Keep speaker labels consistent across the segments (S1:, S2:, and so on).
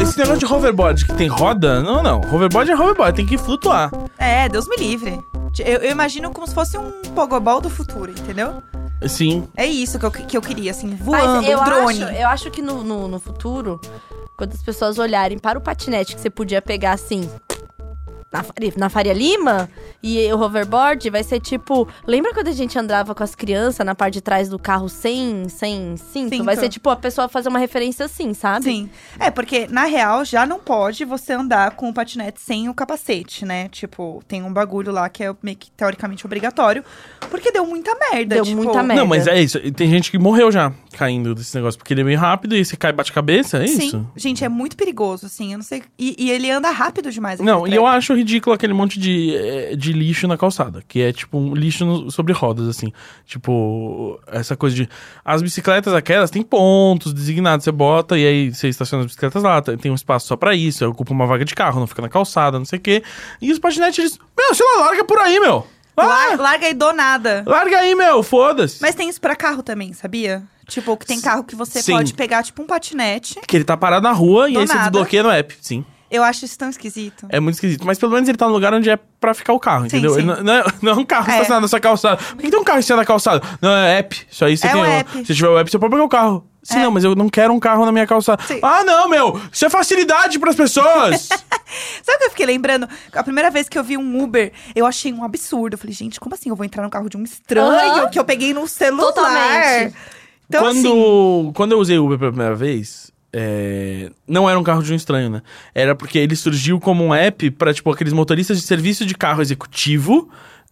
S1: Esse negócio de hoverboard que tem roda, não, não. Hoverboard é hoverboard, tem que flutuar.
S2: É, Deus me livre. Eu, eu imagino como se fosse um pogobol do futuro, entendeu?
S1: Sim.
S2: É isso que eu, que eu queria, assim,
S3: Mas
S2: voando,
S3: eu
S2: um drone.
S3: Acho, é eu acho que no, no, no futuro, quando as pessoas olharem para o patinete que você podia pegar assim. Na Faria, na Faria Lima e o hoverboard vai ser tipo. Lembra quando a gente andava com as crianças na parte de trás do carro sem, sem cinto?
S2: Cinto.
S3: Vai ser tipo a pessoa fazer uma referência assim, sabe?
S2: Sim. É, porque, na real, já não pode você andar com o patinete sem o capacete, né? Tipo, tem um bagulho lá que é meio que teoricamente obrigatório. Porque deu muita merda.
S3: Deu
S2: tipo,
S3: muita merda.
S1: Não, mas é isso. E Tem gente que morreu já caindo desse negócio, porque ele é meio rápido e você cai e bate cabeça, é isso?
S2: Sim, gente, é muito perigoso, assim. Eu não sei. E, e ele anda rápido demais. aquele
S1: Não, e
S2: trem.
S1: eu acho ridículo aquele monte de, eh, de lixo na calçada, que é tipo um lixo no- sobre rodas, assim. Tipo, essa coisa de. As bicicletas aquelas têm pontos designados, você bota e aí você estaciona as bicicletas lá, tem tem um espaço só pra isso, aí ocupa uma vaga de carro, não fica na calçada, não sei o quê. E os patinetes, eles. Meu, sei lá, larga por aí, meu! Ah,
S2: Lar- larga e do nada.
S1: larga aí, meu, foda-se!
S2: Mas tem isso pra carro também, sabia? Tipo, que tem carro que você
S1: Sim.
S2: pode pegar, tipo, um patinete.
S1: Que ele tá parado na rua e
S2: Do
S1: aí você
S2: nada.
S1: desbloqueia no app, sim.
S2: Eu acho isso tão esquisito.
S1: É muito esquisito. Mas pelo menos ele tá no lugar onde é pra ficar o carro,
S2: Sim,
S1: entendeu?
S2: sim.
S1: Ele Não, não é, não é um carro
S2: É.
S1: estacionado na sua calçada. Por que tem um carro estacionado na calçada? Não, é app. Isso aí você
S2: É
S1: tem.
S2: um
S1: um-
S2: app.
S1: Se tiver o app, você pode pegar o carro. Sim,
S2: É.
S1: não, mas eu não quero um carro na minha calçada.
S2: Sim.
S1: Ah, não, meu! Isso é facilidade pras pessoas!
S2: Sabe o que eu fiquei lembrando? A primeira vez que eu vi um Uber, eu achei um absurdo. Eu falei, gente, como assim eu vou entrar no carro de um estranho
S3: Aham.
S2: que eu peguei no celular?
S3: Totalmente.
S2: Então, assim,
S1: quando, quando eu usei o Uber pela primeira vez, é, não era um carro de um estranho, né? Era porque ele surgiu como um app pra, tipo, aqueles motoristas de serviço de carro executivo.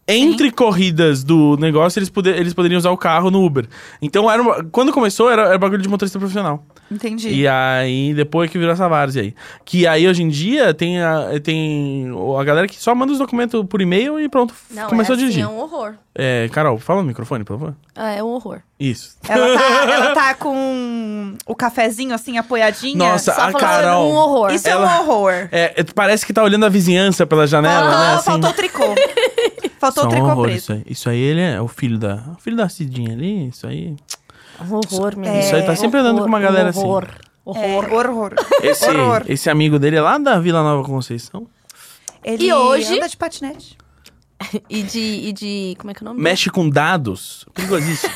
S1: Entre corridas do negócio, eles, poder, eles poderiam usar o carro no Uber. Então, era uma- quando começou, era, era bagulho de motorista profissional.
S2: entendi.
S1: E aí, depois que virou essa várzea aí. Que aí, hoje em dia, tem a, tem a galera que só manda os documentos por e-mail e pronto,
S3: Não,
S1: começou
S3: é,
S1: a
S3: assim,
S1: dirigir.
S3: é um horror.
S1: É, Carol, fala no microfone, por favor.
S3: É, é um horror.
S1: Isso.
S2: Ela tá, ela tá com o cafezinho, assim, apoiadinha.
S1: Nossa,
S3: Só
S1: a
S3: falando
S1: Carol.
S3: um horror.
S2: Isso é
S1: ela-
S2: um horror.
S1: É, é, parece que tá olhando a vizinhança pela janela,
S2: faltou,
S1: né? Assim.
S2: faltou o tricô.
S1: Isso
S2: Faltou
S1: é
S2: o
S1: um
S2: tricô
S1: horror,
S2: preto.
S1: isso aí. Isso aí ele é o filho da. O filho da Cidinha ali, isso aí.
S3: Um horror, menina.
S1: Isso aí tá sempre andando com uma galera assim.
S3: horror. Horror.
S2: É, horror.
S1: Esse,
S2: Horror.
S1: esse amigo dele é lá da Vila Nova Conceição.
S2: Ele
S3: E hoje-
S2: anda de patinete.
S3: E de, e de. Como é que é o nome?
S1: Mexe com dados. Perigosíssimo.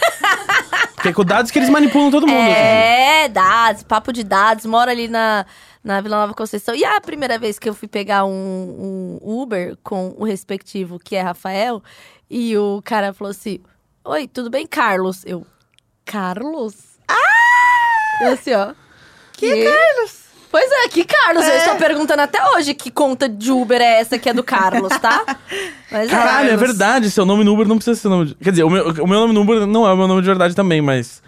S1: Porque é com dados que eles manipulam todo mundo. assim. hoje em dia.
S3: É, dados, papo de dados. Mora ali na, na Vila Nova Conceição. E a primeira vez que eu fui pegar um, um Uber com o respectivo, que é Rafael, e o cara falou assim: Oi, tudo bem, Carlos? Eu, Carlos? Ah! Eu assim, ó. Que Carlos? Pois é, que Carlos? Eu estou perguntando até hoje que conta de Uber é essa que é do Carlos, tá? Mas
S1: Caralho, é
S3: Carlos.
S1: verdade. Seu nome no Uber não precisa ser nome de... Quer dizer, o meu, o meu nome no Uber não é o meu nome de verdade também, mas.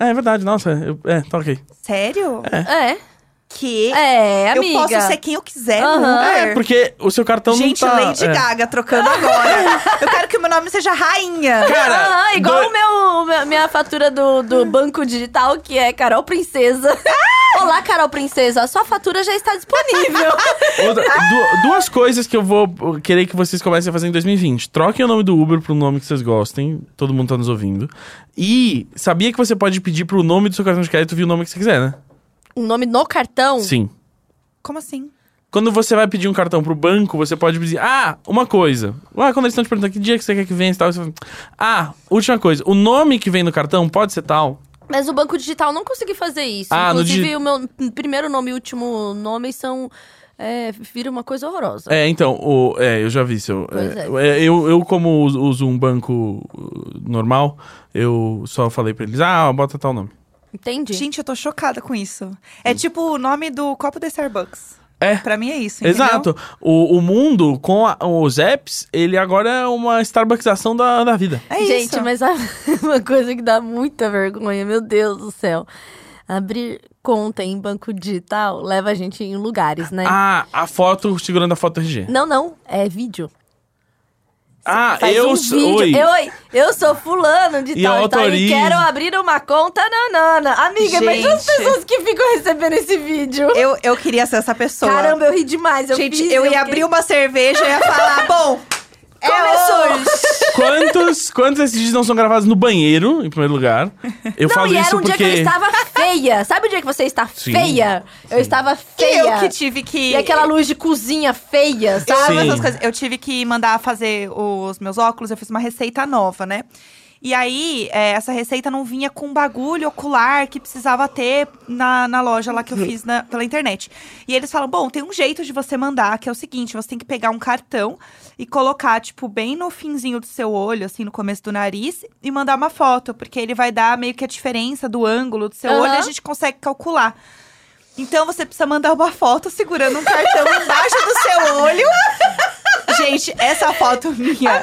S1: É, é verdade, nossa. eu- é, tá ok.
S2: Sério?
S3: É.
S2: Que?
S3: É, amiga.
S2: Eu posso ser quem eu quiser, no
S3: Aham.
S2: Uber.
S1: É, porque o seu cartão
S2: Gente,
S1: não tá.
S2: Lady
S1: é.
S2: Gaga trocando agora. eu quero que o meu nome seja Rainha.
S1: Cara,
S3: Ah, igual
S1: do-
S3: o meu, o meu- minha fatura do, do banco digital, que é Carol Princesa.
S2: Ah!
S3: Olá, Carol Princesa, a sua fatura já está disponível.
S1: Outra- du- duas coisas que eu vou querer que vocês comecem a fazer em 2020. Troquem o nome do Uber pro nome que vocês gostem. Todo mundo tá nos ouvindo. E sabia que você pode pedir pro nome do seu cartão de crédito vir o nome que você quiser, né?
S3: o Um nome no cartão?
S1: Sim.
S2: Como assim?
S1: Quando você vai pedir um cartão pro banco, você pode pedir, ah, uma coisa. Ah, quando eles estão te perguntando que dia que você quer que venha e tal, você fala, ah, última coisa. O nome que vem no cartão pode ser tal.
S3: Mas o banco digital não consegui fazer isso.
S1: Ah, no
S3: Inclusive,
S1: digi-
S3: o meu primeiro nome e último nome são. É, vira uma coisa horrorosa.
S1: É, então, o, é, eu já vi seu.
S3: Pois
S1: é, é, eu, eu, como uso- uso um banco uh, normal, eu só falei pra eles, ah, bota tal nome.
S3: Entende?
S2: Gente, eu tô chocada com isso.
S1: Hum.
S2: É tipo o nome do copo da Starbucks.
S1: É.
S2: Pra mim é isso, entendeu?
S1: Exato. O, o mundo, com a- os apps, ele agora é uma Starbucksização da, da vida.
S2: É
S3: Gente,
S2: isso.
S3: mas a- uma coisa que dá muita vergonha, meu Deus do céu. Abrir conta em banco digital leva a gente em lugares, né?
S1: Ah, a foto, segurando a foto RG.
S3: Não, não, é vídeo.
S1: Ah,
S3: Faz
S1: eu
S3: um
S1: sou-
S3: vídeo.
S1: oi.
S3: Eu, oi, eu sou fulano de
S1: E
S3: tal,
S1: eu
S3: de tal e
S1: autorizo.
S3: quero abrir uma conta nanana. Amiga, mas e as
S2: Gente.
S3: pessoas que ficam recebendo esse vídeo?
S2: Eu, eu queria ser essa pessoa.
S3: Caramba, eu ri demais. Eu
S2: Gente,
S3: fiz,
S2: eu, ia
S3: fiquei-
S2: abrir uma cerveja e ia falar, bom, é
S3: Começou.
S2: hoje.
S1: Quantos, quantos desses vídeos não são gravados no banheiro, em primeiro lugar? Eu
S3: Não,
S1: falo
S3: e era
S1: isso
S3: um dia
S1: porque.
S3: que eu estava feia. Sabe o dia que você está
S1: Sim,
S3: feia? Eu estava
S2: Que
S3: feia.
S2: eu que tive que...
S3: E aquela luz de cozinha feia, sabe?
S2: Sabe
S1: Sim.
S2: essas coisas? Eu tive que mandar fazer os meus óculos, eu fiz uma receita nova, né? E aí, é, essa receita não vinha com bagulho ocular que precisava ter na, na loja lá que eu fiz na- pela internet. E eles falam: bom, tem um jeito de você mandar, que é o seguinte: você tem que pegar um cartão e colocar, tipo, bem no finzinho do seu olho, assim, no começo do nariz, e mandar uma foto, porque ele vai dar meio que a diferença do ângulo do seu
S3: Aham.
S2: olho e a gente consegue calcular. Então você precisa mandar uma foto segurando um cartão embaixo do seu olho. Gente, essa foto minha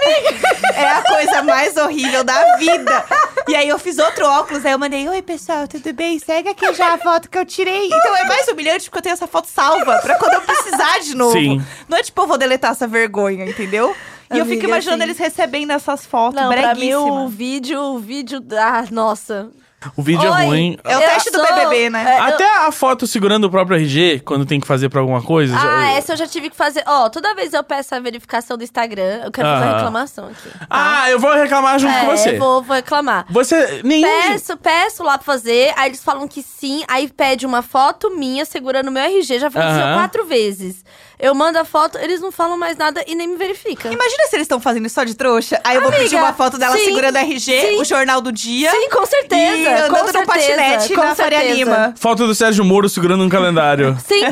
S2: é a coisa mais horrível da vida. E aí eu fiz outro óculos, aí eu mandei, oi pessoal, tudo bem? Segue aqui já a foto que eu tirei. Então é mais humilhante porque eu tenho essa foto salva pra quando eu precisar de novo.
S1: Sim.
S2: Não é tipo, eu vou deletar essa vergonha, entendeu? E eu fico
S3: Amiga,
S2: imaginando
S3: sim.
S2: eles recebendo essas fotos,
S3: Não, pra mim o
S2: breguíssima.
S3: vídeo, o vídeo. Ah, nossa.
S1: O vídeo
S3: Oi.
S1: é ruim.
S2: É o
S3: Eu
S2: teste do
S3: sou-
S2: BBB, né?
S3: é, eu-
S1: Até a foto segurando o próprio RG, quando tem que fazer pra alguma coisa. já-
S3: Ah, essa eu já tive que fazer. Ó, toda vez eu peço a verificação do Instagram, eu quero fazer uma
S1: Aham.
S3: reclamação aqui. tá?
S1: Ah, eu vou reclamar junto
S3: é,
S1: com você.
S3: eu Vou, vou reclamar.
S1: Você. Nenhum.
S3: Peço, peço lá pra fazer, aí eles falam que sim, aí pede uma foto minha segurando o meu RG, já aconteceu
S1: Aham.
S3: quatro vezes. Eu mando a foto, eles não falam mais nada e nem me verificam.
S2: Imagina se eles estão fazendo isso só de trouxa. Aí eu vou
S3: Amiga,
S2: pedir uma foto dela
S3: sim,
S2: segurando a RG,
S3: sim.
S2: o jornal do dia.
S3: Sim, com certeza.
S2: E andando
S3: com
S2: no
S3: certeza,
S2: patinete
S3: com
S2: na Faria
S3: certeza.
S2: Lima.
S1: Foto do Sérgio Moro segurando um calendário.
S3: Sim,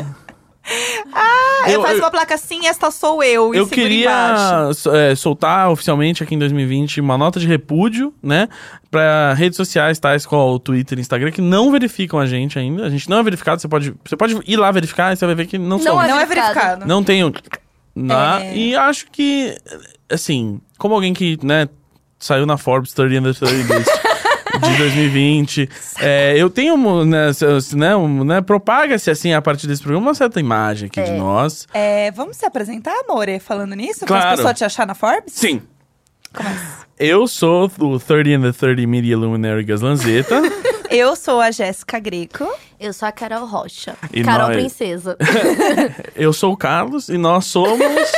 S2: Ah, eu,
S1: Eu-
S2: faço
S1: eu-
S2: uma placa assim, esta sou eu. e
S1: Eu
S2: seguro embaixo.
S1: queria so- é, soltar oficialmente aqui em 2020 uma nota de repúdio, né? Pra redes sociais, tais qual o Twitter e Instagram, que não verificam a gente ainda. A gente não é verificado, você pode, você pode ir lá verificar e você vai ver que não,
S3: Não
S1: somos.
S3: é
S2: Não é
S3: verificado.
S2: verificado.
S1: Não tenho lá.
S3: É.
S1: E acho que, assim, como alguém que, né, saiu na Forbes 30 Under 30 List de 2020, é, eu tenho, um, né, se- né, um, né, propaga-se, assim, a partir desse programa, uma certa imagem aqui de nós.
S2: É, vamos se apresentar, Amore, falando nisso? Pra as
S1: Claro.
S2: pessoas te achar na Forbes?
S1: Sim. Eu sou o 30 and the 30 Media Luminary Gaslanzeta.
S2: Eu sou a Jéssica Greco.
S3: eu sou a Carol Rocha.
S1: E
S3: Carol
S1: nós?
S3: Princesa.
S1: eu sou o Carlos e nós somos.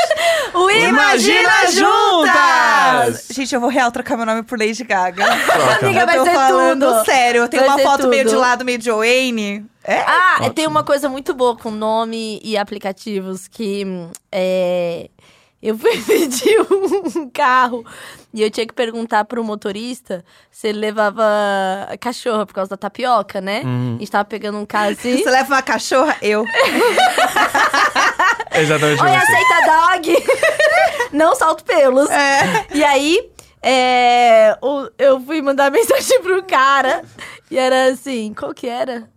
S3: o
S1: Imagina Juntas!
S2: Gente, eu vou real trocar meu nome por Lady Gaga.
S1: Troca. né?
S3: Amiga, vai
S2: eu tô
S3: ser
S2: falando
S3: tudo.
S2: sério. Eu tenho
S3: Vai
S2: uma
S3: ser
S2: foto meio de
S3: tudo.
S2: lado, meio de Wayne. É?
S3: Ah,
S1: Ótimo.
S3: tem uma coisa muito boa com nome e aplicativos que hum, é, eu fui pedir um carro e eu tinha que perguntar pro motorista se ele levava cachorro por causa da tapioca, né?
S2: Uhum.
S3: A gente tava pegando um carro assim.
S2: Você leva uma cachorra? Eu.
S1: Exatamente
S3: Oi,
S1: você.
S3: aceita dog! Não salto pelos.
S2: É.
S3: E aí, é, o- eu fui mandar mensagem pro cara. E era assim, qual que era?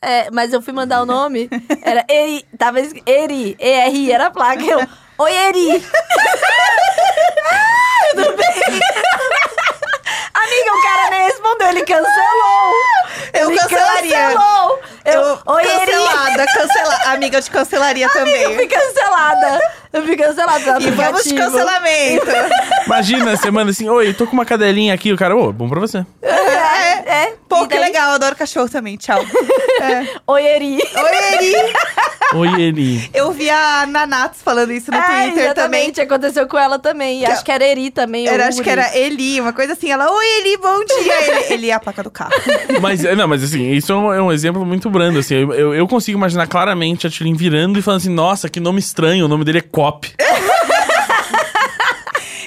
S3: É, mas eu fui mandar o nome. Era Eri. Tava es- Eri. E-R-I era a placa. Eu, Oi, Eri. Ah, Tudo bem? Amiga, o cara nem respondeu. Ele cancelou.
S2: Eu
S3: ele
S2: cancelaria.
S3: cancelou. Eu, Oi, Eri.
S2: cancelada, cancelada. Amiga, eu te cancelaria
S3: Eu fui
S2: também.
S3: cancelada. Eu fui cancelada. pelo
S2: E vamos de
S3: aplicativo.
S2: cancelamento.
S1: Imagina, você manda assim: Oi, tô com uma cadelinha aqui. O cara, ô, bom pra você.
S3: É, é.
S2: Pô,
S3: E
S2: que
S3: daí,
S2: legal, eu adoro cachorro também. Tchau. É.
S3: Oi, Eri.
S2: Oi, Eri.
S1: Oi, Eli.
S2: Eu vi a Nanatos falando isso no
S3: É,
S2: Twitter também.
S3: exatamente, aconteceu com ela também. E acho que era Eri também.
S2: Era,
S3: ou
S2: acho
S3: Uri.
S2: que era Eli, uma coisa assim. Ela, oi Eli, bom dia. Ele, Eli é a placa do carro.
S1: Mas, é, não, mas assim, isso é um, é um exemplo muito brando, assim. Eu, eu- eu consigo imaginar claramente a Tilin virando e falando assim, nossa, que nome estranho, o nome dele é Cop.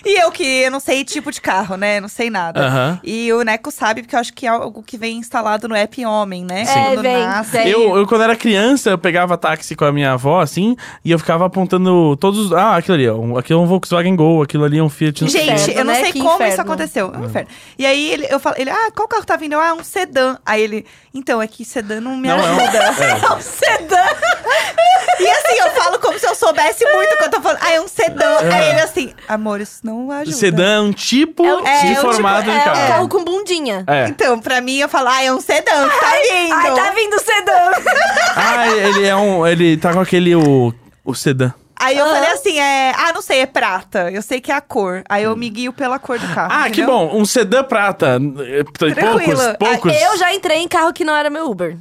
S2: E eu que eu não sei tipo de carro, né? Não sei nada.
S1: Aham.
S2: E o Neco sabe, porque eu acho que é algo que vem instalado no app homem, né?
S3: Sim.
S2: Quando
S3: É, vem,
S2: nasce.
S3: vem.
S1: Eu, eu, quando era criança, eu pegava táxi com a minha avó, assim, e eu ficava apontando todos os... Ah, aquilo ali, ó. um- Aquilo é um Volkswagen Gol, aquilo ali é um Fiat... não sei o
S2: Gente,
S1: quê.
S3: Inferno,
S2: eu não
S3: né?
S2: sei
S3: Que
S2: como isso
S3: inferno.
S2: aconteceu.
S1: Hum.
S2: É um inferno. E aí ele, eu falo, ele, ah, qual carro tá vindo? Eu, ah, um sedã. Aí ele, então, é que sedã não me
S1: Não, é um-
S2: ajuda.
S1: é.
S2: um sedã. E assim, eu falo como se eu soubesse muito quando eu tô falando, ah, é um sedã. Aí ele assim, amor, isso não ajuda.
S1: Sedã é um tipo
S3: né? É um
S1: de
S2: tipo-
S1: formato
S3: é,
S1: de
S3: um
S1: carro.
S3: carro com bundinha.
S1: É.
S2: Então, pra mim, eu falo, ah, é um sedã, que tá vindo.
S3: Ai, tá vindo o sedã.
S1: Ah, ele é um... Ele tá com aquele... O, o sedã.
S2: Aí eu falei assim, é... Ah, não sei, é prata. Eu sei que é a cor. Aí eu me guio pela cor do carro.
S1: Ah, que
S2: entendeu?
S1: bom. Um sedã prata. eh, Tem poucos,
S2: Tranquilo.
S1: poucos.
S3: Ah, Eu já entrei em carro que não era meu Uber.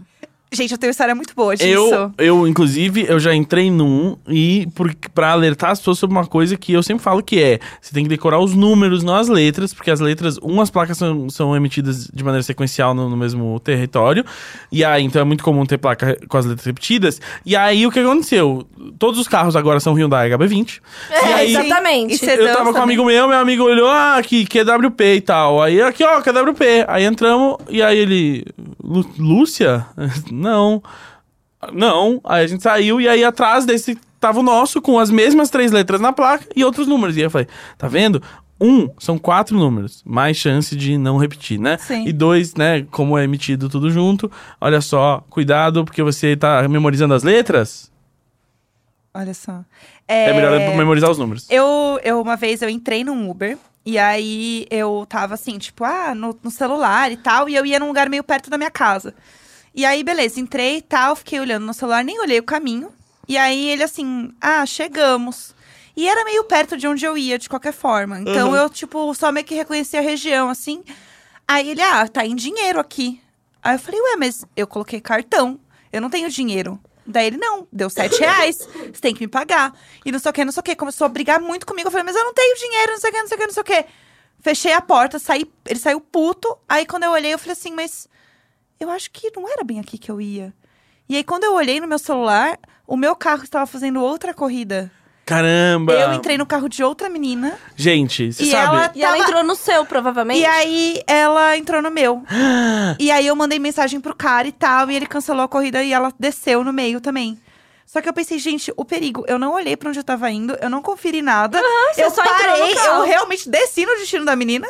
S2: Gente, eu tenho história muito boa disso.
S1: Eu, eu, inclusive, eu já entrei num e por, pra alertar as pessoas sobre uma coisa que eu sempre falo que é: você tem que decorar os números, não as letras, porque as letras, um, as placas são, são emitidas de maneira sequencial no, no mesmo território, e aí, então é muito comum ter placa com as letras repetidas. E aí, o que aconteceu? Todos os carros agora são Hyundai HB20.
S3: É,
S1: e aí,
S2: sim.
S3: exatamente.
S2: E cê
S1: eu tava com um
S2: também.
S1: amigo meu, meu amigo olhou, ah, aqui, QWP e tal. Aí, aqui, ó, QWP. Aí entramos, e aí ele, "Lu- Lúcia? Não. Não. Aí a gente saiu, e aí atrás desse tava o nosso, com as mesmas três letras na placa e outros números. E aí eu falei, tá vendo? Um, são quatro números, mais chance de não repetir, né?
S2: Sim.
S1: E dois, né, como é emitido tudo junto, olha só, cuidado, porque você tá memorizando as letras,
S2: Olha só.
S1: é, melhor memorizar os números.
S2: Eu, eu, uma vez, eu entrei num Uber. E aí, eu tava assim, tipo, ah, no, no celular e tal. E eu ia num lugar meio perto da minha casa. E aí, beleza, entrei e tal. Fiquei olhando no celular, nem olhei o caminho. E aí, ele assim, ah, chegamos. E era meio perto de onde eu ia, de qualquer forma. Então,
S1: Uhum.
S2: eu, tipo, só meio que reconheci a região, assim. Aí ele, ah, tá em dinheiro aqui. Aí eu falei, ué, mas eu coloquei cartão. Eu não tenho dinheiro. Daí ele, não, deu sete reais, você tem que me pagar. E não sei o que, não sei o que. Começou a brigar muito comigo. Eu falei, mas eu não tenho dinheiro, não sei o que, não sei o que, não sei o que. Fechei a porta, saí, ele saiu puto. Aí quando eu olhei, eu falei assim, mas eu acho que não era bem aqui que eu ia. E aí quando eu olhei no meu celular, o meu carro estava fazendo outra corrida.
S1: Caramba!
S2: Eu entrei no carro de outra menina.
S1: Gente, você
S2: E
S1: sabe?
S2: ela-
S3: E ela
S2: Tava-
S3: entrou no seu, provavelmente.
S2: E aí ela entrou no meu. E aí eu mandei mensagem pro cara e tal, e ele cancelou a corrida e ela desceu no meio também. Só que eu pensei, gente, o perigo. Eu não olhei pra onde eu tava indo, eu não conferi nada.
S3: você
S2: eu
S3: só entrou no
S2: parei,
S3: carro.
S2: eu realmente desci no destino da menina.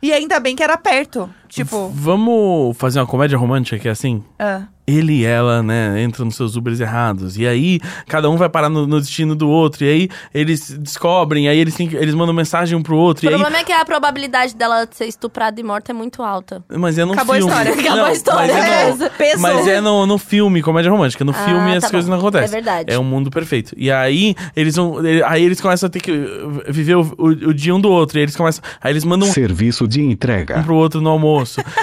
S2: E ainda bem que era perto. Tipo,
S1: Vamos fazer uma comédia romântica que é assim?
S2: ah,
S1: Ele e ela, né, entram nos seus Ubers errados. E aí, cada um vai parar no, no destino do outro. E aí, eles descobrem. Aí, eles, têm que- eles mandam mensagem um pro outro.
S3: O
S1: E aí,
S3: problema é que a probabilidade dela ser estuprada e morta é muito alta.
S1: mas é no
S2: Acabou a
S1: filme.
S2: história,
S3: acabou a
S1: Mas
S3: história,
S1: é, no,
S3: beleza.
S2: Pesou.
S1: mas é no, no filme, comédia romântica. No
S3: Ah,
S1: filme,
S3: tá
S1: essas coisas
S3: bom.
S1: não acontecem.
S3: É verdade.
S1: É um mundo perfeito. E aí, eles vão... Aí, eles começam a ter que eh, viver o, o, o dia um do outro. E eles começam... Aí, eles mandam um
S4: Serviço de
S1: um
S4: entrega.
S1: pro outro no almoço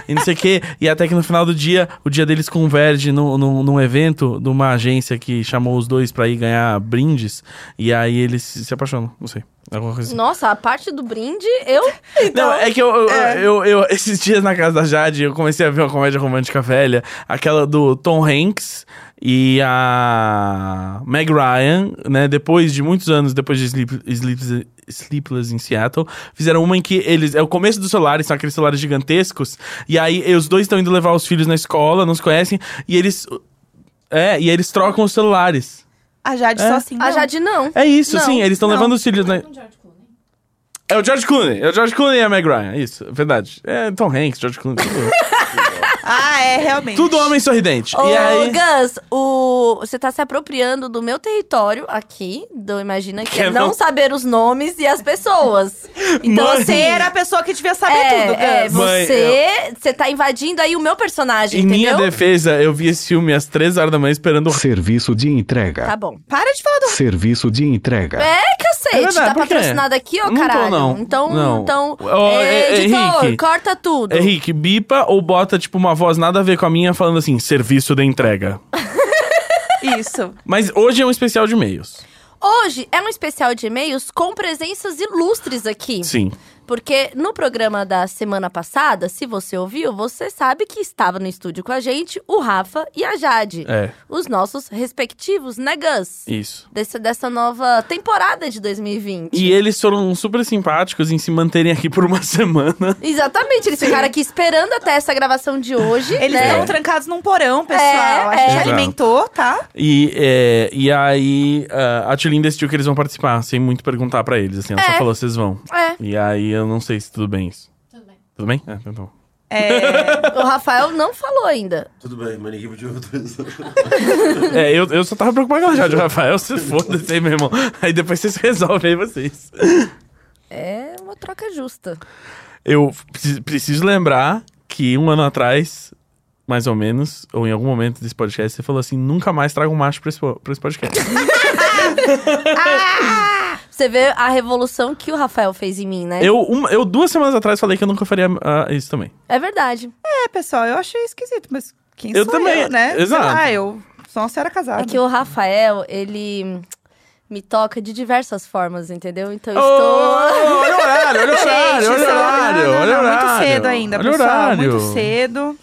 S1: e não sei o quê. E até que no final do dia, o dia deles converge num, num, num evento de uma agência que chamou os dois pra ir ganhar brindes. E aí eles se se apaixonam, não sei. Alguma coisa assim.
S3: Nossa, a parte do brinde, eu.
S1: Não,
S3: Então,
S1: é que eu, eu, eu- eu- esses dias na casa da Jade, eu comecei a ver uma comédia romântica velha, aquela do Tom Hanks e a Meg Ryan, né? Depois de muitos anos, depois de Sleep, Sleep- Sleepless in Seattle, fizeram uma em que eles. É o começo dos celulares, são aqueles celulares gigantescos, e aí e os dois estão indo levar os filhos na escola, não se conhecem, e eles. É, e eles trocam os celulares.
S2: a Jade só assim.
S3: a
S2: não.
S3: Jade não.
S1: É isso,
S3: Não,
S1: sim, eles estão
S2: não.
S1: levando os filhos na. É o George Clooney. É o George Clooney e a Meg Ryan. Isso, é verdade. É Tom Hanks, George Clooney. Tudo,
S2: Ah, é, realmente.
S1: tudo homem sorridente.
S3: Ô,
S1: e aí...
S3: Gus, o... você tá se apropriando do meu território aqui, do Imagina, que
S1: Que
S3: é não,
S1: não-
S3: saber os nomes e as pessoas. Então,
S1: Mãe.
S2: Você
S3: assim...
S2: era a pessoa que devia saber
S3: é,
S2: tudo, Ah, Gus.
S3: é,
S1: Mãe,
S3: você, você tá invadindo aí o meu personagem,
S1: Em minha
S3: entendeu?
S1: defesa, eu vi esse filme às três horas da manhã esperando o
S4: Serviço de entrega.
S3: Tá bom.
S2: Para de falar do.
S4: Serviço de entrega.
S3: É,
S1: É
S3: cacete,
S1: verdade,
S3: tá
S1: por quê?
S3: patrocinado aqui, ó,
S1: Não tô,
S3: caralho.
S1: não.
S3: Então,
S1: Não.
S3: então,
S1: Ô, é-
S3: é,
S1: é,
S3: editor,
S1: Henrique. É
S3: corta tudo.
S1: Henrique, bipa ou bota, tipo, uma voz nada a ver com a minha falando assim, serviço de entrega.
S2: Isso.
S1: Mas hoje é um especial de e-mails.
S3: Hoje é um especial de e-mails com presenças ilustres aqui.
S1: Sim.
S3: Porque no programa da semana passada, se você ouviu, você sabe que estava no estúdio com a gente o Rafa e a Jade.
S1: É,
S3: Os nossos respectivos, né, Gus?
S1: isso.
S3: Desse- dessa nova temporada de 2020.
S1: E eles foram super simpáticos em se manterem aqui por uma semana.
S3: Exatamente, eles ficaram aqui esperando até essa gravação de hoje.
S2: Eles
S3: né?
S2: estão trancados num porão, pessoal. a
S3: é.
S2: gente
S1: Exato.
S2: alimentou, tá?
S1: E, é, e aí, ah, a Tulin decidiu que eles vão participar, sem muito perguntar pra eles, assim. Ela
S3: É.
S1: só falou, vocês vão.
S3: É,
S1: E aí, eu não sei se tudo bem isso. Tudo bem. Tudo bem? É, então.
S2: É.
S3: o Rafael não falou ainda.
S5: Tudo bem, manequim de outros.
S1: É, eu, eu só tava preocupado com a Jade. Rafael, se foda-se aí, meu irmão. Aí depois vocês resolvem aí vocês.
S3: É uma troca justa.
S1: Eu preci- preciso lembrar que um ano atrás, mais ou menos, ou em algum momento desse podcast, você falou assim: nunca mais traga um macho pra esse, po- pra esse podcast.
S3: Você vê a revolução que o Rafael fez em mim, né?
S1: Eu, uma- eu duas semanas atrás falei que eu nunca faria ah, isso também.
S3: É verdade.
S2: É, pessoal, eu achei esquisito, mas quem
S1: Eu
S2: sou
S1: também,
S2: eu, né?
S1: exato.
S2: Ah, eu sou uma senhora
S1: Ah,
S2: casada.
S3: É que o Rafael, ele hum, me toca de diversas formas, entendeu? Então eu estou.
S1: Oh, olha o Oh, horário, olha o horário, olha o
S2: são-
S1: horário,
S2: não, não,
S1: olha o
S2: não,
S1: horário.
S2: é Muito cedo ainda,
S1: olha o
S2: pessoal.
S1: horário.
S2: Muito cedo.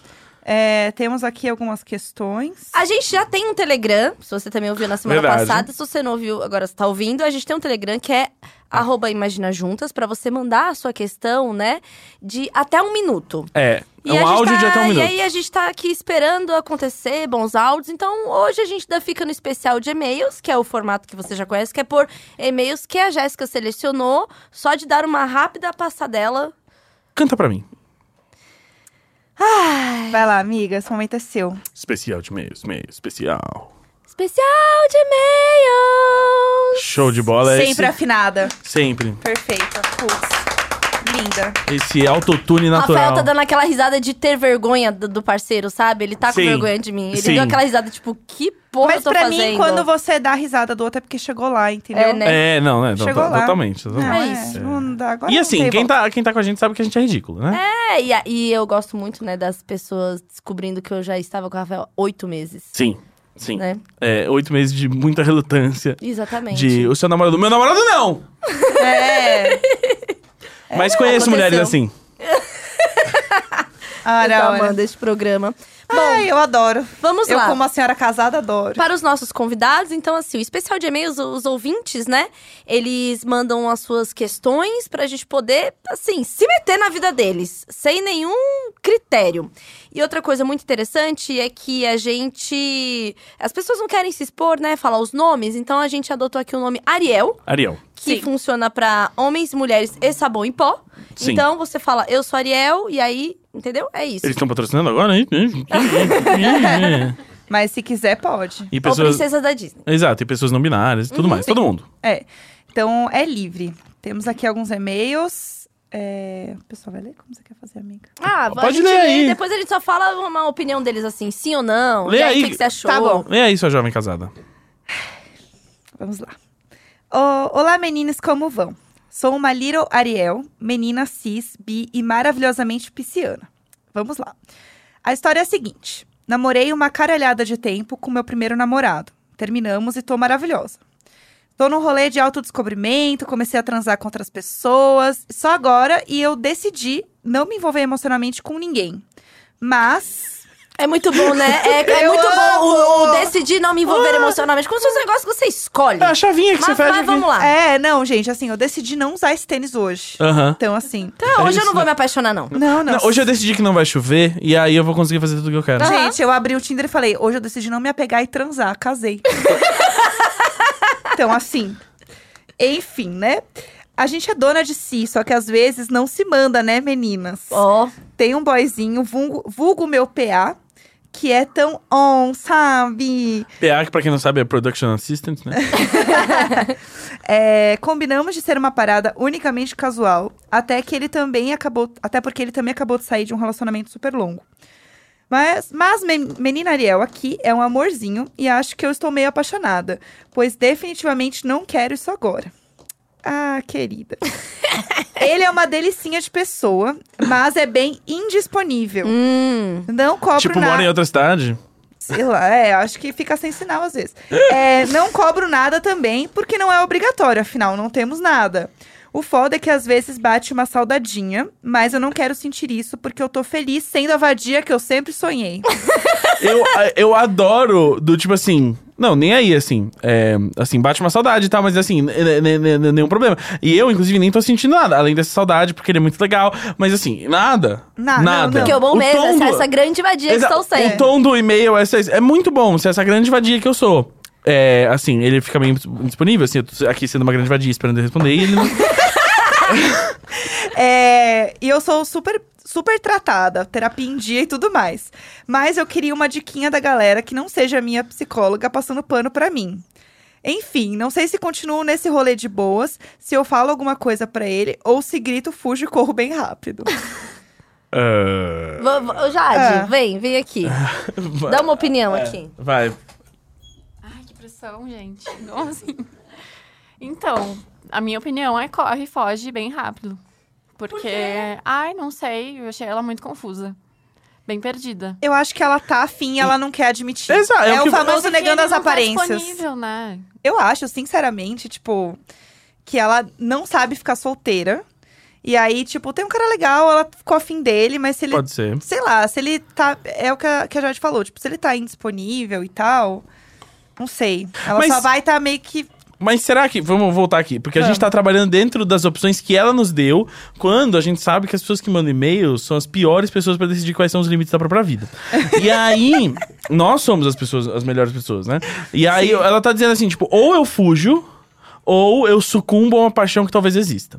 S2: É, temos aqui algumas questões.
S3: A gente já tem um Telegram, se você também ouviu na semana
S1: Verdade.
S3: passada. Se você não ouviu, agora você tá ouvindo. A gente tem um Telegram que é arroba Imagina Juntas, pra você mandar a sua questão, né? De até um minuto.
S1: É, é
S3: a
S1: um
S3: gente
S1: áudio
S3: tá-
S1: de até um
S3: E
S1: minuto.
S3: aí a gente tá aqui esperando acontecer bons áudios. Então hoje a gente ainda fica no especial de e-mails, que é o formato que você já conhece, que é por e-mails que a Jéssica selecionou, só de dar uma rápida passadela.
S1: Canta pra mim.
S2: Vai lá, amiga, esse momento é seu.
S1: Especial de meios, meio especial.
S3: Especial de e-mails!
S1: Show de bola é
S2: Sempre
S1: esse.
S2: afinada.
S1: Sempre.
S2: Perfeita. Putz. Linda.
S1: Esse autotune natural.
S3: Rafael tá dando aquela risada de ter vergonha do, do parceiro, sabe? Ele tá com
S1: Sim.
S3: vergonha de mim. Ele
S1: Sim.
S3: deu aquela risada, tipo, que porra
S2: Mas
S3: eu tô
S2: pra
S3: fazendo?
S2: mim, quando você dá risada do outro, é porque chegou lá, entendeu?
S3: É, né?
S1: É, não, né?
S2: Chegou
S1: to-
S2: lá.
S1: Totalmente.
S2: Não,
S1: totalmente.
S2: é,
S3: É isso.
S2: não dá. Agora
S1: E
S2: não
S1: assim,
S2: tem
S1: quem
S2: volta.
S1: tá, quem tá com a gente sabe que a gente é ridículo, né?
S3: É, e, a- e eu gosto muito, né, das pessoas descobrindo que eu já estava com o Rafael há oito meses.
S1: Sim, sim.
S3: Né?
S1: É, oito meses de muita relutância.
S3: Exatamente.
S1: De o seu namorado. Meu namorado não!
S2: É.
S1: Mas conheço
S3: aconteceu.
S1: mulheres assim.
S2: Olha,
S3: Então,
S2: olha.
S3: Amanda, esse programa.
S2: Ai, eu adoro.
S3: Vamos
S2: eu,
S3: lá.
S2: como uma senhora casada, adoro.
S3: Para os nossos convidados, então, assim, o especial de e-mails, os ouvintes, né? Eles mandam as suas questões pra gente poder, assim, se meter na vida deles, sem nenhum critério. E outra coisa muito interessante é que a gente. As pessoas não querem se expor, né? Falar os nomes, então a gente adotou aqui o nome Ariel.
S1: Ariel.
S3: que
S2: Sim.
S3: funciona pra homens, mulheres e sabão em pó.
S1: Sim.
S3: Então você fala, eu sou Ariel, e aí, entendeu? É isso.
S1: Eles estão patrocinando agora, hein?
S2: Mas se quiser, pode.
S1: e
S3: Ou
S1: pessoas.
S3: princesa Uhum. da Disney.
S1: Exato, e pessoas não binárias e tudo mais. Todo mundo.
S2: É. Então, é livre. Temos aqui alguns e-mails. É... O pessoal vai ler como você quer fazer, amiga?
S3: Ah,
S1: Pode
S3: a gente
S1: ler aí.
S3: depois a gente só fala uma opinião deles assim, sim ou não.
S1: Lê
S3: e aí,
S1: aí.
S3: o que, que você achou?
S2: Tá bom.
S1: E aí, sua jovem casada?
S2: Vamos lá. Ô, olá, meninas, como vão? Sou uma Little Ariel, menina cis, bi e maravilhosamente pisciana. Vamos lá. A história é a seguinte: namorei uma caralhada de tempo com meu primeiro namorado. Terminamos e tô maravilhosa. Tô num rolê de autodescobrimento, comecei a transar com outras pessoas. Só agora e eu decidi não me envolver emocionalmente com ninguém. Mas.
S3: É muito bom, né? É, é
S2: Eu
S3: muito bom o, o
S2: amo!
S3: decidir não me envolver emocionalmente. Como se fosse um negócio que você escolhe.
S1: É a chavinha que
S3: mas,
S1: você fecha.
S3: mas
S1: aqui.
S3: vamos lá.
S2: É, não, gente, assim, eu decidi não usar esse tênis hoje.
S1: Aham.
S2: Então, assim.
S3: Não,
S1: É
S3: hoje eu
S1: isso,
S3: não vou me apaixonar, Tá. não.
S2: Não, não.
S1: Não, hoje eu decidi que não vai chover e aí eu vou conseguir fazer tudo que eu quero.
S2: Gente, eu abri o Tinder e falei, hoje eu decidi não me apegar e transar, casei. então, assim. Enfim, né? A gente é dona de si, só que às vezes não se manda, né, meninas?
S3: Ó,
S2: Tem um boyzinho, vulgo, vulgo meu PA, que é tão on, sabe?
S1: PA, que pra quem não sabe é Production Assistant, né?
S2: É, combinamos de ser uma parada unicamente casual, até que ele também acabou, até porque ele também acabou de sair de um relacionamento super longo. Mas, mas men- menina Ariel aqui é um amorzinho e acho que eu estou meio apaixonada, pois definitivamente não quero isso agora. Ah, querida. ele é uma delicinha de pessoa, mas é bem indisponível.
S3: hum,
S2: Não cobro
S1: tipo,
S2: nada.
S1: mora em outra cidade.
S2: Sei lá, é, acho que fica sem sinal às vezes. É, não cobro nada também, porque não é obrigatório, afinal, não temos nada. O foda é que às vezes bate uma saudadinha, mas eu não quero sentir isso porque eu tô feliz sendo a vadia que eu sempre sonhei.
S1: eu, eu adoro do tipo assim. Não, nem aí, assim. É, assim, bate uma saudade e tal, mas assim, n- n- n- n- nenhum problema. E eu, inclusive, nem tô sentindo nada, além dessa saudade, porque ele é muito legal. Mas assim, nada.
S2: Na-
S1: Nada.
S2: não, não.
S3: porque o bom mesmo é
S1: tom
S3: essa,
S1: do-
S3: essa grande vadia que
S1: Então, Exa-
S3: estou sendo.
S1: O tom do e-mail é, essa- é muito bom, se é essa grande vadia que eu sou. É, assim, ele fica meio indisponível, assim, eu tô aqui sendo uma grande vadia esperando ele responder e ele não.
S2: É, e eu sou super, super tratada, terapia em dia e tudo mais. Mas eu queria uma diquinha da galera que não seja a minha psicóloga passando pano pra mim. Enfim, não sei se continuo nesse rolê de boas, se eu falo alguma coisa pra ele ou se grito, fujo e corro bem rápido.
S1: Ah,
S3: Vou- vou- Jade,
S2: É.
S3: um
S1: É.
S3: vem, vem aqui. Dá uma opinião aqui.
S1: vai.
S6: edição, gente. Como assim? Então, a minha opinião é corre e foge bem rápido. Porque, ai, não sei, eu achei ela muito confusa. Bem perdida.
S2: Eu acho que ela tá afim, ela não quer admitir.
S1: Exato, é
S2: é
S1: o
S2: o,
S1: que-
S6: Mas é
S2: famoso
S6: que
S2: negando
S6: ele
S2: as
S6: não tá
S2: aparências.
S6: disponível, né?
S2: Eu acho, sinceramente, tipo, que ela não sabe ficar solteira. E aí, tipo, tem um cara legal, ela ficou afim dele, mas se ele.
S1: Pode ser.
S2: Sei lá, se ele tá. É o que a, que a Jorge falou, tipo, se ele tá indisponível e tal. Não sei. Ela
S1: Mas-
S2: só vai tá meio que.
S1: Mas será que. Vamos voltar aqui. Porque a
S2: Vamos.
S1: gente tá trabalhando dentro das opções que ela nos deu, quando a gente sabe que as pessoas que mandam e-mails são as piores pessoas pra decidir quais são os limites da própria vida. E aí, nós somos as pessoas, as melhores pessoas, né? E aí ela tá dizendo assim, tipo, ou eu fujo, ou eu sucumbo a uma paixão que talvez exista.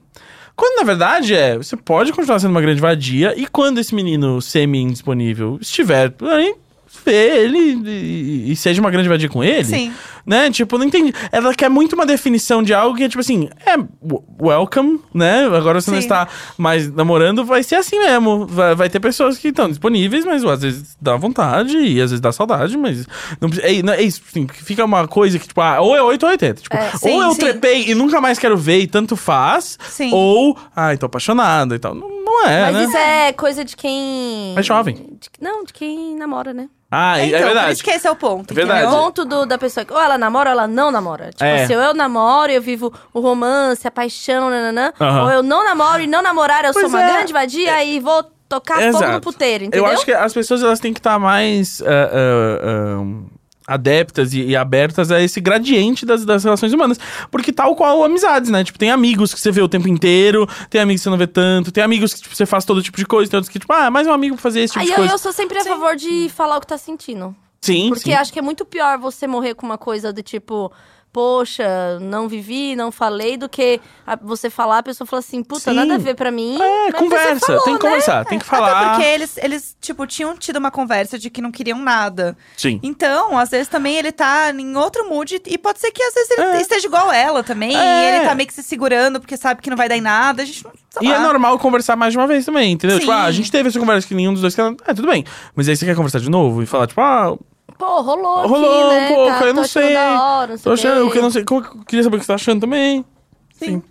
S1: Quando na verdade é, você pode continuar sendo uma grande vadia, e quando esse menino semi-indisponível estiver aí, vê ele e, e- e seja uma grande vadia com ele.
S2: Sim.
S1: Né? Tipo, não entendi. Ela quer muito uma definição de algo que é tipo assim, é w- welcome, né? Agora você não
S2: Sim.
S1: está mais namorando, vai ser assim mesmo. Vai, vai ter pessoas que estão disponíveis, mas às vezes dá vontade e às vezes dá saudade, mas não precisa- é, não- é isso, assim, fica uma coisa que tipo, ah, ou é 8 ou 80, tipo,
S3: É,
S2: sim,
S1: ou eu
S2: sim.
S1: trepei e nunca mais quero ver e tanto faz,
S2: Sim.
S1: ou ai, tô apaixonada e tal. Não, não é,
S3: Mas
S1: né?
S3: isso é coisa de quem.
S1: É jovem.
S3: de- Não, de quem namora, né?
S1: Ah, é,
S2: então,
S1: é
S2: por
S1: verdade.
S2: isso que esse é o ponto.
S1: É verdade.
S3: O
S2: entendeu?
S3: ponto do- da pessoa que ou ela namora ou ela não namora. Tipo
S1: É.
S3: assim, ou eu namoro, eu vivo o romance, a paixão, nananã.
S1: Aham.
S3: Ou eu não namoro e não namorar, eu sou
S1: Pois
S3: uma
S1: é.
S3: grande vadia e vou tocar fogo no
S1: Exato.
S3: puteiro, entendeu?
S1: Eu acho que tipo as pessoas elas têm que estar mais ah, ah, ah, adeptas e, e abertas a esse gradiente das, das relações humanas. Porque tal qual amizades, né? Tipo, tem amigos que você vê o tempo inteiro, tem amigos que você não vê tanto, tem amigos que tipo, você faz todo tipo de coisa, tem outros que, tipo, ah, mais um amigo pra fazer esse tipo
S3: Aí
S1: de
S3: eu,
S1: coisa.
S3: eu sou sempre a favor de falar o que tá sentindo.
S1: Sim,
S3: Porque
S1: sim.
S3: acho que é muito pior você morrer com uma coisa do tipo, poxa, não vivi, não falei, do que a- você falar, a pessoa fala assim, puta,
S1: Sim.
S3: nada a ver pra mim.
S1: É,
S3: mas
S1: conversa,
S3: você falou,
S1: tem que
S3: né?
S1: conversar, tem que
S2: Até
S1: falar.
S2: porque eles, eles, tipo, tinham tido uma conversa de que não queriam nada.
S1: Sim.
S2: Então, às vezes também ele tá em outro mood. E pode ser que às vezes ele
S1: É.
S2: esteja igual ela
S1: É.
S2: também. E ele tá meio que se segurando porque sabe que não vai dar em nada. A gente não. Sei
S1: E
S2: lá.
S1: é normal conversar mais de uma vez também, entendeu? Tipo,
S2: Sim.
S1: ah, a gente teve essa conversa que nenhum dos dois quer. Ah, tudo bem. Mas aí você quer conversar de novo e falar, tipo, ah,
S3: Pô, rolou.
S1: Rolou um
S3: aqui, né?
S1: pouco,
S3: Tá-
S1: eu não
S3: tô achando
S1: sei.
S3: Da hora, não sei
S1: Tô achando,
S3: o
S1: eu
S3: quê.
S1: que- não sei, como- eu queria saber o que você tá achando também. Sim.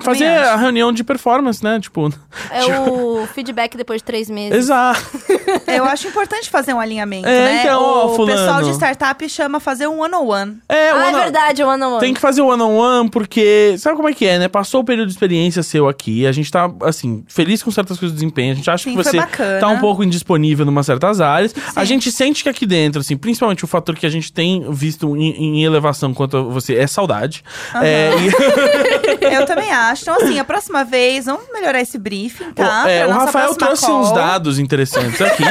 S1: Fazer
S2: Também acho.
S1: a reunião de performance, né? Tipo.
S3: É o feedback depois de três meses.
S1: Exato.
S2: Eu acho importante fazer um alinhamento,
S1: É,
S2: né?
S1: então, ó,
S2: o pessoal
S1: fulano.
S2: de startup chama fazer um one-on-one.
S1: É,
S3: ah, é
S1: one-
S3: verdade, o ano
S1: Tem que fazer o one-on-one, porque. Sabe como é que é, né? Passou o período de experiência seu aqui, a gente tá, assim, feliz com certas coisas de desempenho, a gente acha
S2: Sim,
S1: que
S2: foi
S1: você
S2: bacana.
S1: tá um pouco indisponível em certas áreas. A gente sente que aqui dentro, assim, principalmente o fator que a gente tem visto em, em elevação quanto a você é saudade. É, e-
S2: Eu também acho. Então, assim, a próxima vez, vamos melhorar esse briefing, tá?
S1: O, é,
S2: Pra
S1: o
S2: nossa
S1: Rafael
S2: próxima
S1: trouxe
S2: call.
S1: uns dados interessantes aqui.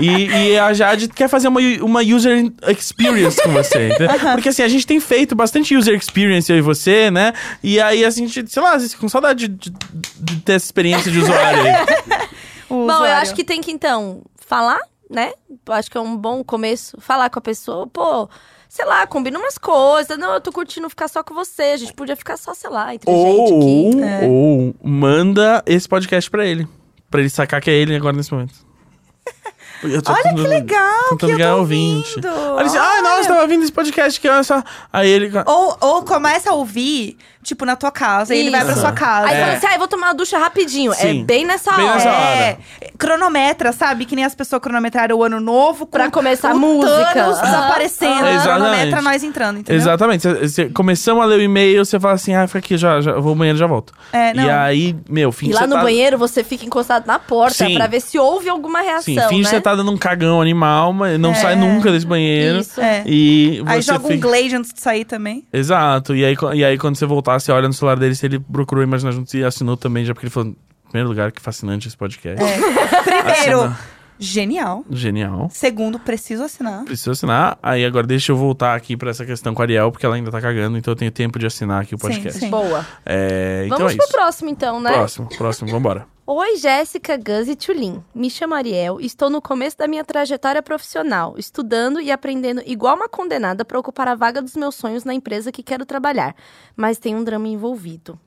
S1: e, e a Jade quer fazer uma, uma user experience com você. entendeu? Porque assim, a gente tem feito bastante user experience, eu e você, né? E aí a gente, sei lá, às vezes fica com saudade de, de- de ter essa experiência de usuário aí.
S2: O
S1: um
S3: Bom, eu
S2: usuário.
S3: acho que tem que, então, falar, né? Eu acho que é um bom começo. Falar com a pessoa, pô, sei lá, combina umas coisas. Não, eu tô curtindo ficar só com você. A gente podia ficar só, sei lá, entre gente
S1: ou, um
S3: aqui.
S2: é.
S3: É.
S1: ou manda esse podcast pra ele. Pra ele sacar que é ele agora nesse momento. Eu tô
S2: Olha que
S1: tentando-
S2: tá legal que
S1: tentando
S2: eu
S1: ganhar
S2: tô
S1: ouvinte.
S2: ouvindo.
S1: Aí ele diz, ah, nossa, tava ouvindo esse podcast que é essa. Aí ele.
S2: Ou, ou começa a ouvir, tipo, na tua casa. E ele vai pra
S3: Isso.
S2: sua casa.
S3: Aí
S1: É.
S3: fala assim, ah, eu vou tomar uma ducha rapidinho.
S1: Sim.
S3: É bem nessa
S1: Bem
S3: hora.
S1: nessa hora.
S2: É, cronometra, sabe? Que nem as pessoas cronometraram o ano novo com
S3: Pra começar
S2: o
S3: a música.
S2: Thanos
S3: Ah,
S2: desaparecendo.
S1: ah.
S2: cronometra
S1: Exatamente.
S2: nós entrando, entendeu?
S1: Exatamente. Cê- cê- começamos a ler o e-mail, você fala assim, ah, fica aqui, já, já eu vou ao banheiro e já volto.
S2: É, não.
S1: E aí, meu, fim
S3: E
S1: de
S3: lá
S1: cê
S3: no
S1: tá-
S3: banheiro você fica encostado na porta
S1: Sim.
S3: pra ver se houve alguma reação,
S1: Sim, finge que
S3: né?
S1: você tá
S3: É,
S1: dando um cagão animal, mas não sai nunca desse banheiro.
S3: Isso.
S2: É.
S1: E você
S2: Aí joga um
S1: fica...
S2: Glade antes de sair também.
S1: Exato. E aí, co- e aí quando você voltar, você olha no celular dele se ele procurou imaginar junto e assinou também, já porque ele falou, em primeiro lugar, que fascinante esse podcast.
S3: É.
S2: É. Primeiro,
S1: Assina.
S2: genial.
S1: Genial.
S2: Segundo, preciso assinar.
S1: Preciso assinar. Aí agora deixa eu voltar aqui pra essa questão com a Ariel, porque ela ainda tá cagando, então eu tenho tempo de assinar aqui o
S2: Sim,
S1: podcast.
S2: sim.
S3: Boa.
S1: É, então
S3: Vamos
S1: é
S3: pro
S1: isso.
S3: próximo, então, né?
S1: Próximo, próximo, vambora.
S3: Oi, Jéssica, Gus e Tulin. Me chamo Ariel, estou no começo da minha trajetória profissional, estudando e aprendendo igual uma condenada para ocupar a vaga dos meus sonhos na empresa que quero trabalhar, mas tem um drama envolvido.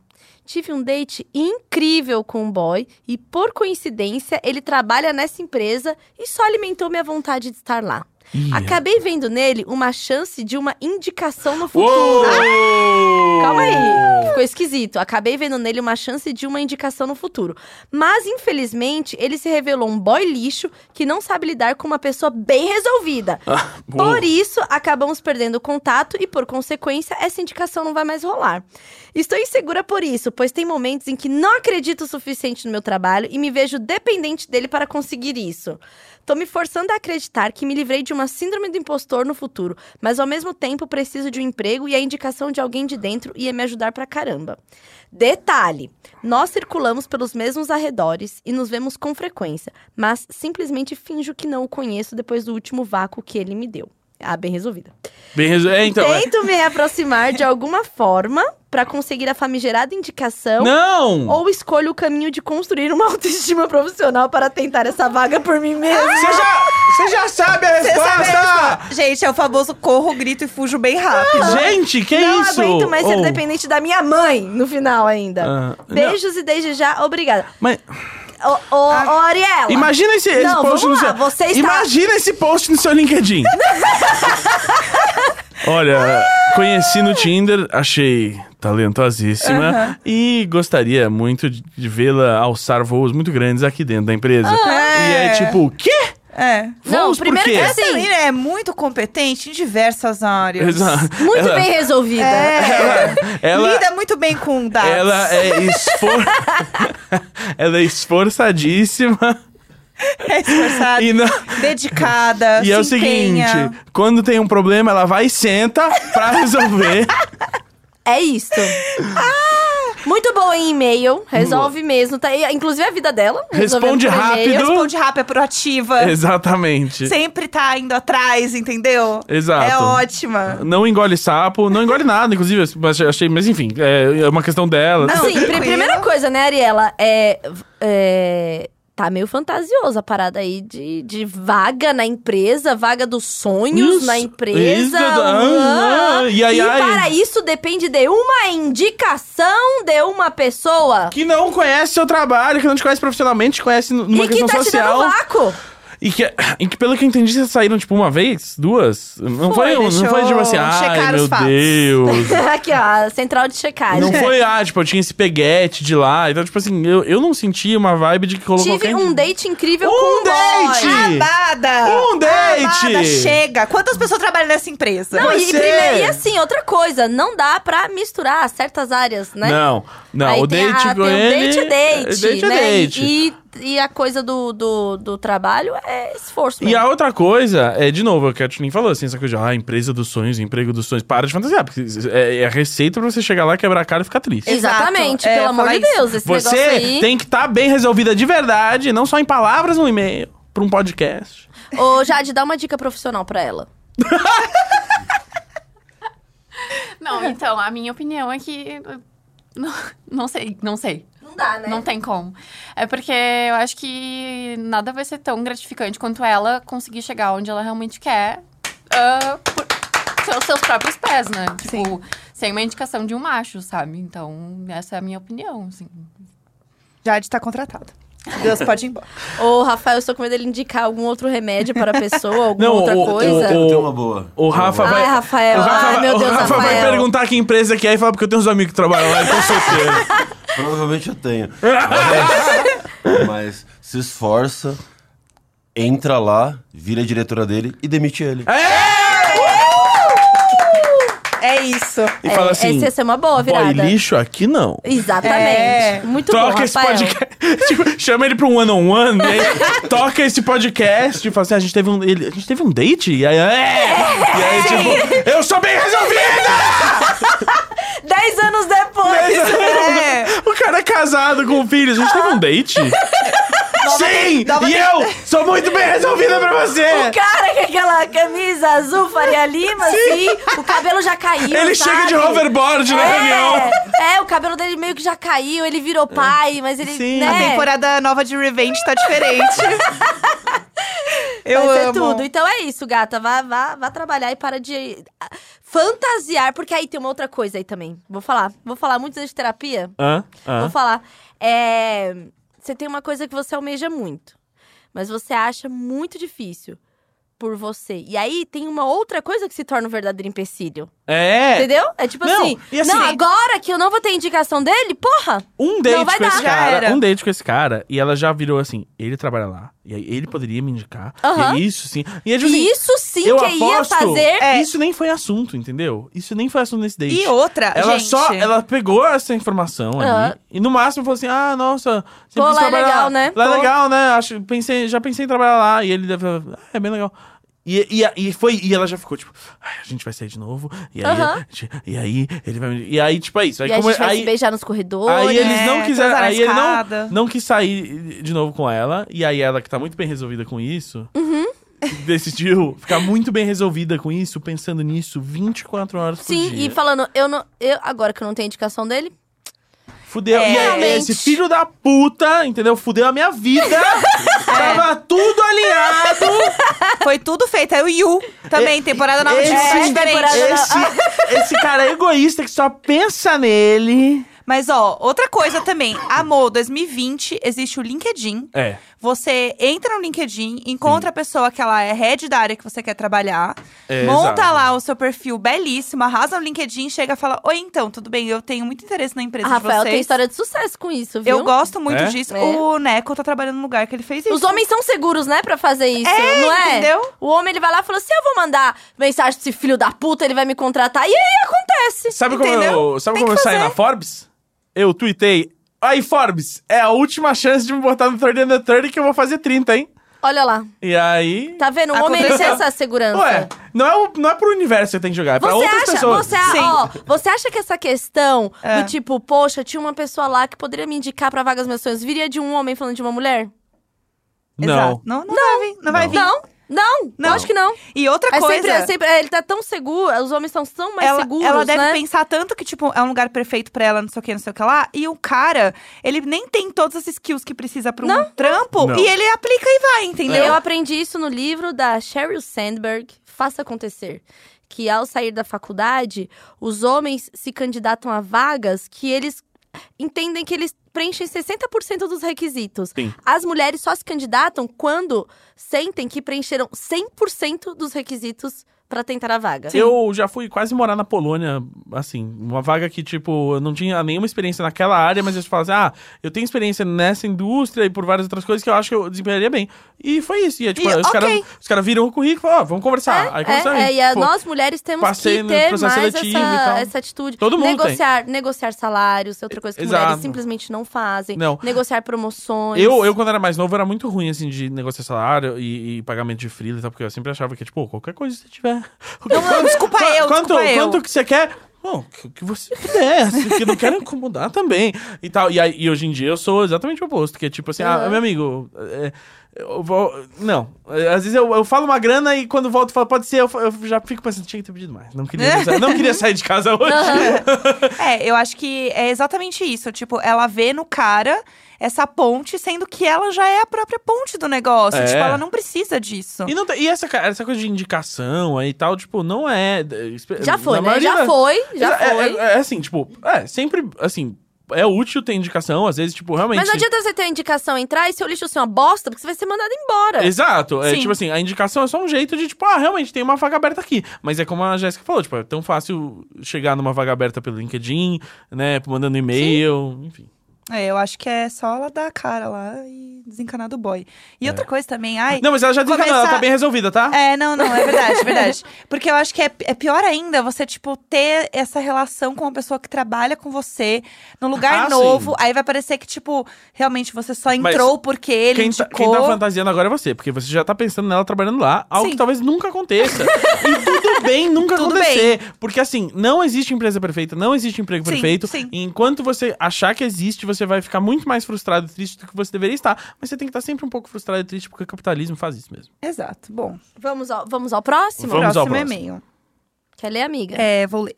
S3: Tive um date incrível com um boy e, por coincidência, ele trabalha nessa empresa e só alimentou minha vontade de estar lá.
S1: Ih,
S3: Acabei vendo nele uma chance de uma indicação no
S1: Uou!
S3: futuro. Ah! Calma aí, ficou esquisito. Acabei vendo nele uma chance de uma indicação no futuro. Mas, infelizmente, ele se revelou um boy lixo que não sabe lidar com uma pessoa bem resolvida.
S1: Ah, uou.
S3: Por isso, acabamos perdendo o contato e, por consequência, essa indicação não vai mais rolar. Estou insegura por isso, pois tem momentos em que não acredito o suficiente no meu trabalho e me vejo dependente dele para conseguir isso. Tô me forçando a acreditar que me livrei de uma síndrome do impostor no futuro, mas ao mesmo tempo preciso de um emprego e a indicação de alguém de dentro ia me ajudar pra caramba. Detalhe: nós circulamos pelos mesmos arredores e nos vemos com frequência, mas simplesmente finjo que não o conheço depois do último vácuo que ele me deu. Ah, bem resolvida.
S1: Bem resu- é, então, é.
S3: Tento me aproximar de alguma forma pra conseguir a famigerada indicação.
S1: Não!
S3: Ou escolho o caminho de construir uma autoestima profissional para tentar essa vaga por mim mesmo.
S1: Você já, você já sabe a
S2: Você sabe
S1: resposta!
S2: isso? Gente, é o famoso corro, grito e fujo bem rápido.
S1: Gente, que
S3: não
S1: isso?
S3: aguento mais ser
S1: Ou-
S3: dependente da minha mãe no final ainda.
S1: Ah, não,
S3: Beijos e desde já, obrigada.
S1: mas
S3: Ô, ô,
S1: Ah,
S3: ô, Ariela.
S1: imagina esse, esse
S3: Não,
S1: post
S3: vamos
S1: no
S3: lá,
S1: seu.
S3: você está-
S1: Imagina esse post no seu LinkedIn. Olha, conheci no Tinder, achei talentosíssima e gostaria muito de, de vê-la alçar voos muito grandes aqui dentro da empresa. E é tipo, o quê?
S2: É.
S3: Ah, Não,
S1: Voos
S3: primeiro
S1: por quê?
S3: que
S2: Essa
S3: Ah. Sim.
S2: menina é muito competente em diversas áreas.
S1: Exato.
S3: Muito
S1: Ela-
S3: bem resolvida.
S2: É.
S1: Ela,
S2: Lida muito bem com dados.
S1: ela é esfor... ela é esforçadíssima
S2: É esforçada,
S1: e não...
S2: dedicada,
S1: E é o
S2: se
S1: seguinte,
S2: empenha.
S1: quando tem um problema, ela vai e senta pra resolver.
S3: É isto.
S1: Ah!
S3: Muito boa em e-mail, resolve mesmo. Tá, E, inclusive a vida dela. resolvendo
S1: Responde
S3: por e-mail.
S1: rápido.
S2: Responde rápido, é proativa.
S1: Exatamente.
S2: Sempre tá indo atrás, entendeu?
S1: Exato.
S2: É ótima.
S1: Não engole sapo, não engole nada, inclusive, eu ach- achei, mas enfim, é é uma questão dela.
S2: Não,
S3: Assim, pri-
S2: tranquilo.
S3: primeira coisa, né, Ariela? É, é, Tá meio fantasioso a parada aí de, de vaga na empresa, vaga dos sonhos
S1: Isso,
S3: na empresa.
S1: isso, ah, ah, e aí,
S3: e
S1: aí.
S3: para isso depende de uma indicação de uma pessoa.
S1: Que não conhece seu trabalho, que não te conhece profissionalmente, te conhece n- numa
S3: e que
S1: questão
S3: tá
S1: social.
S3: te dando vácuo.
S1: E que, e que, pelo que eu entendi, vocês saíram, tipo, uma vez? Duas? Não foi,
S2: Foi,
S1: um- não
S2: deixa
S1: foi tipo assim,
S2: eu
S1: ai,
S2: checar os
S1: meu
S2: fatos."
S1: Deus.
S3: Aqui, ó, a central de checagem.
S1: Não foi, ah, tipo, eu tinha esse peguete de lá. Então, tipo assim, eu, eu não sentia uma vibe de que colocou
S3: Tive
S1: quem-
S3: um date incrível
S1: Um
S3: com um
S1: date!
S3: boy.
S2: Amada!
S1: Um date!
S2: Amada, chega! Quantas pessoas trabalham nessa empresa?
S3: Não, e,
S1: Você!
S3: primeiro- e assim, outra coisa, não dá pra misturar certas áreas, né?
S1: Não, não,
S3: Aí
S1: o
S3: tem
S1: date
S3: a,
S1: com
S3: tem
S1: ele...
S3: O date é date,
S1: date é
S3: né?
S1: date.
S3: E, e a coisa do, do, do trabalho é esforço
S1: E
S3: mesmo.
S1: a outra coisa, é, de novo, é o que a Tunin falou, assim, essa coisa de, ah, empresa dos sonhos, emprego dos sonhos. Para de fantasiar, porque é, é a receita pra você chegar lá, quebrar a cara e ficar triste.
S2: Exato,
S3: Exatamente,
S2: é,
S3: pelo amor
S2: falar
S3: de
S2: isso.
S3: Deus, esse
S1: você
S3: negócio aí.
S1: tem que estar bem resolvida de verdade, não só em palavras no e-mail, pra um podcast.
S3: Ô, Jade, dá uma dica profissional pra ela.
S6: Não, então, a minha opinião é que. Não, não sei, não sei.
S3: Não dá, né?
S6: Não tem como. É porque eu acho que nada vai ser tão gratificante quanto ela conseguir chegar onde ela realmente quer ah, por seus, seus próprios pés, né? Tipo, sem uma indicação de um macho, sabe? Então, essa é a minha opinião, assim.
S2: Jade tá contratada. Deus pode ir embora.
S3: Ô, Rafael, eu sou com medo dele indicar algum outro remédio para a pessoa, alguma
S1: Não,
S3: outra
S1: o- o-
S3: coisa.
S1: o-
S5: Eu tenho uma boa.
S1: O Rafa vai...
S3: Ai, Rafael,
S1: o Rafa,
S3: ai,
S1: vai-
S3: meu
S1: o
S3: Deus,
S1: Rafa
S3: Rafael.
S1: vai perguntar que empresa que é e falar, porque eu tenho uns amigos que trabalham lá, eu tô solteiro.
S5: Provavelmente eu tenho. Mas, mas se esforça, entra lá, vira a diretora dele e demite ele.
S2: É isso.
S1: E
S3: É,
S1: fala assim,
S3: essa ia ser uma boa
S1: boy
S3: virada.
S1: lixo aqui não.
S3: Exatamente.
S2: É.
S3: Muito
S1: Troca
S3: bom,
S1: esse
S3: Rafael.
S1: podcast. tipo, chama ele pra um one-on-one, e aí toca esse podcast e fala assim: a gente teve um, ele- a gente teve um date? E aí, é! E aí, tipo, eu sou bem resolvida!
S3: Dez anos depois.
S2: É.
S1: O cara é casado com filhos, a gente teve um date? Sim!
S2: nova
S1: E
S2: te-
S1: eu sou muito bem resolvida pra
S3: O
S1: você!
S3: cara com aquela camisa azul Faria Lima, assim, o cabelo já caiu.
S1: Ele
S3: sabe?
S1: chega de hoverboard na reunião. É.
S3: É, é, o cabelo dele meio que já caiu, ele virou pai, mas ele.
S1: Sim.
S3: Né?
S1: A
S2: A temporada nova de Revenge tá diferente. Eu
S3: Vai ser
S2: amo.
S3: tudo. Então é isso, gata. Vá, vá, vá trabalhar e para de ah, fantasiar, porque aí tem uma outra coisa aí também. Vou falar. Vou falar muito antes de terapia.
S1: Hã? Hã?
S3: Vou falar. É, você tem uma coisa que você almeja muito, mas você acha muito difícil. por você. E aí tem uma outra coisa que se torna um verdadeiro empecilho.
S1: É,
S3: Entendeu? É tipo
S1: Não,
S3: assim,
S1: e assim-
S3: não, agora que eu não vou ter indicação dele, porra!
S1: um date
S3: Não, vai
S1: com esse
S3: dar.
S1: cara,
S2: Já era.
S1: um date com esse cara, e ela já virou assim, ele trabalha lá, e aí ele poderia me indicar,
S3: Aham.
S1: e é isso sim. E é tipo assim,
S3: E isso sim
S1: eu
S3: que ia
S1: aposto-
S3: fazer.
S2: É.
S1: isso nem foi assunto, entendeu? Isso nem foi assunto nesse date.
S2: E outra,
S1: Ela
S2: gente.
S1: só, ela pegou essa informação ali
S3: Aham.
S1: e no máximo falou assim, ah, nossa, você precisa
S3: Pô, lá é
S1: trabalhar
S3: legal, né?
S1: Lá é
S3: Pô.
S1: legal, né? Acho, pensei, já pensei em trabalhar lá e ele deve, ah, é bem legal. E, e, e foi, e ela já ficou tipo, ai, a gente vai sair de novo, e aí,
S3: Aham.
S1: a gente- e aí ele vai, me- e aí tipo é isso, aí
S3: e a
S1: como-
S3: gente vai se
S1: aí,
S3: beijar nos corredores.
S1: aí eles não
S2: É,
S1: quiseram,
S2: transar na
S1: aí ele não,
S2: escada.
S1: não quis sair de novo com ela, e aí ela que tá muito bem resolvida com isso, decidiu ficar muito bem resolvida com isso, pensando nisso 24 horas
S3: Sim,
S1: por dia.
S3: e falando, eu não. Eu, agora que eu não tenho indicação dele,
S1: Fudeu.
S2: É,
S1: e aí,
S3: realmente.
S1: esse filho da puta, entendeu? Fudeu a minha vida. Tava tudo alinhado.
S2: Foi tudo feito. É o Yu também, temporada nova de
S1: esse- é
S2: Yu tá diferente.
S3: temporada- Cara,
S1: Esse, esse cara é egoísta que só pensa nele.
S2: Mas, ó, outra coisa também. Amor, 2020, existe o LinkedIn.
S1: É.
S2: Você entra no LinkedIn, encontra a pessoa que ela é head da área que você quer trabalhar,
S1: É,
S2: monta
S1: exato.
S2: lá o seu perfil belíssimo, arrasa no LinkedIn, chega e fala: Oi, então, tudo bem, eu tenho muito interesse na empresa
S3: a Rafael
S2: de vocês.
S3: tem história de sucesso com isso, viu?
S2: Eu gosto muito
S1: É?
S2: disso.
S3: É.
S2: O Neco tá trabalhando num lugar que ele fez isso.
S3: Os homens são seguros, né, pra fazer isso,
S2: É,
S3: não é?
S2: entendeu?
S3: O homem, ele vai lá e fala, se eu vou mandar mensagem pra esse filho da puta, ele vai me contratar. E aí, acontece.
S1: Sabe como
S2: Entendeu?
S1: eu, sabe
S2: Tem
S1: como eu
S2: que
S1: saí
S2: fazer.
S1: na Forbes? Eu tuitei. Aí, Forbes, é a última chance de me botar no 30 under 30 que eu vou fazer 30, hein?
S3: Olha lá,
S1: E aí...
S3: tá vendo? O homem, ele tem
S2: Aconteceu.
S3: essa segurança.
S1: Ué, não é, o- não é pro universo que tem que jogar, é pra
S3: Você
S1: outras
S3: acha,
S1: pessoas.
S3: você, a-
S2: Sim.
S3: ó, você acha que essa questão
S2: É.
S3: do tipo, poxa, tinha uma pessoa lá que poderia me indicar pra vagas meus sonhos, viria de um homem falando de uma mulher?
S1: Não.
S2: Exato. Não, não, vai vir. Não vai vir.
S3: Não, não,
S2: Não.
S3: acho que não.
S2: E outra
S3: É
S2: coisa.
S3: sempre, é sempre, é, ele tá tão seguro, os homens estão tão mais
S2: ela,
S3: seguros,
S2: ela deve
S3: né?
S2: pensar tanto que, tipo, é um lugar perfeito pra ela, não sei o que, não sei o que lá. E o cara, ele nem tem todas as skills que precisa pra um trampo.
S1: Não. É.
S2: E ele aplica e vai, entendeu?
S3: Eu aprendi isso no livro da Sheryl Sandberg, Faça Acontecer. Que ao sair da faculdade, os homens se candidatam a vagas que eles entendem que eles preenchem 60% dos requisitos.
S1: Sim.
S3: As mulheres só se candidatam quando sentem que preencheram 100% dos requisitos para tentar a vaga.
S1: Eu já fui quase morar na Polônia, assim, uma vaga que, tipo, eu não tinha nenhuma experiência naquela área, mas eles falam assim, ah, eu tenho experiência nessa indústria e por várias outras coisas que eu acho que eu desempenharia bem. E foi isso. E, é, tipo,
S2: E,
S1: os
S2: ok.
S1: caras cara viram o currículo e falaram, ó, vamos conversar. tá, Aí conversaram.
S3: É, é, e a-
S1: Pô,
S3: nós mulheres temos
S1: passei
S3: que
S1: no
S3: ter
S1: processo
S3: mais
S1: seletivo e tal.
S3: essa, essa atitude.
S1: Todo mundo tem.
S3: negociar, negociar salários, é outra coisa que
S1: Exato.
S3: mulheres simplesmente não fazem.
S1: Não.
S3: Negociar promoções.
S1: Eu, eu, quando era mais novo, era muito ruim, assim, de negociar salário e, e pagamento de freela e tal, porque eu sempre achava que, tipo, qualquer coisa que você tiver...
S2: Não, não, desculpa
S1: qua-
S2: eu,
S1: quanto,
S2: desculpa eu.
S1: Quanto que você quer? Bom, o que, que você puder, assim, porque eu não quero incomodar também. E tal. E, aí- e hoje em dia eu sou exatamente o oposto, que é tipo assim, ah, meu amigo, é, eu vou... Não. É, Às vezes eu, eu falo uma grana e quando volto eu falo, pode ser, eu, fa- eu já fico pensando, tinha que ter pedido mais. Não queria, não queria sair de casa hoje.
S2: É, eu acho que é exatamente isso. Tipo, ela vê no cara essa ponte, sendo que ela já é a própria ponte do negócio.
S1: É.
S2: Tipo, ela não precisa disso.
S1: E, não tem- e essa, ca- essa coisa de indicação aí e tal, tipo, não é...
S3: Já foi,
S1: na
S3: né?
S1: maioria
S3: Já
S1: das-
S3: foi, já
S1: É- é-
S3: foi.
S1: É, é assim, tipo, é, sempre, assim, é útil ter indicação, às vezes, tipo, realmente.
S3: Mas não adianta você ter indicação entrar e seu lixo ser uma bosta, porque você vai ser mandado embora.
S1: Exato. É
S2: Sim.
S1: tipo assim, a indicação é só um jeito de, tipo, ah, realmente tem uma vaga aberta aqui. Mas é como a Jéssica falou, tipo, é tão fácil chegar numa vaga aberta pelo LinkedIn, né? Mandando e-mail, enfim.
S2: É, eu acho que é só ela dar a cara lá e desencanar do boy.
S1: É.
S2: E outra coisa também, ai.
S1: Não, mas ela já desencanou, ela
S2: Começar-
S1: tá bem resolvida, tá?
S2: É, não, não, é verdade, é verdade. Porque eu acho que é, é pior ainda você, tipo, ter essa relação com uma pessoa que trabalha com você num lugar
S1: Ah,
S2: novo.
S1: sim.
S2: Aí vai parecer que, tipo, realmente você só
S1: Mas
S2: entrou porque ele
S1: Quem tá,
S2: indicou.
S1: quem tá fantasiando agora é você, porque você já tá pensando nela trabalhando lá, algo
S2: Sim.
S1: que talvez nunca aconteça. e tudo bem nunca
S2: Tudo
S1: acontecer. Porque assim, não existe empresa perfeita, não existe emprego
S2: Sim,
S1: perfeito.
S2: sim.
S1: E enquanto você achar que existe, você vai ficar muito mais frustrado e triste do que você deveria estar. Mas você tem que estar sempre um pouco frustrado e triste, porque o capitalismo faz isso mesmo.
S2: Exato. Bom,
S3: Vamos, ao, vamos ao próximo?
S1: Vamos. ao
S2: próximo,
S1: próximo.
S2: e-mail.
S3: Quer ler, amiga?
S2: É, vou ler.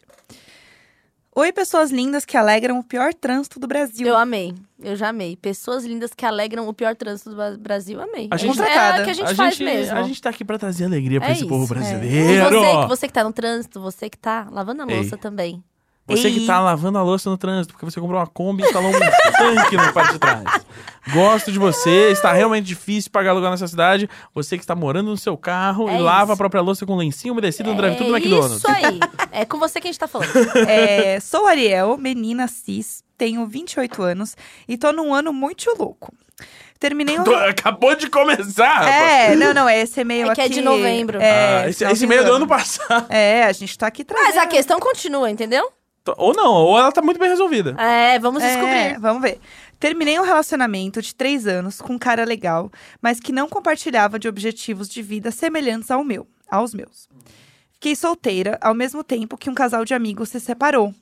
S2: Oi, pessoas lindas que alegram o pior trânsito do Brasil.
S3: Eu amei, eu já amei. Pessoas lindas que alegram o pior trânsito do Ba- Brasil, amei.
S1: A gente- tá
S3: é
S2: Contratada.
S3: o que a gente faz mesmo.
S1: A gente tá aqui pra trazer alegria pra
S3: É
S1: esse povo
S3: isso, é.
S1: brasileiro.
S3: Você, que- você que tá no trânsito, você que tá lavando a louça
S1: Ei.
S3: também.
S1: Você que
S2: Ei.
S1: tá lavando a louça no trânsito, porque você comprou uma Kombi e instalou um tanque na parte de trás. Gosto de
S3: Ah.
S1: você, está realmente difícil pagar aluguel nessa cidade. Você que está morando no seu carro
S3: É
S1: e lava a
S3: isso.
S1: própria louça com lencinho umedecido no drive-thru do
S3: é
S1: McDonald's.
S3: isso aí. É com você que a gente tá falando.
S2: É, sou Ariel, menina cis, tenho 28 anos e tô num ano muito louco. Terminei um.
S1: Tô- acabou de começar! rapaz.
S2: É, não, não, é esse e-mail
S3: É
S2: aqui.
S3: que é de novembro.
S1: Ah,
S2: É,
S1: esse, esse meio do ano passado.
S2: É, a gente tá aqui trazendo.
S3: Mas a questão continua, entendeu?
S1: Ou não, ou ela tá muito bem resolvida.
S3: É, vamos
S2: É,
S3: descobrir.
S2: vamos ver. Terminei um relacionamento de três anos com um cara legal, mas que não compartilhava de objetivos de vida semelhantes ao meu, aos meus. Fiquei solteira ao mesmo tempo que um casal de amigos se separou.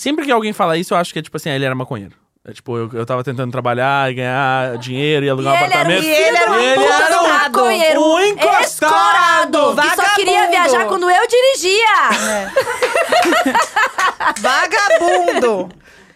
S1: Sempre que alguém fala isso, eu acho que é tipo assim, ah, ele era maconheiro. É tipo, eu, eu tava tentando trabalhar, e ganhar dinheiro e alugar um
S3: ele era um
S1: apartamento.
S3: filho de uma
S1: ele
S3: puta
S1: era
S3: do
S1: um-
S3: maconheiro.
S1: um
S3: Escorado. É.
S1: encostado!
S3: Que só queria
S2: Vagabundo.
S3: viajar quando eu dirigia.
S2: Vagabundo!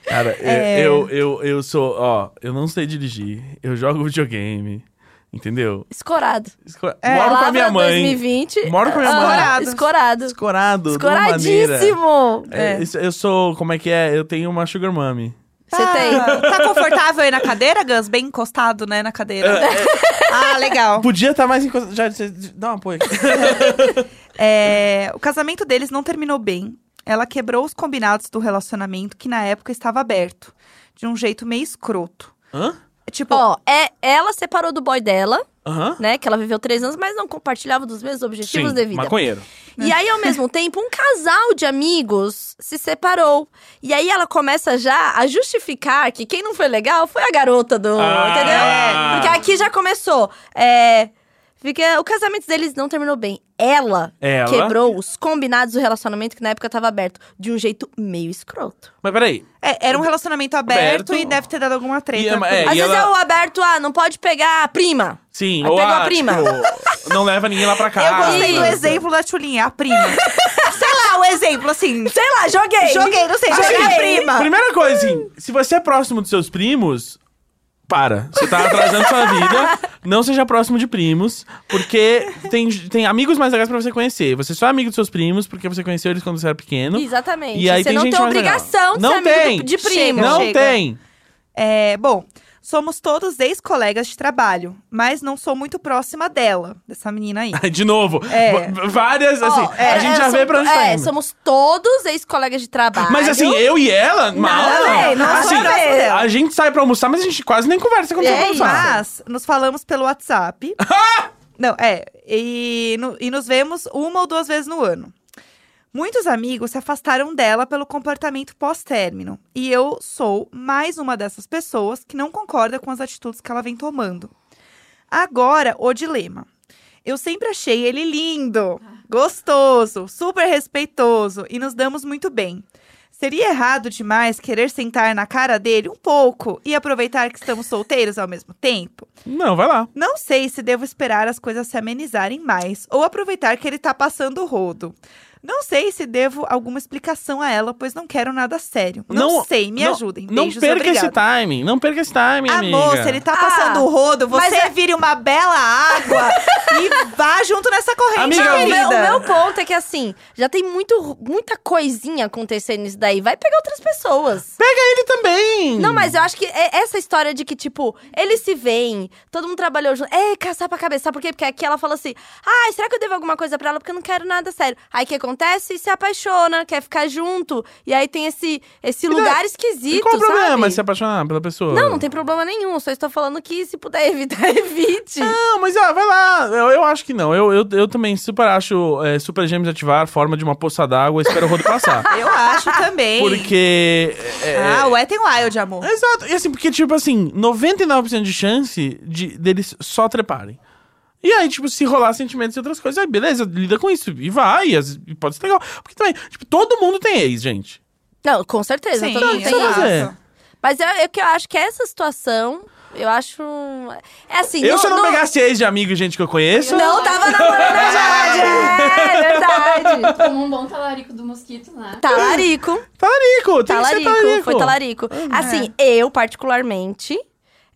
S1: Cara, eu-
S2: É.
S1: eu, eu, eu sou, ó, eu não sei dirigir, eu jogo videogame, entendeu?
S3: Escorado.
S1: Esco- Moro com
S3: Palavra
S1: a minha mãe.
S3: 2020.
S1: Moro com a minha mãe.
S3: Ah, Escorado.
S1: Escorado. de uma maneira.
S3: Escoradíssimo.
S1: É, isso- eu sou, como é que é? Eu tenho uma sugar mommy.
S3: Você
S2: Ah,
S3: tem.
S2: Tá confortável aí na cadeira, Gus? Bem encostado, né, na cadeira.
S1: É,
S2: ah, legal.
S1: Podia estar mais encostado. Já, já- dá um apoio aqui.
S2: É, o casamento deles não terminou bem. Ela quebrou os combinados do relacionamento que na época estava aberto, de um jeito meio escroto.
S1: Hã?
S2: Tipo,
S3: Ó, é, ela separou do boy dela,
S1: Aham.
S3: né? Que ela viveu três anos, mas não compartilhava dos mesmos objetivos
S1: Sim,
S3: de vida.
S1: maconheiro.
S3: E
S1: É.
S3: aí, ao mesmo tempo, um casal de amigos se separou. E aí ela começa já a justificar que quem não foi legal foi a garota do.
S1: Ah.
S3: Entendeu? É, Porque aqui já começou. É. Fica, o casamento deles não terminou bem. Ela,
S1: Ela.
S3: quebrou os combinados do relacionamento que na época tava aberto. De um jeito meio escroto.
S1: Mas peraí,
S2: é, era um relacionamento aberto,
S1: Aberto.
S2: e deve ter dado alguma treta.
S1: E é-
S2: por
S1: é,
S2: isso.
S3: Às
S1: e
S3: vezes
S1: ela-
S3: é o aberto, ah, não pode pegar a prima.
S1: sim.
S3: Aí
S1: ou
S3: pegou a
S1: ah,
S3: prima.
S1: tipo, não leva ninguém lá pra
S2: Eu
S1: casa.
S2: gostei do
S3: isso.
S2: exemplo da Tchulinha, a prima. Sei lá, o exemplo, assim.
S3: Sei lá, joguei.
S2: Joguei, não sei, joguei a prima. Hum.
S1: Primeira coisa, assim, se você é próximo dos seus primos, para. Você tá atrasando sua vida. Não seja próximo de primos, porque tem, tem amigos mais legais pra você conhecer. Você só é amigo dos seus primos, porque você conheceu eles quando você era pequeno.
S3: Exatamente.
S1: E aí
S3: Você
S1: tem
S3: não
S1: gente
S3: tem
S1: mais legal.
S3: obrigação de
S1: Não
S3: ser amigo
S1: tem.
S3: do- de primo.
S2: Chega,
S1: Não
S2: chega.
S1: tem.
S2: É, bom, somos todos ex-colegas de trabalho, mas não sou muito próxima dela, dessa menina aí.
S1: De novo.
S2: É.
S1: v- Várias, assim,
S3: Ó,
S1: a
S3: é,
S1: gente
S3: é,
S1: já
S2: um
S1: vê
S3: somos
S1: pra onde
S3: to-
S1: tá
S3: É,
S1: indo.
S3: somos todos ex-colegas de trabalho.
S1: Mas assim, eu e ela, não,
S2: véi, não é
S1: assim,
S2: sou eu.
S1: a gente sai pra almoçar, mas a gente quase nem conversa quando sai pra
S2: É,
S1: almoçar.
S2: mas nos falamos pelo WhatsApp. Não, é. E, no- e nos vemos uma ou duas vezes no ano. Muitos amigos se afastaram dela pelo comportamento pós-término. E eu sou mais uma dessas pessoas que não concorda com as atitudes que ela vem tomando. Agora, o dilema. Eu sempre achei ele lindo, gostoso, super respeitoso e nos damos muito bem. Seria errado demais querer sentar na cara dele um pouco e aproveitar que estamos solteiros ao mesmo tempo?
S1: Não, vai lá.
S2: Não sei se devo esperar as coisas se amenizarem mais ou aproveitar que ele tá passando o rodo. Não sei se devo alguma explicação a ela, pois não quero nada sério. Não, sei, me
S1: não-
S2: ajudem.
S1: Não
S2: Beijos,
S1: perca
S2: obrigada.
S1: esse timing. Não perca esse timing,
S2: Ah,
S1: amiga.
S2: moça, ele tá
S3: Ah,
S2: passando o rodo,
S3: mas
S2: você
S3: é-
S2: vire uma bela água e vá junto nessa corrente,
S1: Amiga,
S3: Não, o,
S2: querida.
S3: meu, o meu ponto é que assim, já tem muito, muita coisinha acontecendo nisso daí. Vai pegar outras pessoas.
S1: Ele também.
S3: Não, mas eu acho que é essa história de que, tipo, eles se veem, todo mundo trabalhou junto. É, caçar pra cabeça. Sabe por quê? Porque aqui ela fala assim: ai, será que eu devo alguma coisa pra ela? Porque eu não quero nada sério. Aí o que acontece? Se apaixona, quer ficar junto. E aí tem esse, esse lugar
S1: E
S3: esquisito.
S1: qual o problema
S3: sabe?
S1: em se apaixonar pela pessoa?
S3: Não, não tem problema nenhum. Só estou falando que se puder evitar, evite.
S1: Não, mas ah, vai lá. Eu, eu acho que não. Eu, eu, eu também super acho é, Super Gêmeos ativar, forma de uma poça d'água, espero o rodo passar.
S2: Eu acho também.
S1: Porque. é,
S2: Ah, Wet n Wild, amor.
S1: Exato. E assim, porque, tipo assim, 99% de chance de, deles só treparem. E aí, tipo, se rolar sentimentos e outras coisas, aí beleza, lida com isso. E vai, e, as- e pode ser legal. Porque também, tipo, todo mundo tem ex, gente.
S3: Não, com certeza. todo mundo
S1: isso
S3: tem
S1: é
S3: isso.
S1: fazer.
S3: Mas eu, eu, que eu acho que essa situação, eu acho. É assim.
S1: eu,
S3: não,
S1: se eu não,
S3: não
S1: pegasse ex de amigo e gente que eu conheço.
S3: Não tava namorando a Jade. É verdade.
S6: Como um bom talarico do mosquito, né?
S3: Talarico.
S1: Talarico, tem que ser tá
S3: Talarico.
S1: é talarico.
S3: Tá
S1: Uhum. É.
S3: Foi talarico. Assim, eu, particularmente,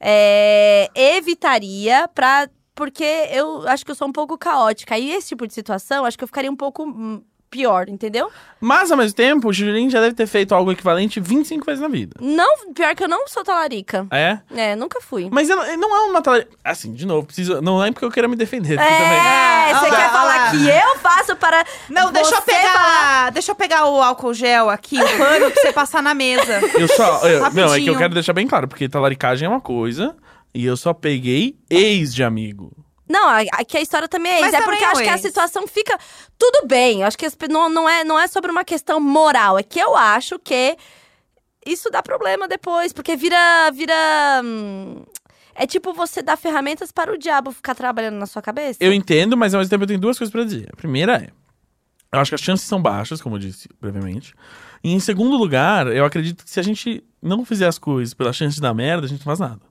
S3: é, evitaria pra. Porque eu acho que eu sou um pouco caótica. E esse tipo de situação, acho que eu ficaria um pouco hum, pior, entendeu?
S1: Mas, ao mesmo tempo, o Julinho já deve ter feito algo equivalente 25 vezes na vida.
S3: Não, pior que eu não sou talarica.
S1: É?
S3: É, nunca fui.
S1: Mas ela- não é uma talarica. Assim, de novo, preciso... não é porque eu queira me defender aqui também.
S3: É,
S2: Não,
S3: você
S2: não,
S3: quer
S2: não.
S3: falar que eu faço para.
S2: tá. Ah, Não, deixa eu
S3: você
S2: pegar.
S3: falar-
S2: Deixa eu pegar o álcool gel aqui, o pano, pra você passar na mesa.
S1: Eu só. eu- não, é que eu
S2: Rapidinho.
S1: quero deixar bem claro, porque talaricagem é uma coisa e eu só peguei ex de amigo.
S3: Não, a- aqui a história também é
S2: Mas
S3: isso. É porque
S2: também
S3: eu
S2: é
S3: acho que a
S2: isso.
S3: situação fica. Tudo bem. Eu acho que as pe- não, não, é, não é sobre uma questão moral. É que eu acho que isso dá problema depois. Porque vira. vira hum, é tipo você dar ferramentas para o diabo ficar trabalhando na sua cabeça.
S1: Eu entendo, mas ao mesmo tempo eu tenho duas coisas pra dizer. A primeira é. Eu acho que as chances são baixas, como eu disse brevemente. E em segundo lugar, eu acredito que se a gente não fizer as coisas pela chance de dar merda, a gente não faz nada.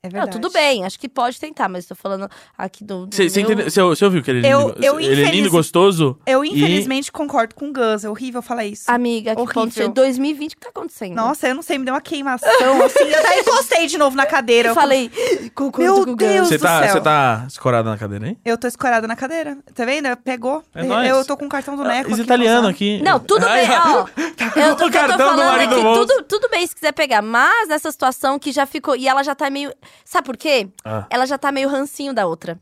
S2: É
S3: Não,
S2: verdade.
S3: tudo bem, acho que pode tentar, mas estou falando aqui do. do
S1: Você você
S3: meu-
S1: entendeu? Você você ouviu que ele é
S2: Eu-
S1: lindo,
S2: eu,
S1: ele é lindo
S2: infeliz-
S1: gostoso?
S2: Eu,
S1: E-
S2: infelizmente, concordo com o Gus. É horrível falar isso.
S3: Amiga, que
S2: Horrível.
S3: ponto de 2020 que tá acontecendo?
S2: Nossa, eu não sei, me deu uma queimação, assim. Eu até encostei de novo na cadeira.
S3: eu
S2: Eu
S3: falei. concordo
S2: Meu
S3: com o Gus.
S2: Deus.
S1: Você
S2: do
S1: tá,
S2: céu.
S1: você tá escorada na cadeira, hein?
S2: Eu tô escorada na cadeira. Tá vendo? Pegou.
S1: É
S2: eu,
S1: nóis.
S2: eu tô com o cartão do Neco.
S1: Esse
S2: aqui
S1: Ah, italiano
S2: encostado.
S1: aqui.
S3: Não, tudo
S1: Ai,
S3: bem,
S1: tá
S3: ó. Eu, o
S1: com
S3: que
S1: o
S3: eu tô
S1: cartão do
S3: falando é
S1: marido
S3: que
S1: do
S3: tudo, tudo bem se quiser pegar, mas nessa situação que já ficou. E ela já tá meio. Sabe por quê?
S1: Ah.
S3: Ela já tá meio rancinho da outra.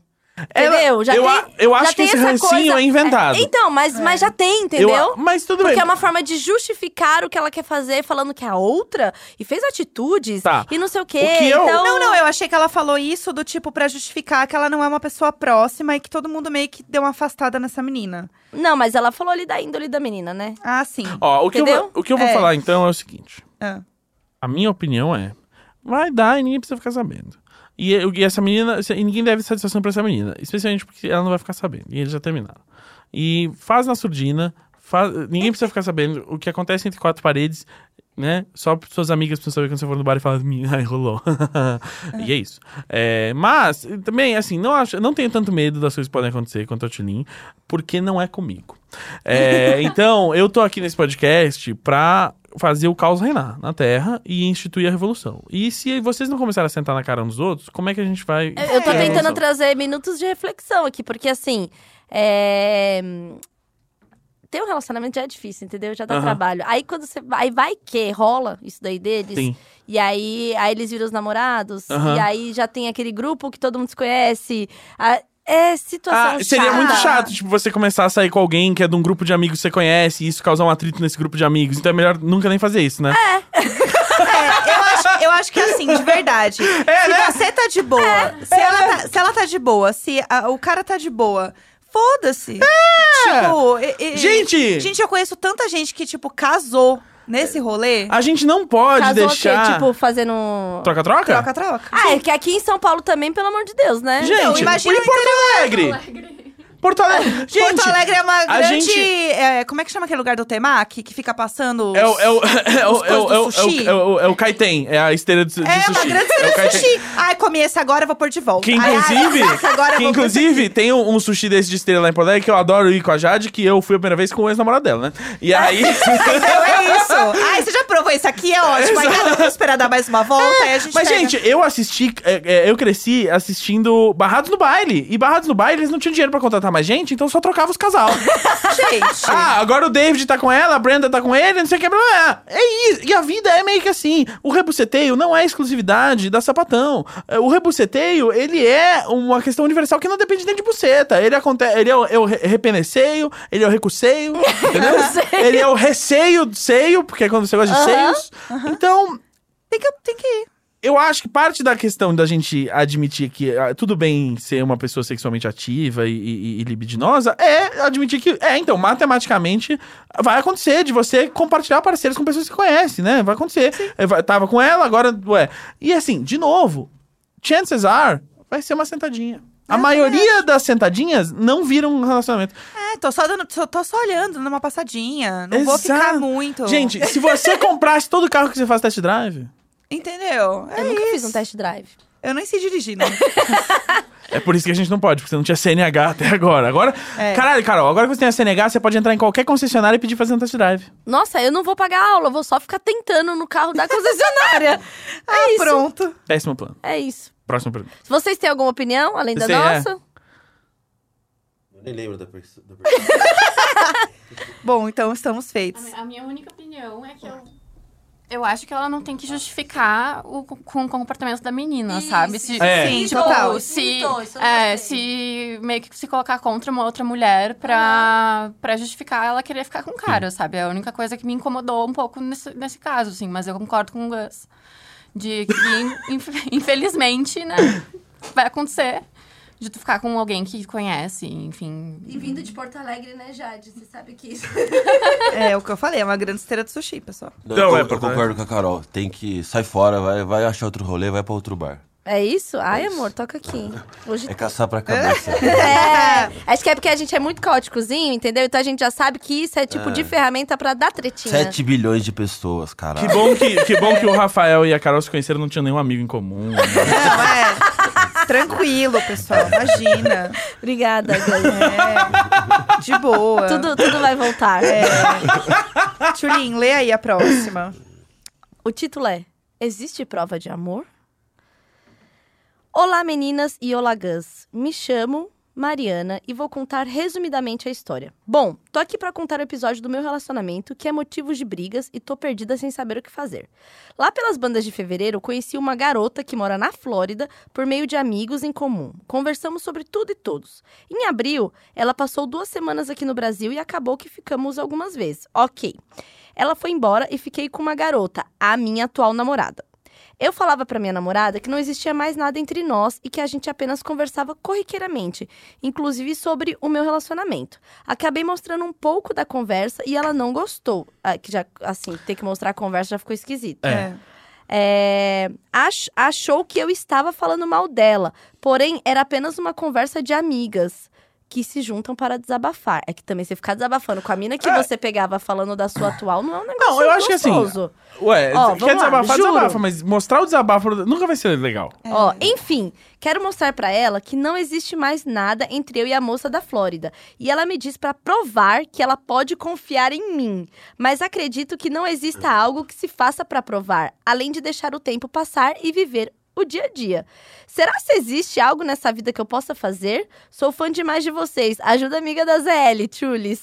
S1: Ela-
S3: Entendeu? Já
S1: É, eu
S3: tem-
S1: a- eu
S3: já
S1: acho que
S3: tem
S1: esse
S3: essa
S1: rancinho
S3: coisa-
S1: é inventado.
S3: então, mas, mas já tem,
S1: Eu-
S3: entendeu?
S1: Mas tudo
S3: Porque
S1: bem.
S3: é uma forma de justificar o que ela quer fazer, falando que a outra. E fez atitudes.
S1: Tá.
S3: E não sei o quê.
S1: O que eu-
S3: então...
S2: Não, não, eu achei que ela falou isso do tipo pra justificar que ela não é uma pessoa próxima e que todo mundo meio que deu uma afastada nessa menina.
S3: Não, mas ela falou ali da índole da menina, né?
S2: Ah, sim.
S1: Ó, o que, eu,
S3: Entendeu?
S1: vou- o que eu vou
S2: É.
S1: falar então é o seguinte.
S2: Ah.
S1: A minha opinião é: vai dar e ninguém precisa ficar sabendo. E, eu- e essa menina, e ninguém deve satisfação pra essa menina, especialmente porque ela não vai ficar sabendo. E eles já terminaram. E faz na surdina, faz- ninguém precisa ficar sabendo o que acontece entre quatro paredes, né? Só suas amigas precisam saber quando você for no bar e falar, "Minha, ai, rolou. e é isso. É, mas, também, assim, não, acho, não tenho tanto medo das coisas que podem acontecer quanto a Tilin, porque não é comigo. É, então, eu tô aqui nesse podcast pra fazer o caos reinar na Terra e instituir a revolução. E se vocês não começarem a sentar na cara uns dos outros, como é que a gente vai...
S3: Eu- Eu tô
S1: É.
S3: tentando trazer minutos de reflexão aqui, porque assim. É... Ter um relacionamento já é difícil, entendeu? Já dá
S1: Aham.
S3: trabalho. Aí quando você. Aí vai que rola isso daí deles.
S1: Sim.
S3: E aí, aí eles viram os namorados.
S1: Aham.
S3: E aí já tem aquele grupo que todo mundo se conhece. Ah, É situação
S1: Ah, seria
S3: chata.
S1: muito chato, tipo, você começar a sair com alguém que é de um grupo de amigos que você conhece e isso causar um atrito nesse grupo de amigos. Então é melhor nunca nem fazer isso, né?
S2: É, eu acho, eu acho que assim, de verdade.
S1: É,
S2: se
S1: né?
S2: você tá de boa, se, ela tá, se ela tá de boa, se a- o cara tá de boa, foda-se. Tipo, e- e-
S1: É. Gente!
S2: Gente, eu conheço tanta gente que, tipo, casou nesse rolê.
S1: A gente não pode
S3: Casou
S1: deixar...
S3: que, tipo, fazendo.
S1: Troca-troca?
S2: Troca, troca.
S3: Ah, é que aqui em São Paulo também, pelo amor de Deus, né?
S1: Gente,
S2: Então, imagina
S1: em
S2: o
S1: Porto Alegre. Porto Alegre. Gente,
S2: Porto Alegre é uma
S1: a
S2: grande.
S1: gente-
S2: é, como é que chama aquele lugar do Temac? Que fica passando. os-
S1: É o, é o, é o,
S2: os
S1: é o, é o,
S2: coisas do sushi.
S1: é o- é o Kaiten, é a esteira de, su- de
S2: É,
S1: sushi.
S2: uma grande
S1: É o
S2: cena de
S1: Kaiten.
S2: sushi. Ai, comi esse agora, vou pôr de volta.
S1: Que
S2: Ai, ai,
S1: inclusive,
S2: esse agora eu
S1: que
S2: vou pôr de
S1: inclusive tem um, um sushi desse de estrela lá em Porto Alegre que eu adoro ir com a Jade, que eu fui a primeira vez com o ex-namorado dela, né? E aí.
S2: Então é isso. Ai, você já provou isso aqui? É ótimo. Aí cada um esperar dar mais uma volta, aí a gente
S1: Mas,
S2: pega.
S1: gente, eu assisti. é, é, eu cresci assistindo Barrados no Baile. E Barrados no Baile, eles não tinham dinheiro pra contratar mais gente, então só trocava os casal.
S2: Gente,
S1: Ah, agora o David tá com ela, a Brenda tá com ele, não sei o que. blá, blá. É isso. E a vida é meio que assim. O rebuceteio não é exclusividade da sapatão. É, O rebuceteio, ele é uma questão universal que não depende nem de buceta. Ele, aconte... ele é o, é o re- repeneceio, ele é o recuceio, entendeu? ele é o receio do seio, porque é quando você gosta de seios. Então,
S2: tem que, tem que ir.
S1: eu acho que parte da questão da gente admitir que ah, tudo bem ser uma pessoa sexualmente ativa e, e- e libidinosa é admitir que, é, então, matematicamente vai acontecer de você compartilhar parceiros com pessoas que você conhece, né? Vai acontecer. Eu va- tava com ela, agora, ué. E assim, de novo, chances are, vai ser uma sentadinha. A maioria das sentadinhas não viram um relacionamento.
S2: É, tô só, dando, tô, tô só olhando, dando uma passadinha. Não vou
S1: Exato.
S2: ficar muito.
S1: Gente, se você comprasse todo carro que você faz test drive,
S2: Entendeu? É
S3: Eu nunca
S2: isso.
S3: fiz um test drive.
S2: Eu nem sei dirigir, né? não.
S1: É por isso que a gente não pode, porque você não tinha CNH até agora. Agora,
S2: É.
S1: caralho, Carol, agora que você tem a CNH, você pode entrar em qualquer concessionária e pedir fazer um test drive.
S3: Nossa, eu não vou pagar aula, eu vou só ficar tentando no carro da concessionária.
S1: É
S2: ah, pronto.
S1: Décimo plano.
S3: é isso.
S1: Próximo pergunta.
S3: Se vocês têm alguma opinião, além da
S1: Sim, é.
S3: nossa,
S5: Eu nem lembro da pergunta.
S2: Bom, então estamos feitos.
S6: A minha única opinião é que eu. Eu acho que ela não tem que justificar o, com o comportamento da menina,
S3: Isso,
S6: sabe?
S3: isso,
S1: É.
S2: sim,
S6: tipo,
S2: total.
S6: se,
S3: Então, isso eu
S6: é,
S3: gostei.
S6: se meio que se colocar contra uma outra mulher pra, pra justificar ela querer ficar com o cara, sabe? É a única coisa que me incomodou um pouco nesse, nesse caso, assim. Mas eu concordo com o Gus. De que, in- infelizmente, né? Vai acontecer de tu ficar com alguém que conhece, enfim.
S3: E vindo de Porto Alegre, né, Jade? Você sabe que isso.
S2: É o que eu falei, é uma grande esteira de sushi, pessoal.
S5: Não,
S1: Não,
S5: eu,
S1: é,
S5: eu concordo com a Carol. Tem que. Sai fora, vai, vai achar outro rolê, vai pra outro bar.
S3: É isso? Ai, amor, toca aqui. Hoje
S5: É caçar pra cabeça.
S3: É, acho que é porque a gente é muito caóticozinho, entendeu? Então a gente já sabe que isso é tipo de ferramenta pra dar tretinha.
S5: 7 bilhões de pessoas, caralho.
S1: Que bom que, que bom que o Rafael e a Carol se conheceram, não tinham nenhum amigo em comum. né?
S2: Não, é. Tranquilo, pessoal. Imagina.
S3: Obrigada, Gus.
S2: É. De boa.
S3: tudo, tudo vai voltar.
S2: É. Tchulin, lê aí a próxima.
S3: O título é Existe prova de amor? Olá, meninas e olá, Gus. Me chamo Mariana e vou contar resumidamente a história. Bom, tô aqui pra contar o episódio do meu relacionamento, que é motivo de brigas e tô perdida sem saber o que fazer. Lá pelas bandas de fevereiro, conheci uma garota que mora na Flórida por meio de amigos em comum. Conversamos sobre tudo e todos. Em abril, ela passou duas semanas aqui no Brasil e acabou que ficamos algumas vezes. Ok. Ela foi embora e fiquei com uma garota, a minha atual namorada. Eu falava pra minha namorada que não existia mais nada entre nós e que a gente apenas conversava corriqueiramente, inclusive sobre o meu relacionamento. Acabei mostrando um pouco da conversa e ela não gostou. Ah, que já, assim, ter que mostrar a conversa já ficou esquisito.
S1: É.
S3: É, ach- achou que eu estava falando mal dela, porém era apenas uma conversa de amigas que se juntam para desabafar. É que também você ficar desabafando com a mina que você pegava falando da sua atual não é um negócio
S1: É. Não, eu acho que assim-
S3: gostoso.
S1: Ué,
S3: Ó, vamos lá,
S1: quer desabafar,
S3: juro.
S1: desabafa, mas mostrar o desabafo nunca vai ser legal.
S3: É. Ó, enfim, quero mostrar pra ela que não existe mais nada entre eu e a moça da Flórida. E ela me diz pra provar que ela pode confiar em mim. Mas acredito que não exista algo que se faça pra provar, além de deixar o tempo passar e viver o dia a dia. Será se existe algo nessa vida que eu possa fazer? Sou fã demais de vocês. Ajuda amiga da ZL, Tulis.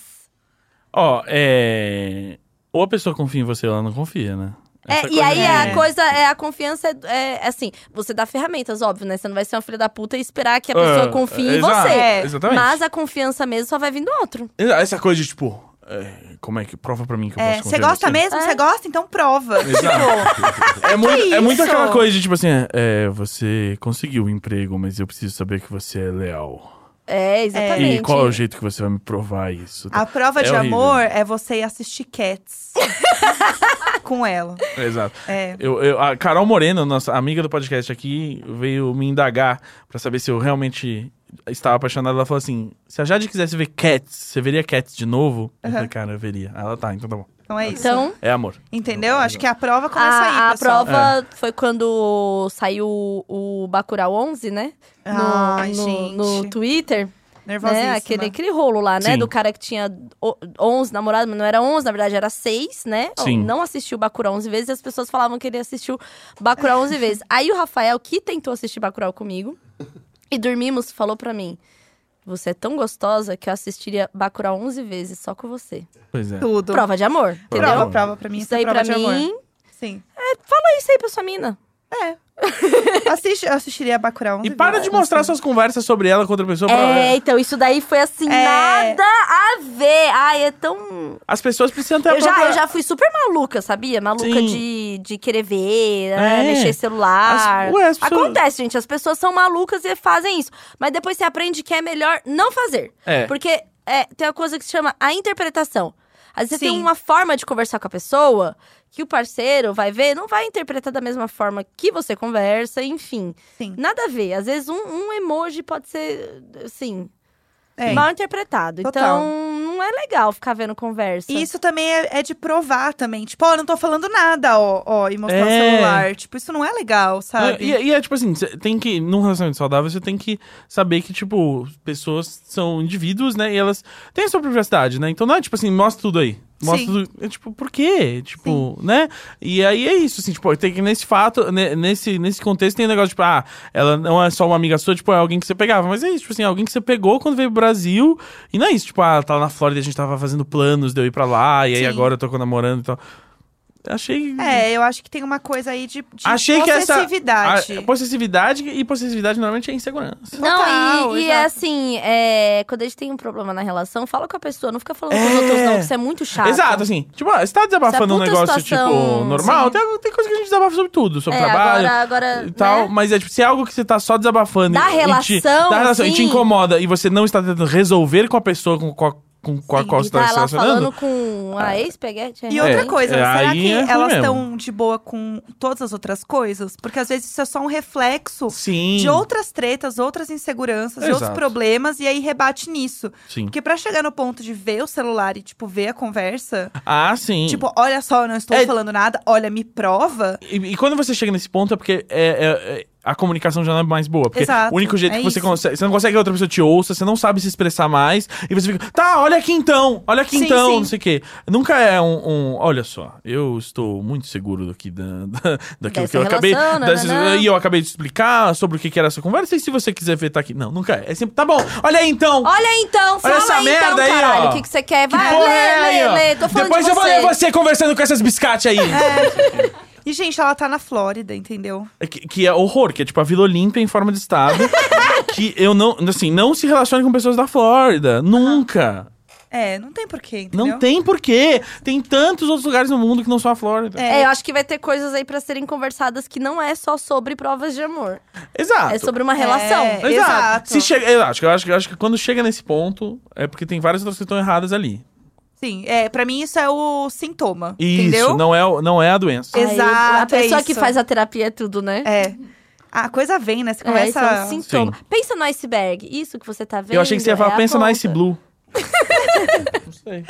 S1: Ó, é. Ou a pessoa confia em você ou ela não confia, né? Essa
S3: É, e
S1: coisa-
S3: aí
S2: É.
S3: a coisa é a confiança é, é assim, você dá ferramentas, óbvio, né? Você não vai ser uma filha da puta e esperar que a pessoa
S1: Ah,
S3: confie em
S1: exato,
S3: você.
S2: É,
S1: Exatamente.
S3: Mas a confiança mesmo só vai vir do outro.
S1: Essa coisa de tipo, é, como é que prova pra mim que eu
S2: É,
S1: posso
S2: Você
S1: confiar em
S2: gosta mesmo? Você gosta? Então prova.
S1: Exato. É muito, é
S2: isso?
S1: muito aquela coisa de tipo assim, é, é, você conseguiu o emprego, mas eu preciso saber que você é leal.
S3: É, exatamente.
S1: E qual é o jeito que você vai me provar isso?
S2: A prova
S1: É
S2: de
S1: horrível.
S2: amor é você ir assistir Cats com ela.
S1: Exato.
S2: É.
S1: Eu, eu- a Carol Moreno, nossa amiga do podcast aqui, veio me indagar pra saber se eu realmente estava apaixonado. Ela falou assim: se a Jade quisesse ver Cats, você veria Cats de novo? Eu falei, cara, eu veria. Ela tá, então tá bom.
S2: Então é isso.
S3: Então,
S1: É amor.
S2: Entendeu? Acho que a prova
S3: a,
S2: começa aí,
S3: a
S2: pessoal.
S3: prova
S1: É.
S3: foi quando saiu o Bacurau 11, né? No,
S2: Ai,
S3: no,
S2: gente.
S3: no Twitter,
S2: Nervosíssima.
S3: né? Aquele, aquele rolo lá, né?
S1: Sim.
S3: Do cara que tinha o- 11 namorados, mas não era 11, na verdade era 6, né?
S1: Sim.
S3: Não assistiu Bacurau 11 vezes e as pessoas falavam que ele assistiu Bacurau 11 vezes. Aí o Rafael, que tentou assistir Bacurau comigo, e dormimos, falou pra mim... Você é tão gostosa que eu assistiria Bacurau 11 vezes só com você.
S1: Pois é.
S2: Tudo.
S3: Prova de amor, entendeu?
S2: prova, prova pra mim. é
S3: Isso aí
S2: prova
S3: pra
S2: de amor.
S3: mim.
S2: Sim.
S3: É isso aí pra sua mina.
S2: Assiste, eu assistiria a Bacurau.
S1: E para de mostrar suas conversas sobre ela com outra pessoa.
S3: É,
S1: Pra...
S3: então isso daí foi assim,
S2: É.
S3: nada a ver. Ai, é tão.
S1: As pessoas precisam ter a
S3: Eu já,
S1: própria-
S3: eu já fui super maluca, sabia? Maluca
S1: Sim.
S3: de, de querer ver, né?
S1: É.
S3: mexer celular.
S1: As- ué, as pessoas-
S3: Acontece, gente. As pessoas são malucas e fazem isso. Mas depois você aprende que é melhor não fazer.
S1: É.
S3: Porque é, tem uma coisa que se chama a interpretação. Às vezes você tem
S2: Sim.
S3: uma forma de conversar com a pessoa que o parceiro vai ver, não vai interpretar da mesma forma que você conversa, enfim.
S2: Sim.
S3: Nada a ver. Às vezes um, um emoji pode ser, assim,
S2: É.
S3: mal interpretado.
S2: Total.
S3: Então, não é legal ficar vendo conversa.
S2: E isso também é, é de provar também. Tipo, ó, eu não tô falando nada, ó, ó, e mostrar o
S1: É.
S2: celular. Tipo, isso não é legal,
S1: Não,
S2: sabe?
S1: E, e é tipo assim, cê tem que, num relacionamento saudável, você tem que saber que, tipo, pessoas são indivíduos, né? E elas têm a sua privacidade, né? Então não é tipo assim, mostra tudo aí. Mostra
S2: Sim.
S1: do- é, tipo, por quê? Tipo, né? E aí é isso, assim, tipo, tem que nesse fato, ne- nesse, nesse contexto tem um negócio, tipo, ah, ela não é só uma amiga sua, tipo, é alguém que você pegava. Mas é isso, tipo assim, alguém que você pegou quando veio pro Brasil. E não é isso, tipo, ah, tá lá na Flórida, a gente tava fazendo planos de eu ir pra lá, e aí
S2: Sim.
S1: agora eu tô namorando e tal. Achei.
S2: É, eu acho que tem uma coisa aí de, de
S1: Achei que essa.
S2: possessividade.
S1: a- é, possessividade e possessividade normalmente é insegurança.
S3: Não,
S2: Total,
S3: e, e
S2: exato.
S3: assim, é, quando a gente tem um problema na relação, fala com a pessoa, não fica falando com os
S1: É.
S3: outros, não, que isso é muito chato.
S1: Exato, assim, tipo, ah, você tá desabafando um
S3: puta
S1: negócio,
S3: situação,
S1: tipo, normal,
S3: sim.
S1: tem, tem coisa que a gente desabafa sobre tudo, sobre
S3: É,
S1: tá trabalho.
S3: agora, agora
S1: e tal,
S3: né?
S1: mas é tipo, se é algo que você tá só desabafando
S3: Da
S1: e, e te,
S3: relação,
S1: da relação e te
S3: sim.
S1: incomoda e você não está tentando resolver com a pessoa com, com, a- com, com a qual
S3: e
S1: você
S3: tá
S1: tá se
S3: lá
S1: relacionando. Ah.
S3: falando com a ex-peguete.
S2: E outra
S1: É,
S2: coisa,
S1: é,
S2: será
S1: aí
S2: que
S1: é ruim
S2: elas
S1: mesmo.
S2: estão de boa com todas as outras coisas? Porque às vezes isso é só um reflexo
S1: Sim.
S2: de outras tretas, outras inseguranças, e outros
S1: Exato. Hum.
S2: problemas, e aí rebate nisso.
S1: Sim.
S2: Porque pra chegar no ponto de ver o celular e, tipo, ver a conversa,
S1: Ah, sim.
S2: tipo, olha só, eu não estou
S1: É-
S2: falando nada, olha, me prova.
S1: E, e quando você chega nesse ponto é porque é- é- é- a comunicação já não é mais boa. Porque
S2: Exato,
S1: o único jeito
S2: é
S1: que você
S2: isso.
S1: consegue. Você não consegue que a outra pessoa te ouça, você não sabe se expressar mais. E você fica, tá, olha aqui então, olha aqui
S2: Sim,
S1: então,
S2: sim.
S1: não sei o quê. Nunca é um, um, Olha só, eu estou muito seguro daqui da, da- daquilo
S3: Dessa
S1: que eu acabei.
S3: relação, nananã.
S1: e eu acabei de explicar sobre o que, que era essa conversa. E se você quiser ver, tá aqui. Não, nunca é. É sempre, tá bom, olha aí então.
S3: Olha aí, então, fala
S1: essa
S3: aí,
S1: merda
S3: então,
S1: aí,
S3: caralho,
S1: ó.
S3: o que, que você quer?
S1: que
S3: Vai,
S1: porra
S3: lê,
S1: é aí,
S3: lê,
S1: ó.
S3: lê, tô falando
S1: Depois
S3: de
S1: eu vou ler
S3: você. É.
S1: você conversando com essas biscates aí.
S2: E, gente, ela tá na Flórida, entendeu?
S1: É Que, que é horror, que é tipo a Vila Olímpia em forma de estado. que eu não, assim, não se relacione com pessoas da Flórida. Nunca.
S2: É, não tem porquê, entendeu?
S1: Não tem porquê. Tem tantos outros lugares no mundo que não são a Flórida.
S2: É.
S3: É, eu acho que vai ter coisas aí pra serem conversadas que não é só sobre provas de amor.
S1: Exato.
S3: É sobre uma relação.
S2: É.
S1: Exato.
S2: Exato.
S1: Se chega, eu, acho, que- eu, acho, que- eu acho que quando chega nesse ponto, é porque tem várias outras que estão erradas ali.
S2: Sim, é, pra mim isso é o sintoma,
S1: Isso,
S2: entendeu?
S1: não é, o- não é a doença.
S3: Aí, a
S2: Exato, é
S3: pessoa que
S2: isso.
S3: faz a terapia é tudo, né?
S2: É. A coisa vem, né? Você
S3: É, isso
S2: começa...
S3: é um sintoma. Pensa no iceberg. Isso que você tá vendo.
S1: eu achei que você ia falar,
S3: é a
S1: pensa
S3: ponta."
S1: no Ice Blue. não sei.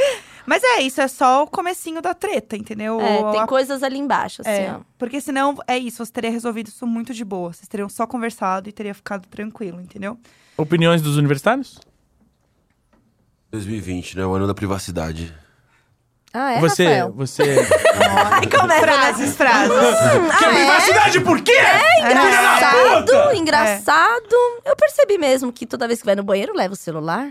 S2: Mas é, isso é só o comecinho da treta, entendeu?
S3: É, tem
S2: A-
S3: coisas ali embaixo, assim,
S2: É,
S3: ó.
S2: porque senão é isso, você teria resolvido isso muito de boa. Vocês teriam só conversado e teria ficado tranquilo, entendeu?
S1: Opiniões dos universitários?
S5: 2020, né? O ano da privacidade.
S3: Ah, é,
S1: você,
S3: Rafael?
S1: você.
S3: Ai, começa, né?
S2: Frases, frases.
S1: que privacidade por quê?
S3: é? Engraçado, engraçado. Eu percebi mesmo que toda vez que vai no banheiro, leva o celular.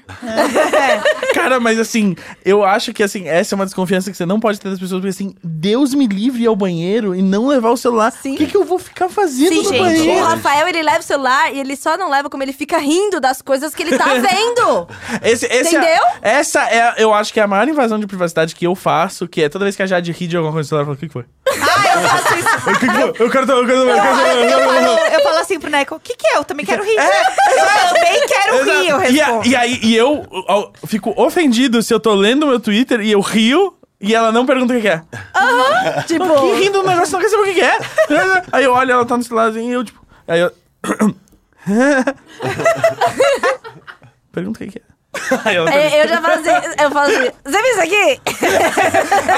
S1: Cara, mas assim, eu acho que assim, essa é uma desconfiança que você não pode ter das pessoas, porque assim, Deus me livre ir ao banheiro e não levar o celular.
S3: Sim.
S1: O que, que eu vou ficar fazendo
S3: Sim,
S1: no
S3: gente.
S1: banheiro?
S3: O Rafael, ele leva o celular e ele só não leva como ele fica rindo das coisas que ele tá vendo.
S1: Esse- esse é-
S3: Entendeu?
S1: essa é, a- eu acho que é a maior invasão de privacidade que eu faço, que é toda vez que a Jade ri de alguma coisa, ela fala, o que que foi?
S2: Ah, eu faço isso.
S1: O que que foi? Eu quero... um Eu quero... Eu quero...
S2: Eu falo, eu falo assim pro Neco, o que que é? Eu também quero rir. Eu também quero rir, eu
S1: E, a-
S2: respondo.
S1: e aí, e eu, ó, fico ofendido se eu tô lendo meu Twitter e eu rio e ela não pergunta o que que é.
S3: tipo,
S1: Que rindo um negócio, não quer saber o que que é. Aí eu olho, ela tá no celularzinho e eu, tipo. Aí eu. Pergunta o que que é. Aí ela pergunta.
S3: é, eu já falo assim, eu falo assim, você viu isso aqui?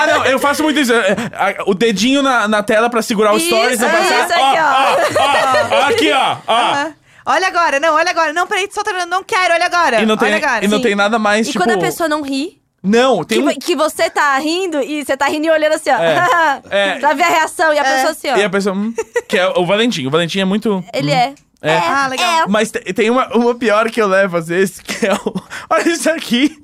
S1: Ah, não, eu faço muito isso. É, é, a- O dedinho na, na tela pra segurar o
S3: Isso,
S1: stories. Ah, não
S3: é
S1: passar.
S3: isso aqui,
S1: ó, ó, ó, aqui, ó, ó.
S2: Ah, Olha agora, não, olha agora. Não, peraí, só terminando, não quero, olha agora.
S1: E não tem,
S2: olha agora.
S1: e não
S2: Sim.
S1: tem nada mais,
S3: E
S1: tipo...
S3: quando a pessoa não ri,
S1: Não, tem
S3: que,
S1: um...
S3: vo- que você tá rindo e você tá rindo e olhando assim, ó.
S1: É.
S3: pra ver a reação. E a pessoa assim, ó.
S1: E a pessoa... hum, que é o Valentim. O Valentim é muito...
S3: Ele é.
S1: É.
S2: Ah, legal.
S3: É.
S1: Mas te- tem uma, uma pior que eu levo às vezes, que é o. Olha isso aqui!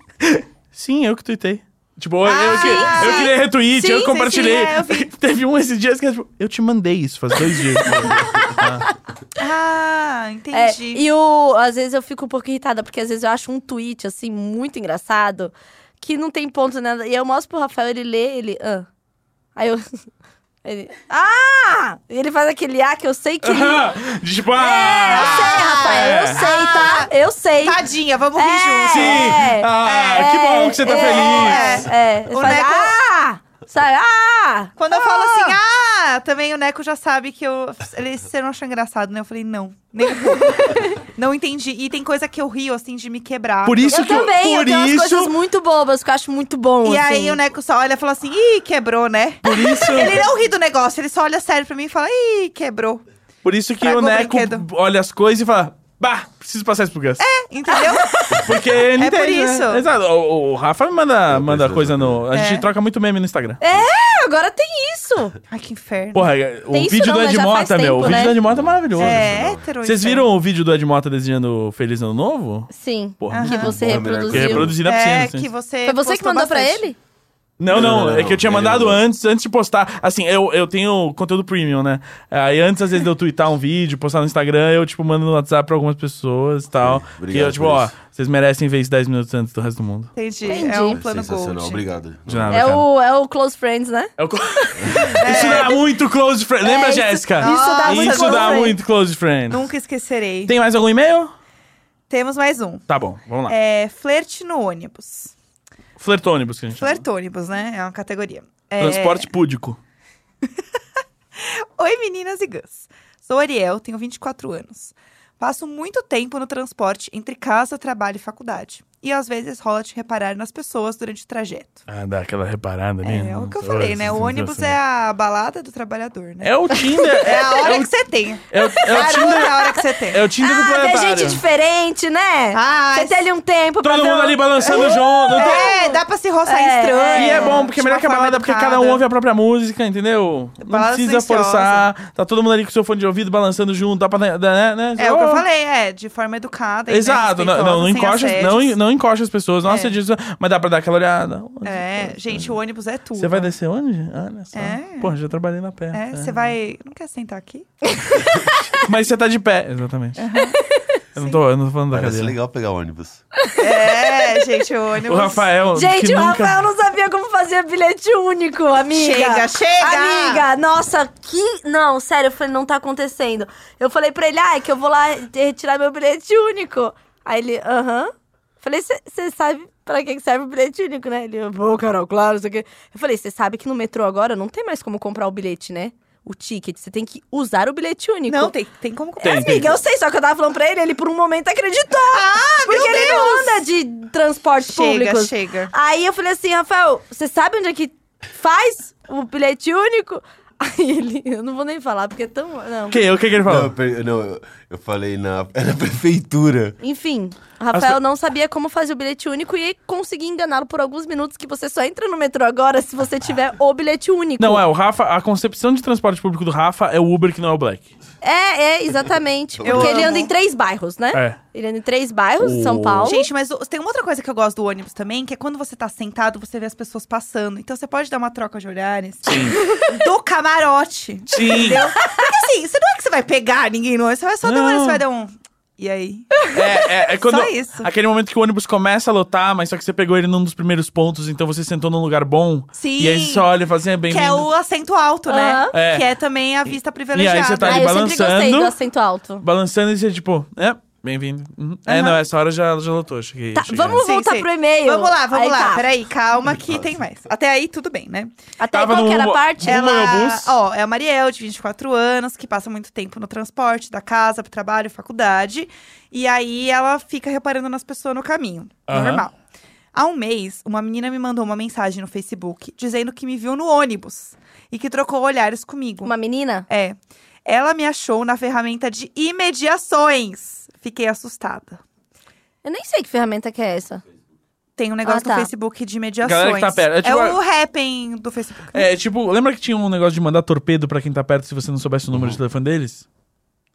S1: Sim, eu que tuitei. Tipo, eu- eu, que,
S2: sim,
S1: eu
S2: sim.
S1: queria retweet,
S3: Ah, Sim,
S1: eu
S3: sim,
S1: compartilhei.
S2: sim, é, eu vi.
S1: Teve um esses dias que é tipo, eu te mandei isso faz dois dias.
S2: Ah,
S3: É,
S2: entendi.
S3: e o, às vezes eu fico um pouco irritada, porque às vezes eu acho um tweet, assim, muito engraçado, que não tem ponto nada. E eu mostro pro Rafael, ele lê, ele. "Ah." Aí eu. Ele. Ah! E Ele faz aquele ah que eu sei que. ele-
S1: De tipo,
S3: É, eu sei,
S1: ah!
S3: Rafael, eu sei, tá? Eu sei.
S2: Tadinha, vamos rir
S3: É.
S2: juntos.
S1: Sim! ah, que bom que você tá
S3: é,
S1: feliz!
S3: É, é. Ele
S2: O
S3: faz,
S2: Neco-
S3: ah! Sabe, ah!
S2: Quando eu falo assim, ah, também o Neco já sabe que eu. Ele, é você não achou engraçado, né? Eu falei, não, nem um pouco. não entendi. E tem coisa que eu rio, assim, de me quebrar.
S1: Por isso
S3: eu
S1: que
S3: também,
S1: eu.
S3: eu
S1: Por
S3: tenho umas coisas
S1: isso.
S3: muito bobas que eu acho muito bom,
S2: E
S3: assim.
S2: aí o Neco só olha e fala assim, ih, quebrou, né?
S1: Por isso,
S2: Ele não ri do negócio, ele só olha sério pra mim e fala, ih, quebrou. né?
S1: por isso que o
S2: Tragou o
S1: Neco
S2: brinquedo.
S1: olha as coisas e fala: Bah, preciso passar isso pro Gus.
S3: É,
S2: Entendeu?
S1: Porque ele
S2: É
S1: entende,
S2: por
S1: né?
S2: isso.
S1: Exato. O, o Rafa manda, manda
S5: preciso,
S1: coisa no. A gente
S2: É.
S1: troca muito meme no Instagram.
S3: É, agora tem isso.
S2: Ai, que inferno.
S1: Porra, é, o
S3: Tem isso
S1: vídeo
S3: não,
S1: do
S3: né?
S1: Ed
S3: Já faz
S1: Mota, meu. o
S3: tempo,
S1: vídeo
S3: né?
S1: do Ed Mota é maravilhoso.
S2: é hétero.
S1: Vocês
S2: isso aí.
S1: viram o vídeo do Ed Mota desenhando Feliz Ano Novo?
S3: Sim.
S1: Porra.
S3: Que você
S5: Porra,
S1: é Que
S5: melhor
S3: reproduziu.
S5: coisa.
S1: reproduzir na
S2: É,
S1: piscina. assim.
S2: que você.
S3: Foi você que
S2: postou
S3: mandou pra
S2: bastante.
S3: ele?
S1: Não, não,
S5: Não, não,
S1: é que eu tinha
S5: ele
S1: mandado
S5: não.
S1: antes, antes de postar. Assim, eu, eu tenho conteúdo premium, né? Aí antes, às vezes, de eu twittar um vídeo, postar no Instagram, eu, tipo, mando no WhatsApp pra algumas pessoas e tal. que
S5: obrigado
S1: eu, tipo,
S5: por
S1: ó,
S5: isso.
S1: vocês merecem ver isso 10 minutos antes do resto do mundo.
S2: Entendi.
S3: Entendi.
S2: É um plano
S5: Sensacional,
S2: gold.
S5: obrigado.
S1: De nada,
S3: É
S1: cara.
S3: o, é o Close Friends, né?
S1: É o co- Isso dá muito close friend. Lembra,
S3: É, isso-
S1: Jéssica?
S3: Isso dá
S2: Nossa,
S3: muito
S1: Isso
S3: close
S1: dá
S3: friend.
S1: muito close friend.
S2: Nunca esquecerei.
S1: Tem mais algum e-mail?
S2: Temos mais um.
S1: Tá bom, vamos lá.
S2: É flerte no ônibus.
S1: Flertônibus que a gente chama.
S2: Flertônibus, né? É uma categoria. É,
S1: Transporte púdico.
S2: Oi, meninas e gãs. Sou Ariel, tenho 24 anos. Passo muito tempo no transporte entre casa, trabalho e faculdade. E às vezes rola de reparar nas pessoas durante o trajeto.
S1: Ah, dá aquela reparada mesmo.
S2: É o que eu falei, né? O ônibus é a balada do trabalhador, né?
S1: assim? É o Tinder.
S2: É a hora
S1: é o-
S2: que você tem.
S1: É o, é o
S2: Garota,
S1: Tinder.
S2: é a hora que você tem.
S1: É o Tinder do
S3: Ah, tem gente
S1: planetário.
S3: diferente, né?
S2: Ah,
S3: você tem ali um tempo pra
S1: Todo
S3: ver
S1: mundo
S3: um-
S1: ali balançando junto.
S2: É, dá pra se roçar
S3: É,
S2: estranho.
S1: E é bom, porque é
S2: de
S1: melhor
S2: uma
S1: que a
S2: forma
S1: balada, porque
S2: educada.
S1: cada um ouve a própria música, entendeu? Não
S2: Balada
S1: precisa
S2: silenciosa.
S1: forçar. Tá todo mundo ali com seu fone de ouvido, balançando junto, dá pra. Né, né,
S2: É o que eu
S1: Oh.
S2: falei, é, de forma educada. e
S1: Exato, não, não,
S2: respeitosa,
S1: não
S2: sem
S1: encosta, não,
S2: assédios.
S1: não encosta as pessoas, não
S2: É.
S1: assedia, mas dá pra dar aquela olhada.
S2: É, gente, o ônibus é tudo.
S1: Você vai descer onde? Ah, olha só.
S2: É.
S1: Pô, já trabalhei na perna.
S2: É, você vai. Não quer sentar aqui?
S1: Mas você tá de pé. Exatamente. Eu, não tô, eu não tô falando da
S5: Parece
S1: cadeira.
S5: legal pegar ônibus.
S2: É, gente, o
S1: O
S2: ônibus.
S1: Rafael.
S3: Gente,
S1: que
S3: o
S1: nunca...
S3: Rafael não sabia como fazer bilhete único, amiga.
S2: Chega, chega!
S3: Amiga, nossa, que... Não, sério, eu falei, não tá acontecendo. Eu falei pra ele, ah, é que eu vou lá retirar meu bilhete único. Aí ele, aham. Falei, você sabe pra que que serve o bilhete único, né? Ele, bom, Carol, claro, isso aqui. Eu falei, você sabe que no metrô agora não tem mais como comprar o bilhete, né? O ticket, você tem que usar o bilhete único.
S2: Não, tem, tem como comprar.
S1: Tem,
S3: Amiga,
S1: tem.
S3: eu sei, só que eu tava falando pra ele, ele por um momento acreditou. Ah, Porque ele não anda de transportes
S2: Chega,
S3: públicos.
S2: chega.
S3: Aí eu falei assim, Rafael, você sabe onde é que faz o bilhete único? Aí ele, eu não vou nem falar, porque é tão. Não.
S1: Que, o que, que ele
S5: Não, eu,
S1: falou?
S5: per- não, eu- eu falei na, é na prefeitura.
S3: Enfim, Rafael não sabia como fazer o bilhete único e consegui enganá-lo por alguns minutos que você só entra no metrô agora se você tiver o bilhete único.
S1: Não, é, o Rafa, a concepção de transporte público do Rafa é o Uber que não é o Black.
S3: É, é, exatamente.
S5: Eu
S3: Porque ele
S2: amo.
S3: anda em três bairros, né?
S1: É.
S3: Ele anda em três bairros, em São
S1: O-
S3: Paulo.
S2: É, Gente, mas o- tem uma outra coisa que eu gosto do ônibus também, que é quando você tá sentado, você vê as pessoas passando. Então você pode dar uma troca de olhares. Sim. Do camarote.
S1: Sim.
S2: Porque assim, você não é que você vai pegar ninguém no ônibus, você vai só dar uma
S1: Não.
S2: olhada, você vai dar um. E aí?
S1: É, é, é quando.
S2: Só isso.
S1: Aquele momento que o ônibus começa a lotar, mas só que você pegou ele num dos primeiros pontos, então você sentou num lugar bom.
S2: Sim.
S1: Ah, E aí você só olha e fala assim, é bem
S2: Que é o assento alto, né?
S3: Aham.
S1: É.
S2: Que é também a vista privilegiada.
S1: você tá
S3: ah,
S1: ali
S3: eu sempre gostei
S1: balançando.
S3: do acento alto.
S1: Balançando e você, tipo, é, bem-vindo. Uhum. É,
S2: Aham.
S1: não, essa hora já, já lotou. Cheguei,
S3: Tá,
S1: cheguei.
S3: vamos
S2: Sim,
S3: voltar
S2: sim.
S3: pro e-mail.
S2: Vamos lá, vamos
S3: Aí
S2: lá.
S3: tá.
S2: Peraí, calma que tem mais. Até aí, tudo bem, né?
S3: Até aí,
S1: Tava
S3: qual
S1: no
S3: que era a
S1: Uber-
S3: parte?
S1: Uber- Vamos ao
S2: Ela,
S1: é bus?
S2: ó, é a Mariel, de 24 anos, que passa muito tempo no transporte, da casa, pro trabalho, faculdade. E aí ela fica reparando nas pessoas no caminho.
S1: Aham.
S2: Normal. Há um mês, uma menina me mandou uma mensagem no Facebook dizendo que me viu no ônibus e que trocou olhares comigo.
S3: Uma menina?
S2: É. Ela me achou na ferramenta de imediações. Fiquei assustada.
S3: Eu nem sei que ferramenta que é essa.
S2: Tem um negócio
S3: tá.
S2: no Facebook de mediações.
S1: Galera que tá perto. É
S2: É,
S1: tipo a-
S2: o Happen do Facebook. né?
S1: É, tipo, lembra que tinha um negócio de mandar torpedo pra quem tá perto se você não soubesse o número de telefone deles?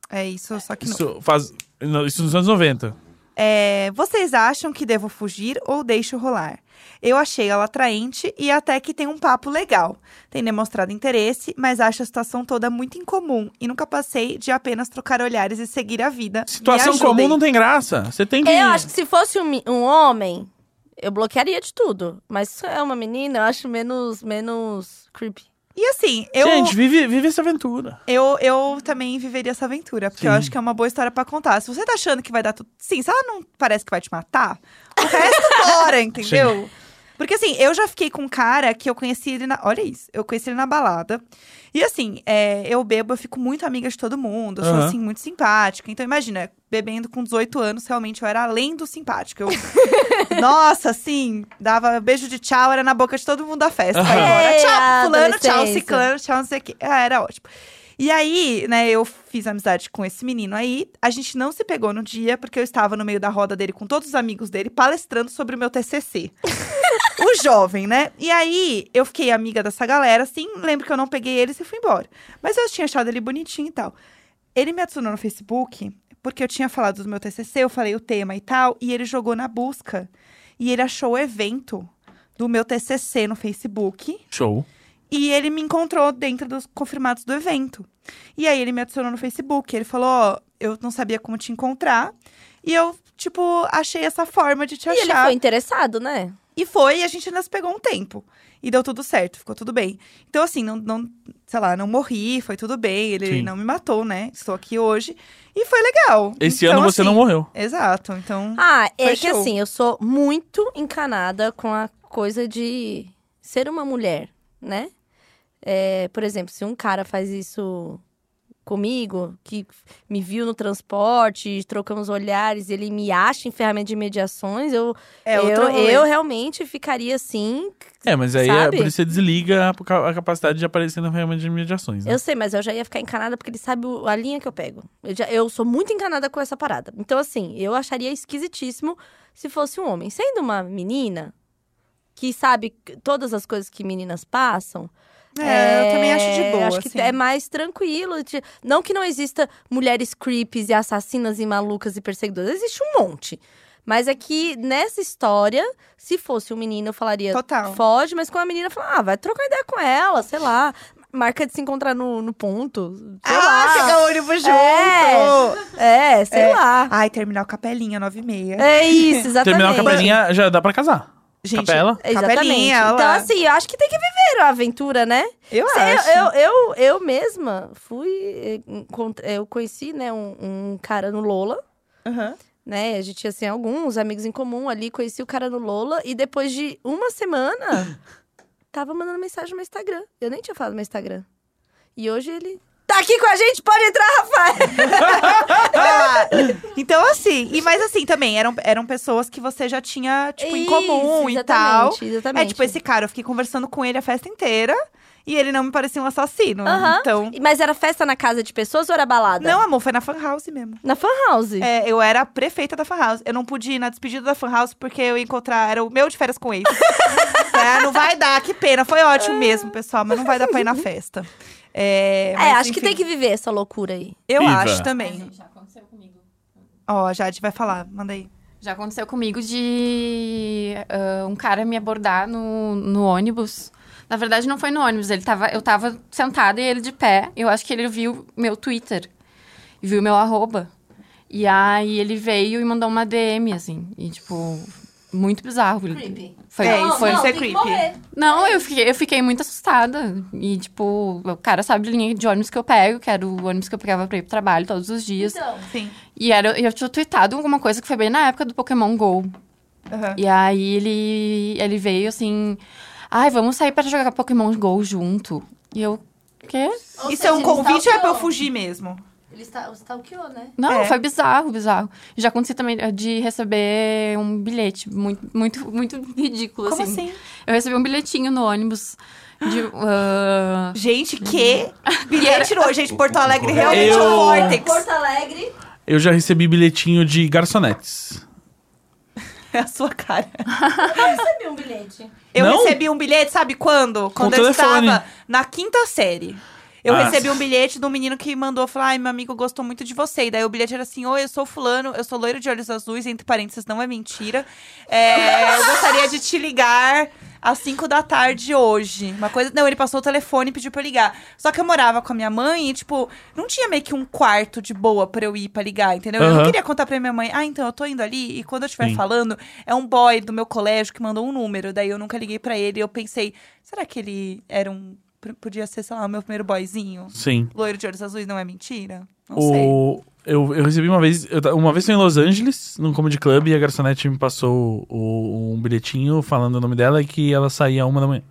S2: É, isso, só que não.
S1: Isso faz. não, Isso nos anos 90.
S2: É, vocês acham que devo fugir ou deixo rolar? Eu achei ela atraente e até que tem um papo legal. Tem demonstrado interesse, mas acho a situação toda muito incomum e nunca passei de apenas trocar olhares e seguir a vida. Me
S1: Situação
S2: ajudem.
S1: comum não tem graça. Você tem que.
S3: Eu acho que se fosse um, mi- um homem, eu bloquearia de tudo. Mas se é uma menina, eu acho menos, menos creepy.
S2: E assim, eu,
S1: Gente, vive, vive essa aventura.
S2: eu, eu também viveria essa aventura, porque eu
S1: Sim.
S2: acho que é uma boa história pra contar. Se você tá achando que vai dar tudo. Sim, se ela não parece que vai te matar, o resto bora, entendeu? Porque assim, eu já fiquei com um cara que eu conheci ele na. Olha isso, eu conheci ele na balada. E assim, é, eu bebo, eu fico muito amiga de todo mundo, eu sou
S1: Aham.
S2: assim, muito simpática. Então imagina, bebendo com 18 anos, realmente eu era além do simpático. Eu, nossa, assim, dava beijo de tchau, era na boca de todo mundo da festa. Aí eu era,
S3: Ei,
S2: tchau, fulano, tchau,
S3: adolescência.
S2: ciclano, tchau, não sei o quê. Ah, era ótimo. E aí, né, eu fiz amizade com esse menino aí. A gente não se pegou no dia, porque eu estava no meio da roda dele com todos os amigos dele, palestrando sobre o meu TCC. o jovem, né? E aí, eu fiquei amiga dessa galera, assim. Lembro que eu não peguei eles e fui embora. Mas eu tinha achado ele bonitinho e tal. Ele me adicionou no Facebook, porque eu tinha falado do meu TCC, eu falei o tema e tal, e ele jogou na busca. E ele achou o evento do meu TCC no Facebook.
S1: Show.
S2: E ele me encontrou dentro dos confirmados do evento. E aí ele me adicionou no Facebook. Ele falou: Ó, eu não sabia como te encontrar. E eu, tipo, achei essa forma de te
S3: E ele
S2: achar.
S3: foi interessado, né?
S2: E foi, e a gente ainda se pegou um tempo. E deu tudo certo, ficou tudo bem. Então, assim, não, não sei lá, não morri, foi tudo bem. Ele
S1: Sim.
S2: não me matou, né? Estou aqui hoje. E foi legal.
S1: Esse
S2: Então,
S1: ano você
S2: assim,
S1: não morreu.
S2: Exato, então.
S3: Ah, é
S2: Foi
S3: que
S2: show.
S3: assim, eu sou muito encanada com a coisa de ser uma mulher, né? É, por exemplo, se um cara faz isso comigo, que me viu no transporte, trocamos olhares, ele me acha em ferramenta de mediações, eu,
S2: é outro
S3: Ah, eu,
S2: rolê.
S3: eu realmente ficaria assim.
S1: É, mas aí é,
S3: Sabe?
S1: por isso você desliga a, a capacidade de aparecer na ferramenta de mediações, né?
S3: Eu sei, mas eu já ia ficar encanada porque ele sabe o- a linha que eu pego. Eu, já- eu sou muito encanada com essa parada. Então, assim, eu acharia esquisitíssimo se fosse um homem. Sendo uma menina que sabe c- todas as coisas que meninas passam.
S2: É, eu também acho de
S3: é,
S2: boa.
S3: Acho que
S2: assim.
S3: é mais tranquilo. de- não que não exista mulheres creeps e assassinas e malucas e perseguidoras. Existe um monte. Mas é que nessa história, se fosse um menino, eu falaria
S2: Total.
S3: foge, mas com a menina fala, ah, vai trocar ideia com ela, sei lá. Marca de se encontrar no, no ponto. Sei
S2: Ah,
S3: lá.
S2: chega o ônibus junto!
S3: É, sei lá.
S2: Ai, terminal Capelinha, 9 e meia.
S3: É isso, exatamente.
S1: Terminar a capelinha já dá pra casar.
S2: Gente,
S1: Capela?
S3: Exatamente.
S2: Capelinha,
S3: Então,
S2: ela-
S3: assim, eu acho que tem que viver a aventura, né?
S2: eu
S3: Sei,
S2: acho.
S3: Eu, eu, eu, eu mesma fui. eh, encont- Eu conheci, né, um, um cara no Lola,
S2: Aham.
S3: né? A gente tinha assim, alguns amigos em comum ali, conheci o cara no Lola e depois de uma semana tava mandando mensagem no meu Instagram. Eu nem tinha falado no meu Instagram. E hoje ele. Tá aqui com a gente, pode entrar, Rafael!
S2: Ah, então, assim, e mas assim também, eram, eram pessoas que você já tinha, tipo, em comum
S3: Isso,
S2: e tal.
S3: exatamente, Exatamente.
S2: É tipo esse cara, eu fiquei conversando com ele a festa inteira e ele não me parecia um assassino.
S3: Aham.
S2: Então.
S3: Mas era festa na casa de pessoas ou era balada?
S2: Não, amor, foi na fan house mesmo.
S3: Na fan house.
S2: É, eu era a prefeita da fan house. Eu não pude ir na despedida da fan house porque eu ia encontrar. Era o meu de férias com ex. ah, não vai dar, que pena. Foi ótimo mesmo, pessoal, mas não vai dar pra ir na festa. É,
S3: É,
S2: mas,
S3: acho que
S2: enfim,
S3: tem que viver essa loucura aí.
S2: Eu
S1: Viva.
S2: acho também.
S6: Já aconteceu comigo.
S2: Ó, a Jade vai falar, manda aí.
S6: Já aconteceu comigo de ah, um cara me abordar no, no ônibus. Na verdade, não foi no ônibus. Ele tava, eu tava sentada e ele de pé. Eu acho que ele viu meu Twitter. E viu meu arroba. E aí ele veio e mandou uma DM, assim. E, tipo, muito bizarro. Ele- Foi,
S2: É, isso
S6: foi,
S2: não, ser tem que creepy. morrer.
S6: não, eu fiquei, eu fiquei muito assustada. E, tipo, o cara sabe a linha de ônibus que eu pego, que era o ônibus que eu pegava pra ir pro trabalho todos os dias.
S2: Sim.
S6: E era, eu tinha tweetado alguma coisa que foi bem na época do Pokémon GO.
S2: Aham.
S6: E aí ele, ele veio assim. Ai, vamos sair pra jogar Pokémon GO junto. E eu. Quê?
S2: Isso é um convite ou é pra eu fugir mesmo?
S3: Ele stalkeou, né?
S6: Não,
S2: É.
S6: foi bizarro, bizarro. Já aconteceu também eh, de receber um bilhete muito, muito, muito ridículo,
S2: Como
S6: assim.
S2: assim?
S6: Eu recebi um bilhetinho no ônibus de. ah,
S2: Gente, que bilhete no gente. Porto Alegre realmente é
S1: Eu-
S2: um vórtex.
S3: Alegre.
S1: Eu já recebi bilhetinho de garçonetes.
S2: É a sua cara.
S3: Recebeu um bilhete.
S2: Eu
S1: Não?
S2: recebi um bilhete, sabe quando? Quando eu
S1: telefone.
S2: estava na quinta série. Eu
S1: Ah.
S2: recebi um bilhete de um menino que mandou falar: Ai, meu amigo gostou muito de você. E daí o bilhete era assim: Oi, eu sou fulano, eu sou loiro de olhos azuis, entre parênteses, não é mentira. É, eu gostaria de te ligar às 5 da tarde hoje. Uma coisa. Não, ele passou o telefone e pediu pra eu ligar. Só que eu morava com a minha mãe e, tipo, não tinha meio que um quarto de boa pra eu ir pra ligar, entendeu? Eu não
S1: Aham.
S2: queria contar pra minha mãe, ah, então eu tô indo ali e quando eu estiver
S1: Sim.
S2: falando, é um boy do meu colégio que mandou um número. Daí eu nunca liguei pra ele. Eu pensei, será que ele era um. p- Podia ser, sei lá, o meu primeiro boyzinho?
S1: Sim.
S2: Loiro de olhos azuis não é mentira? Não sei.
S1: O, eu, eu recebi uma vez, eu ta- uma vez foi em Los Angeles, num comedy club, e a garçonete me passou o- um bilhetinho falando o nome dela e que ela saía uma da manhã.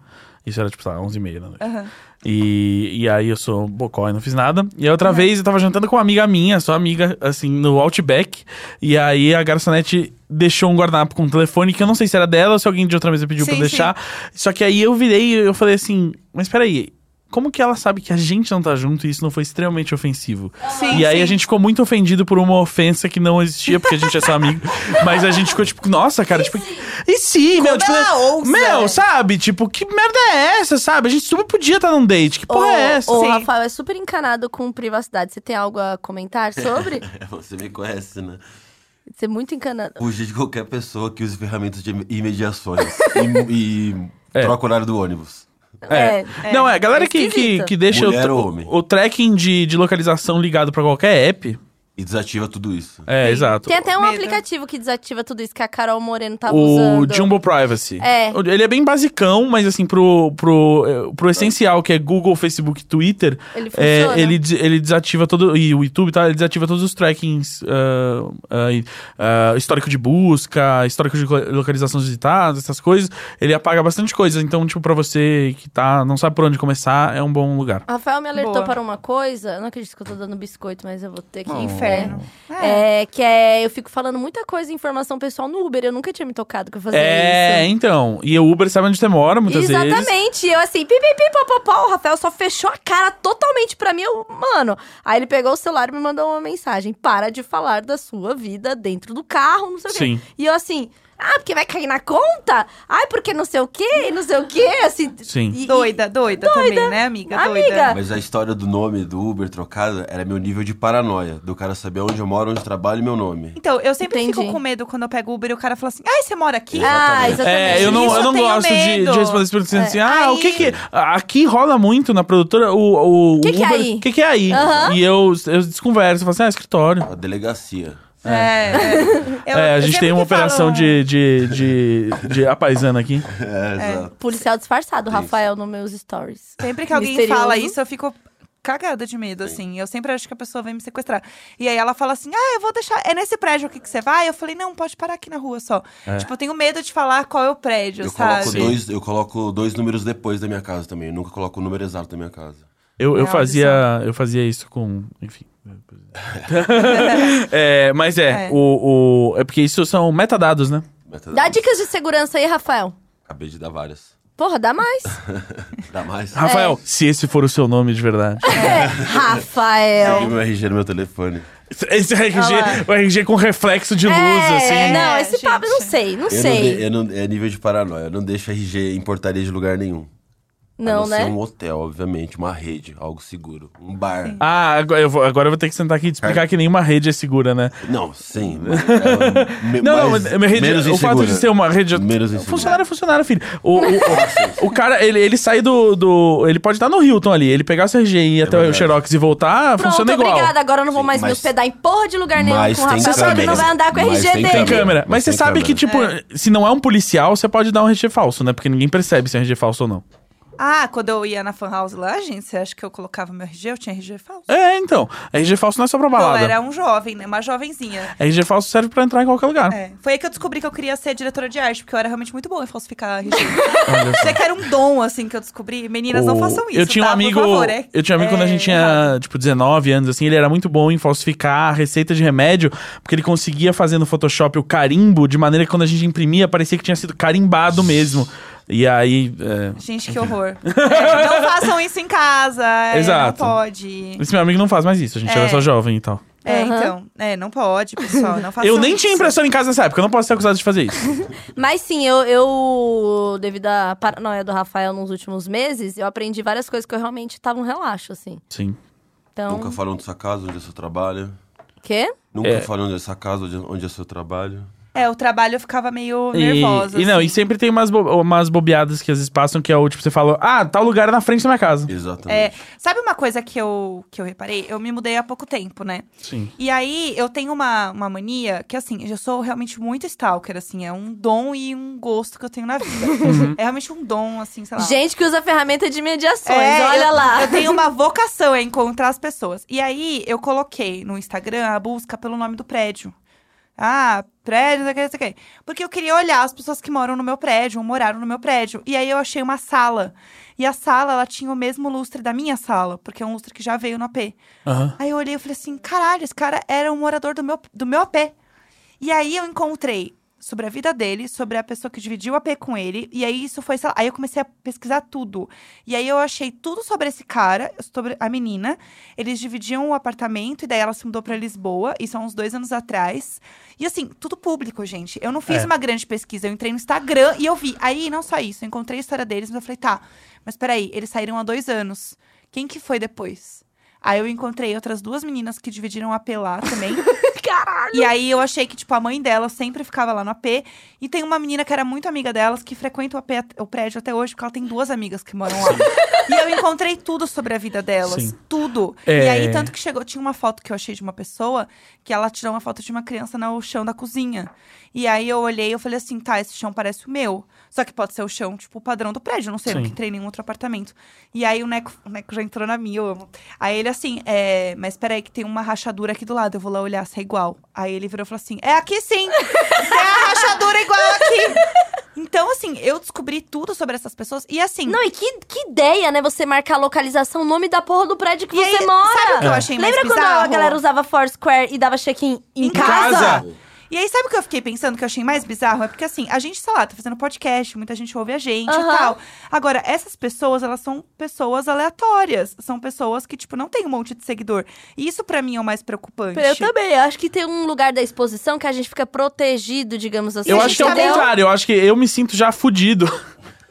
S1: Isso era tipo, sei lá, 11h30 da noite.
S2: Aham.
S1: E, e aí eu sou bocó e não fiz nada. E aí
S2: É.
S1: outra vez eu tava jantando com uma amiga minha, só amiga, assim, no Outback. E aí a garçonete deixou um guardanapo com um telefone que eu não sei se era dela ou se alguém de outra mesa pediu pra
S2: Sim,
S1: eu deixar. Só que aí eu virei e eu falei assim, mas peraí, Como que ela sabe que a gente não tá junto e isso não foi extremamente ofensivo?
S2: Sim,
S1: e aí
S2: sim.
S1: a gente ficou muito ofendido por uma ofensa que não existia, porque a gente é seu amigo. Mas a gente ficou tipo, nossa, cara, tipo. E sim, meu, tipo.
S2: ela ousa?
S1: Meu, sabe? Tipo, que merda é essa, sabe? A gente super podia estar num date. Que porra é essa?
S3: O
S2: Sim.
S3: Rafael é super encanado com privacidade. Você tem algo a comentar sobre?
S5: Você me conhece, né?
S3: Você é muito encanado.
S5: Fugir de qualquer pessoa que use ferramentas de imediações e, e
S1: É.
S5: troca o horário do ônibus.
S1: É. Não, é, a galera que, que,
S3: esquisito.
S1: que deixa o,
S5: Mulher
S1: tra-
S5: ou homem?
S1: o tracking de, de localização ligado pra qualquer app.
S5: E desativa tudo isso.
S1: É, exato.
S3: Tem até um
S2: Medo.
S3: aplicativo que desativa tudo isso que a Carol Moreno tava
S1: O
S3: usando.
S1: Jumbo Privacy.
S3: tá É.
S1: Ele é bem basicão, mas assim, pro, pro, eh, pro essencial, que é Google, Facebook, Twitter,
S3: Ele
S1: eh,
S3: funciona.
S1: ele, des- ele desativa todo. E o YouTube, tá? Ele desativa todos os trackings. ah, ah, e, ah, histórico de busca, histórico de lo- localização visitada, essas coisas. Ele apaga bastante coisa. Então, tipo, pra você que tá, não sabe por onde começar, é um bom lugar.
S3: Rafael me alertou
S2: Boa.
S3: para uma coisa. Eu não acredito que eu tô dando biscoito, mas eu vou ter que.
S5: Oh.
S2: Inferno. É.
S3: É, que é. Eu fico falando muita coisa, informação pessoal no Uber. Eu nunca tinha me tocado que eu fazia
S1: É,
S3: isso.
S1: então. E o Uber sabe onde você mora muitas vezes.
S3: Exatamente. Eu assim, pi, pi, pi, pó, pó, pó. O Rafael só fechou a cara totalmente pra mim. Eu, mano. Aí ele pegou o celular e me mandou uma mensagem. Para de falar da sua vida dentro do carro, não sei o
S1: Sim.
S3: quê. E eu assim. Ah, porque vai cair na conta? Ai, porque não sei o quê, e não sei o quê, assim...
S1: Sim.
S3: e- e-
S2: Doida, doida, também, né, amiga?
S3: Amiga.
S2: Doida.
S5: Mas a história do nome do Uber trocada era meu nível de paranoia. Do cara saber onde eu moro, onde eu trabalho e meu nome.
S2: Então, eu sempre
S3: Entendi.
S2: fico com medo quando eu pego Uber e o cara fala assim: ai, você mora aqui?
S3: Ah, exatamente.
S1: É, eu não,
S2: Isso
S1: eu não
S2: eu tenho
S1: gosto de,
S2: medo.
S1: de responder essa pergunta assim, ah, o que
S2: Aí-
S1: que... Aqui rola muito na produtora o... O
S3: Que que é
S1: Uber-
S3: aí?
S1: que que é aí?
S3: Aham.
S1: E eu, eu desconverso, eu falo assim, ah, escritório.
S5: A delegacia.
S2: É, é. Eu-
S1: é, a
S2: eu
S1: gente
S2: sempre
S1: tem uma
S2: que falo-
S1: operação de, de, de, de apaisana aqui.
S5: É, exato.
S3: Policial disfarçado, Rafael, nos meus stories.
S2: Sempre que alguém
S3: Misterioso.
S2: fala isso, eu fico cagada de medo, assim. Eu sempre acho que a pessoa vem me sequestrar. E aí ela fala assim: ah, eu vou deixar. É nesse prédio aqui que você vai? Eu falei: não, pode parar aqui na rua só.
S1: É.
S2: Tipo, eu tenho medo de falar qual é o prédio,
S5: Eu
S2: sabe?
S5: coloco, dois, eu coloco dois números depois da minha casa também. Eu nunca coloco o número exato da minha casa.
S1: Eu, eu,
S2: É,
S1: fazia, eu fazia isso com... Enfim... É, mas é,
S2: É.
S1: O, o- é porque isso são metadados, né?
S5: Mas tá-
S3: Dá dicas de segurança aí, Rafael.
S5: Acabei de dar várias.
S3: Porra, dá mais.
S5: Dá mais?
S1: Rafael, se esse for o seu nome de verdade.
S3: É,
S5: Peguei
S3: Rafael.
S5: meu RG no meu telefone.
S1: Esse
S3: Olha
S1: RG, o RG com reflexo de luz,
S3: é,
S1: assim.
S3: Não, esse
S2: Gente.
S3: papo, não sei, não
S5: Eu não de-
S3: sei.
S5: eu não- é nível de paranoia. Eu não deixo RG em portaria de lugar nenhum. a
S3: Não,
S5: não ser
S3: né?
S5: um hotel, obviamente. Uma rede, algo seguro. Um bar.
S1: Ah, agora eu vou, agora eu vou ter que sentar aqui e te explicar que nenhuma rede é segura, né?
S5: Ah, Não, sim. mas é me-
S1: Não,
S5: mais-
S1: não, mas minha rede,
S5: menos
S1: o fato
S5: insegura.
S1: de ser uma rede.
S5: Menos insegura. Ah,
S1: funcionário é funcionário, filho. O, o, o cara, ele, ele sai do, do. Ele pode estar no Hilton ali. Ele pegar o CG e ir até o
S5: É verdade.
S1: Xerox e voltar,
S3: Pronto,
S1: funciona igual.
S3: obrigada. Agora eu não vou
S5: Sim,
S3: mais me
S5: mas-
S3: hospedar em porra de lugar nenhum
S5: Mas
S3: com o
S5: tem
S3: Rafael, porque ele
S5: câmera.
S3: não vai andar com o
S5: Mas
S3: RG
S5: tem
S3: dele.
S1: Tem câmera.
S5: Mas
S1: Mas você
S5: tem
S1: sabe que, tipo,
S5: câmera.
S1: se não é um policial, você pode dar um RG falso, né? Porque ninguém percebe se é um RG falso ou não.
S2: Ah, quando eu ia na fan house lá, gente, você acha que eu colocava meu RG? Eu tinha RG falso?
S1: É, então. RG falso não é só pra
S2: Eu
S1: balada.
S2: era um jovem, né? Uma jovenzinha.
S1: RG falso serve pra entrar em qualquer lugar.
S2: É. Foi aí que eu descobri que eu queria ser diretora de arte, porque eu era realmente muito boa em falsificar RG.
S1: Olha só.
S2: Você que era um dom, assim, que eu descobri. Meninas, não
S1: O-
S2: façam isso.
S1: Eu tinha um
S2: tá? Por
S1: amigo.
S2: favor, é-
S1: Eu tinha um amigo quando a
S2: é
S1: gente tinha,
S2: errado.
S1: tipo, 19 anos, assim, ele era muito bom em falsificar a receita de remédio, porque ele conseguia fazer no Photoshop o carimbo, de maneira que quando a gente imprimia, parecia que tinha sido carimbado mesmo. E aí. é,
S2: Gente, que horror. É, não façam isso em casa. é,
S1: Exato.
S2: Não pode.
S1: Esse meu amigo não faz mais isso, a gente
S2: É.
S1: era só jovem e tal.
S2: É,
S3: Aham.
S2: então. É, não pode, pessoal. Não façam
S1: Eu nem
S2: isso.
S1: tinha impressora em casa nessa época, eu não posso ser acusado de fazer isso.
S3: Mas sim, eu, eu, devido à paranoia do Rafael nos últimos meses, eu aprendi várias coisas que eu realmente tava um relaxo, assim.
S1: Sim.
S3: Então,
S5: Nunca falam da sua casa, onde é seu trabalho.
S3: quê?
S5: Nunca
S1: É.
S5: falam da sua casa, onde, onde é seu trabalho.
S2: É, o trabalho eu ficava meio
S1: E-
S2: nervosa.
S1: E, não,
S2: assim.
S1: e sempre tem umas, bo- umas bobeadas que às vezes passam, que é o tipo, você fala, ah, tal lugar é na frente da minha casa.
S2: É,
S5: Exatamente.
S2: sabe uma coisa que eu, que eu reparei? Eu me mudei há pouco tempo, né?
S1: Sim.
S2: E aí, eu tenho uma, uma mania que, assim, eu sou realmente muito stalker, assim. É um dom e um gosto que eu tenho na vida. É realmente um dom, assim, sei lá.
S3: Gente que usa ferramenta de mediações,
S2: É,
S3: olha
S2: eu-
S3: lá.
S2: Eu tenho uma vocação é encontrar as pessoas. E aí, eu coloquei no Instagram a busca pelo nome do prédio. Ah, prédio, não sei o que, não sei o que. Porque eu queria olhar as pessoas que moram no meu prédio, ou moraram no meu prédio. E aí, eu achei uma sala. E a sala, ela tinha o mesmo lustre da minha sala, porque é um lustre que já veio no AP.
S1: Aham.
S2: Aí eu olhei e falei assim: caralho, esse cara era um morador do meu, do meu AP. E aí eu encontrei sobre a vida dele, sobre a pessoa que dividiu a P com ele. E aí isso foi, sei lá, aí eu comecei a pesquisar tudo. E aí eu achei tudo sobre esse cara, sobre a menina. Eles dividiam o apartamento e daí ela se mudou pra Lisboa, isso há uns dois anos atrás. E assim, tudo público, gente. Eu não fiz
S1: É.
S2: uma grande pesquisa, eu entrei no Instagram e eu vi. Aí, não só isso, eu encontrei a história deles, mas eu falei, tá, mas peraí, eles saíram há dois anos. Quem que foi depois? Aí eu encontrei outras duas meninas que dividiram a AP lá também.
S3: Caralho!
S2: E aí eu achei que, tipo, a mãe dela sempre ficava lá no AP. E tem uma menina que era muito amiga delas, que frequenta o, AP, at- o prédio até hoje, porque ela tem duas amigas que moram lá. e eu encontrei tudo sobre a vida delas.
S1: Sim.
S2: Tudo.
S1: É.
S2: E aí, tanto que chegou. Tinha uma foto que eu achei de uma pessoa que ela tirou uma foto de uma criança no chão da cozinha. E aí eu olhei e eu falei assim: tá, esse chão parece o meu. Só que pode ser o chão, tipo, padrão do prédio, eu não sei, eu
S1: Sim.
S2: nunca entrei em nenhum outro apartamento. E aí o Neco, o Neco já entrou na minha, eu amo. Aí ele assim, é, mas peraí que tem uma rachadura aqui do lado, eu vou lá olhar se é igual. Aí ele virou e falou assim, é aqui sim, tem a rachadura igual aqui. Então assim, eu descobri tudo sobre essas pessoas e assim...
S3: Não, e que, que ideia, né? Você marcar a localização, o nome da porra do prédio que
S2: E
S3: você
S2: aí,
S3: mora.
S2: sabe o que eu achei mais
S3: Lembra quando a
S2: bizarro?
S3: galera usava Foursquare e dava check-in em,
S2: Em
S3: casa?
S5: Ah,
S1: casa.
S2: E aí, sabe o que eu fiquei pensando, que eu achei mais bizarro? É porque, assim, a gente, sei lá, tá fazendo podcast, muita gente ouve a gente
S3: Aham.
S2: e tal. Agora, essas pessoas, elas são pessoas aleatórias. São pessoas que, tipo, não tem um monte de seguidor. E isso, pra mim, é o mais preocupante.
S3: Eu também. Eu acho que tem um lugar da exposição que a gente fica protegido, digamos assim.
S1: Eu
S3: A
S1: acho
S3: gente
S1: que é o
S2: um
S3: entendeu?
S1: contrário, eu acho que eu me sinto já fudido.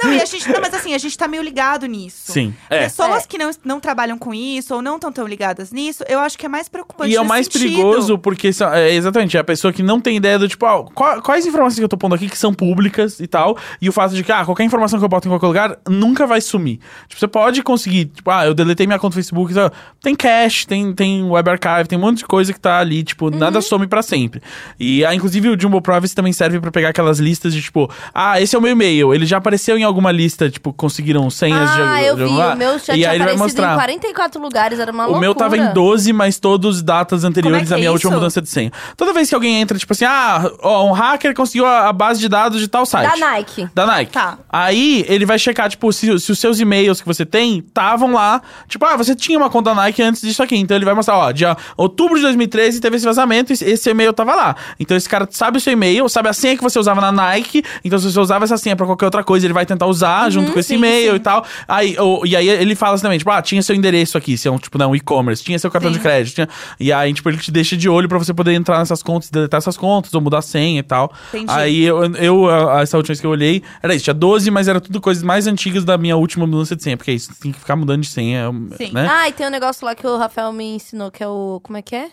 S2: Não, e a gente, não, mas assim, a gente tá meio ligado nisso.
S1: Sim. É.
S2: Pessoas
S3: É.
S2: que não, não trabalham com isso ou não estão tão ligadas nisso, eu acho que é mais preocupante.
S1: E é o
S2: nesse
S1: mais
S2: sentido.
S1: perigoso porque são- é, exatamente é a pessoa que não tem ideia do tipo, ah, qua- quais informações que eu tô pondo aqui que são públicas e tal, e o fato de que ah, qualquer informação que eu boto em qualquer lugar nunca vai sumir. Tipo, você pode conseguir, tipo, ah, eu deletei minha conta do Facebook, e tal. tem cache, tem tem web archive, tem um monte de coisa que tá ali, tipo,
S3: Uhum.
S1: nada some pra sempre. E ah, inclusive o Jumbo Privacy também serve pra pegar aquelas listas de tipo, ah, esse é o meu e-mail, ele já apareceu em alguma lista, tipo, conseguiram senhas de,
S3: Ah,
S1: de
S3: eu vi.
S1: algum
S3: O
S1: lugar,
S3: meu já
S1: e
S3: tinha
S1: aí ele vai
S3: aparecido em
S1: mostrar.
S3: 44 lugares. Era uma
S1: O
S3: loucura.
S1: meu tava em 12, mas todos datas anteriores
S2: que
S1: à minha
S2: é
S1: última
S2: isso?
S1: mudança de senha. Toda vez que alguém entra, tipo assim, ah, ó, um hacker conseguiu a, a base de dados de tal site.
S3: Da Nike.
S1: Da Nike.
S2: Tá.
S1: Aí ele vai checar, tipo, se, se os seus e-mails que você tem estavam lá. Tipo, ah, você tinha uma conta da Nike antes disso aqui. Então ele vai mostrar, ó, dia outubro de 2013 teve esse vazamento e esse e-mail tava lá. Então esse cara sabe o seu e-mail, sabe a senha que você usava na Nike. Então se você usava essa senha pra qualquer outra coisa, ele vai tentar usar junto com esse
S3: sim,
S1: e-mail
S3: sim.
S1: e tal. Aí, o- e aí ele fala assim também, tipo, ah, tinha seu endereço aqui, se é um, tipo, não, e-commerce, tinha seu cartão de crédito. tinha- E aí, tipo, ele te deixa de olho pra você poder entrar nessas contas, deletar essas contas ou mudar a senha e tal.
S2: Entendi.
S1: Aí e eu, eu, a- essa última vez que eu olhei, era isso, tinha 12, mas era tudo coisas mais antigas da minha última mudança de senha, porque é isso, tem que ficar mudando de senha,
S2: Sim.
S1: né?
S3: Ah, e tem um negócio lá que o Rafael me ensinou, que é o... Como é que é?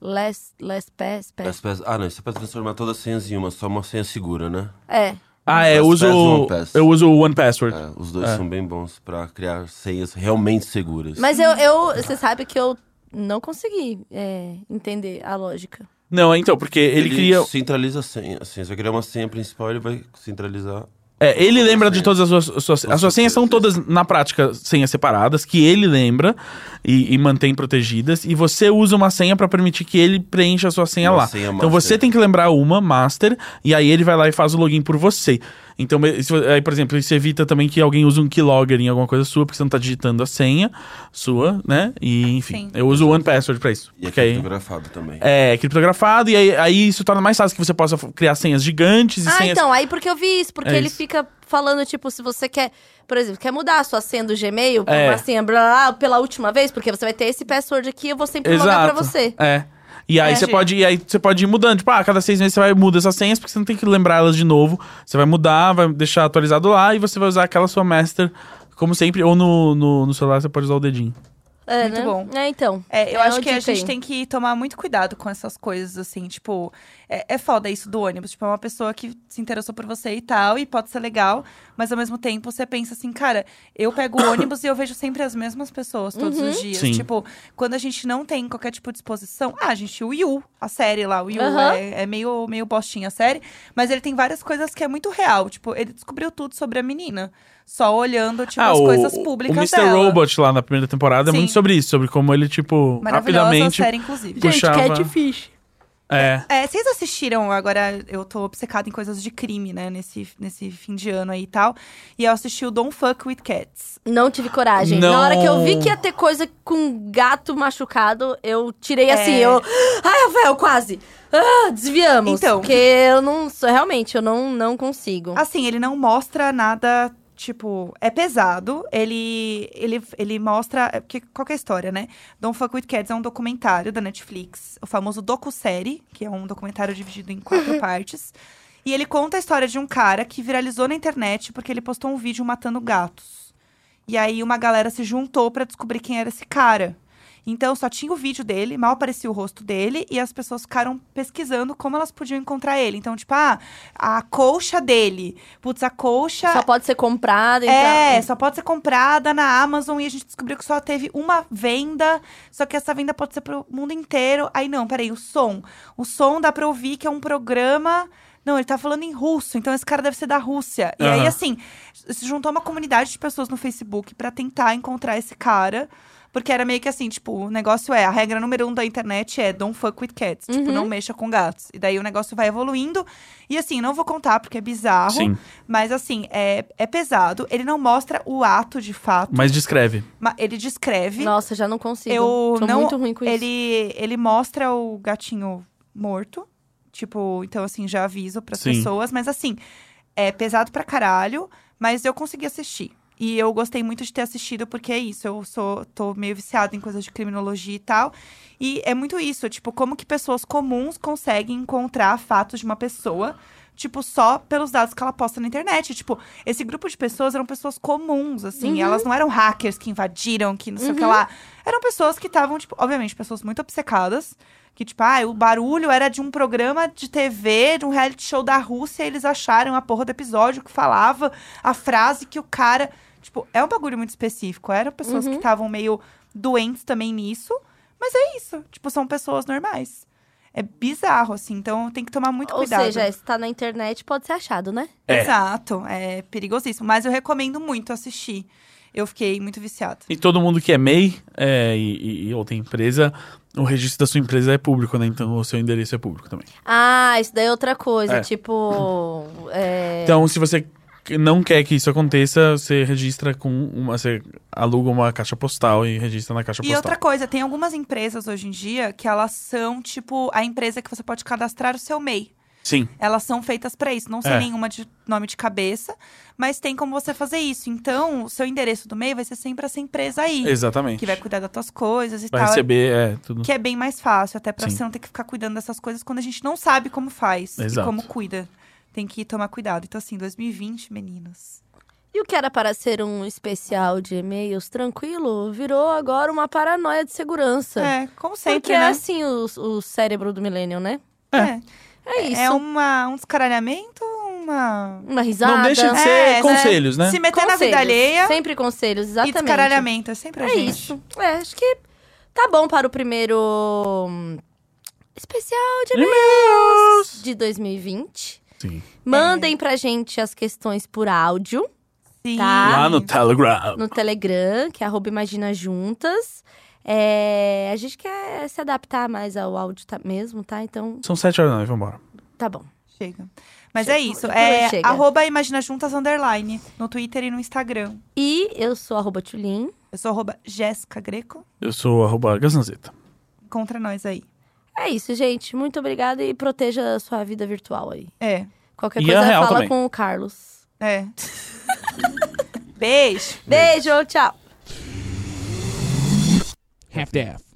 S3: Last, last pass, pass.
S5: LastPass- Ah, não, isso é pra transformar todas as senhas em uma, só uma senha segura, né?
S3: É.
S1: Ah, é, eu
S5: Last
S1: uso,
S5: Pass, One Pass.
S1: eu uso o One Password.
S5: É, os dois são bem bons pra criar senhas realmente seguras.
S3: Mas eu... eu você sabe que eu não consegui é, entender a lógica.
S1: Não, então, porque ele, cria...
S5: centraliza a senha. Assim, você vai criar uma senha principal, ele vai centralizar.
S1: É, ele lembra de
S5: senhas.
S1: todas as suas, as suas... As suas
S5: certeza.
S1: senhas são todas, na prática, senhas separadas, que ele lembra e, e mantém protegidas, e você usa uma senha pra permitir que ele preencha a sua senha
S5: Uma
S1: lá.
S5: senha
S1: então você
S5: master.
S1: tem que lembrar uma, master, e aí ele vai lá e faz o login por você. Então, isso- aí, por exemplo, isso evita também que alguém use um keylogger em alguma coisa sua, porque você não tá digitando a senha sua, né? E, enfim,
S2: Sim.
S1: eu uso o One Password pra isso.
S5: E é
S1: porque aí-
S5: criptografado também.
S1: é criptografado, e aí, aí isso torna mais fácil que você possa f- criar senhas gigantes e
S3: Ah,
S1: senhas...
S3: então, aí porque eu vi isso, porque
S1: É
S3: ele
S1: isso.
S3: fica falando, tipo, se você quer, por exemplo, quer mudar a sua senha do Gmail pra
S1: É.
S3: uma senha blá, blá, blá, pela última vez, porque você vai ter esse password aqui, eu vou sempre mandar pra você.
S1: É. E aí,
S2: É,
S1: você
S2: Gi.
S1: pode, e aí você pode ir mudando. Tipo, ah, a cada seis meses você vai mudar essas senhas, porque você não tem que lembrar elas de novo. Você vai mudar, vai deixar atualizado lá e você vai usar aquela sua master, como sempre. Ou no, no, no celular você pode usar o dedinho.
S3: É,
S2: Muito
S3: né?
S2: bom.
S3: É, então.
S2: É, eu
S3: É
S2: acho
S3: uma
S2: que a
S3: dica
S2: gente
S3: aí.
S2: tem que tomar muito cuidado com essas coisas, assim, tipo, é, é foda isso do ônibus. Tipo, é uma pessoa que se interessou por você e tal, e pode ser legal, mas ao mesmo tempo você pensa assim, cara, eu pego o ônibus e eu vejo sempre as mesmas pessoas todos os dias.
S1: Sim.
S2: Tipo, quando a gente não tem qualquer tipo de exposição. Ah, gente, o Yu, a série lá, o Yu
S3: Aham.
S2: é, é meio, meio bostinha a série, mas ele tem várias coisas que é muito real. Tipo, ele descobriu tudo sobre a menina. Só olhando, tipo, as coisas públicas
S1: Ah, o Mr.
S2: dela.
S1: Robot lá na primeira temporada é
S2: Sim.
S1: muito sobre isso, sobre como ele, tipo,
S2: Maravilhosa
S1: rapidamente.
S2: série, inclusive.
S1: puxava-
S3: Gente, catfish.
S1: É.
S2: É, vocês assistiram, agora eu tô obcecada em coisas de crime, né, nesse, nesse fim de ano aí e tal. E eu assisti o Don't Fuck With Cats.
S3: Não tive coragem.
S1: Não.
S3: Na hora que eu vi que ia ter coisa com gato machucado, eu tirei assim,
S2: É.
S3: eu. Ai, Rafael, quase! Ah, desviamos.
S2: Então.
S3: Porque eu não. sou- Realmente, eu não, não consigo.
S2: Assim, ele não mostra nada, tipo, é pesado. Ele, ele, ele mostra, é porque qual que é a história, né? Don't Fuck With Cats é um documentário da Netflix, o famoso docu-série, que é um documentário dividido em quatro partes. E ele conta a história de um cara que viralizou na internet porque ele postou um vídeo matando gatos. E aí uma galera se juntou pra descobrir quem era esse cara. Então só tinha o vídeo dele, mal aparecia o rosto dele e as pessoas ficaram pesquisando como elas podiam encontrar ele. Então, tipo, ah, a colcha dele. Putz, a colcha
S3: Só pode ser comprado e
S2: é,
S3: tal.
S2: só pode ser comprada na Amazon e a gente descobriu que só teve uma venda, só que essa venda pode ser pro mundo inteiro. Aí não, peraí, o som. O som dá pra ouvir que é um programa. Não, ele tá falando em russo, então esse cara deve ser da Rússia. E aí,
S1: Aham.
S2: assim, se juntou uma comunidade de pessoas no Facebook pra tentar encontrar esse cara. Porque era meio que assim, tipo, o negócio é, a regra número um da internet é don't fuck with cats. Tipo, não mexa com gatos. E daí o negócio vai evoluindo. E assim, não vou contar porque é bizarro.
S1: Sim.
S2: Mas assim, é, é pesado. Ele não mostra o ato de fato.
S1: Mas descreve.
S2: ma- Ele descreve.
S3: Nossa, já não consigo.
S2: eu
S3: Sou
S2: não.
S3: muito ruim com isso.
S2: ele, ele mostra o gatinho morto. Tipo, então assim, já aviso pras
S1: Sim.
S2: pessoas. Mas assim, é pesado pra caralho. Mas eu consegui assistir. E eu gostei muito de ter assistido, porque é isso. Eu sou, tô meio viciada em coisas de criminologia e tal. E é muito isso, tipo, como que pessoas comuns conseguem encontrar fatos de uma pessoa, tipo, só pelos dados que ela posta na internet. Tipo, esse grupo de pessoas eram pessoas comuns, assim.
S3: Uhum.
S2: Elas não eram hackers que invadiram, que não sei o que lá. Eram pessoas que estavam, tipo, obviamente, pessoas muito obcecadas. Que, tipo, ah, o barulho era de um programa de TV, de um reality show da Rússia, e eles acharam a porra do episódio que falava a frase que o cara. Tipo, é um bagulho muito específico. Eram pessoas
S3: Uhum.
S2: que estavam meio doentes também nisso. Mas é isso. Tipo, são pessoas normais. É bizarro, assim. Então tem que tomar muito
S3: Ou
S2: cuidado.
S3: seja, se tá na internet, pode ser achado, né?
S1: É.
S2: Exato. É perigosíssimo. Mas eu recomendo muito assistir. Eu fiquei muito viciada.
S1: E todo mundo que é MEI é, e, e- e- ou tem empresa, o registro da sua empresa é público, né? Então o seu endereço é público também.
S3: Ah, isso daí é outra coisa.
S1: É.
S3: Tipo. é,
S1: Então, se você não quer que isso aconteça, você registra com uma. Você aluga uma caixa postal e registra na caixa
S2: E
S1: postal.
S2: outra coisa, tem algumas empresas hoje em dia que elas são, tipo, a empresa que você pode cadastrar o seu MEI.
S1: Sim.
S2: Elas são feitas pra isso. Não sei
S1: É.
S2: nenhuma de nome de cabeça, mas tem como você fazer isso. Então, o seu endereço do MEI vai ser sempre essa empresa aí.
S1: Exatamente.
S2: Que vai cuidar das tuas coisas e
S1: Vai
S2: tal.
S1: receber, é, tudo.
S2: Que é bem mais fácil, até pra
S1: Sim.
S2: você não ter que ficar cuidando dessas coisas quando a gente não sabe como faz
S1: Exato.
S2: e como cuida. Tem que tomar cuidado. Então, assim, 2020, meninas.
S3: E o que era para ser um especial de e-mails tranquilo virou agora uma paranoia de segurança.
S2: É, como
S3: Porque
S2: sempre,
S3: é
S2: né?
S3: assim o, o cérebro do millennial, né?
S2: É,
S3: É isso.
S2: é uma, um descaralhamento, uma.
S3: Uma risada.
S1: Não deixa de ser
S2: É,
S1: conselhos, né?
S2: Se meter na
S3: Conselhos.
S2: vida alheia
S3: Sempre conselhos,
S2: e
S3: exatamente.
S2: descaralhamento. É sempre a
S3: É
S2: gente.
S3: isso. É, acho que tá bom para o primeiro hum, especial de e-mails de 2020.
S1: Sim.
S2: É.
S3: Mandem pra gente as questões por áudio
S2: Sim.
S3: Tá.
S1: Lá Ah, no Telegram.
S3: no Telegram, que é arroba Imagina Juntas. É, a gente quer se adaptar mais ao áudio tá, mesmo, tá? Então,
S1: São sete horas da noite, vambora.
S3: tá bom.
S2: Chega. Mas
S3: Chega.
S2: é isso.
S3: Então
S2: É
S3: chega.
S2: arroba Imagina Juntas Underline. No Twitter e no Instagram.
S3: E eu sou arroba Tulin.
S2: Eu sou arroba Jéssica Greco.
S1: Eu sou arroba Gazanzeta.
S2: Encontra nós aí.
S3: É isso, gente. Muito obrigada e proteja a sua vida virtual aí.
S2: É,
S3: Qualquer
S1: E a
S3: coisa,
S1: real
S3: fala
S1: também.
S3: com o Carlos.
S2: é. Beijo.
S3: Beijo, tchau.
S7: half-daff.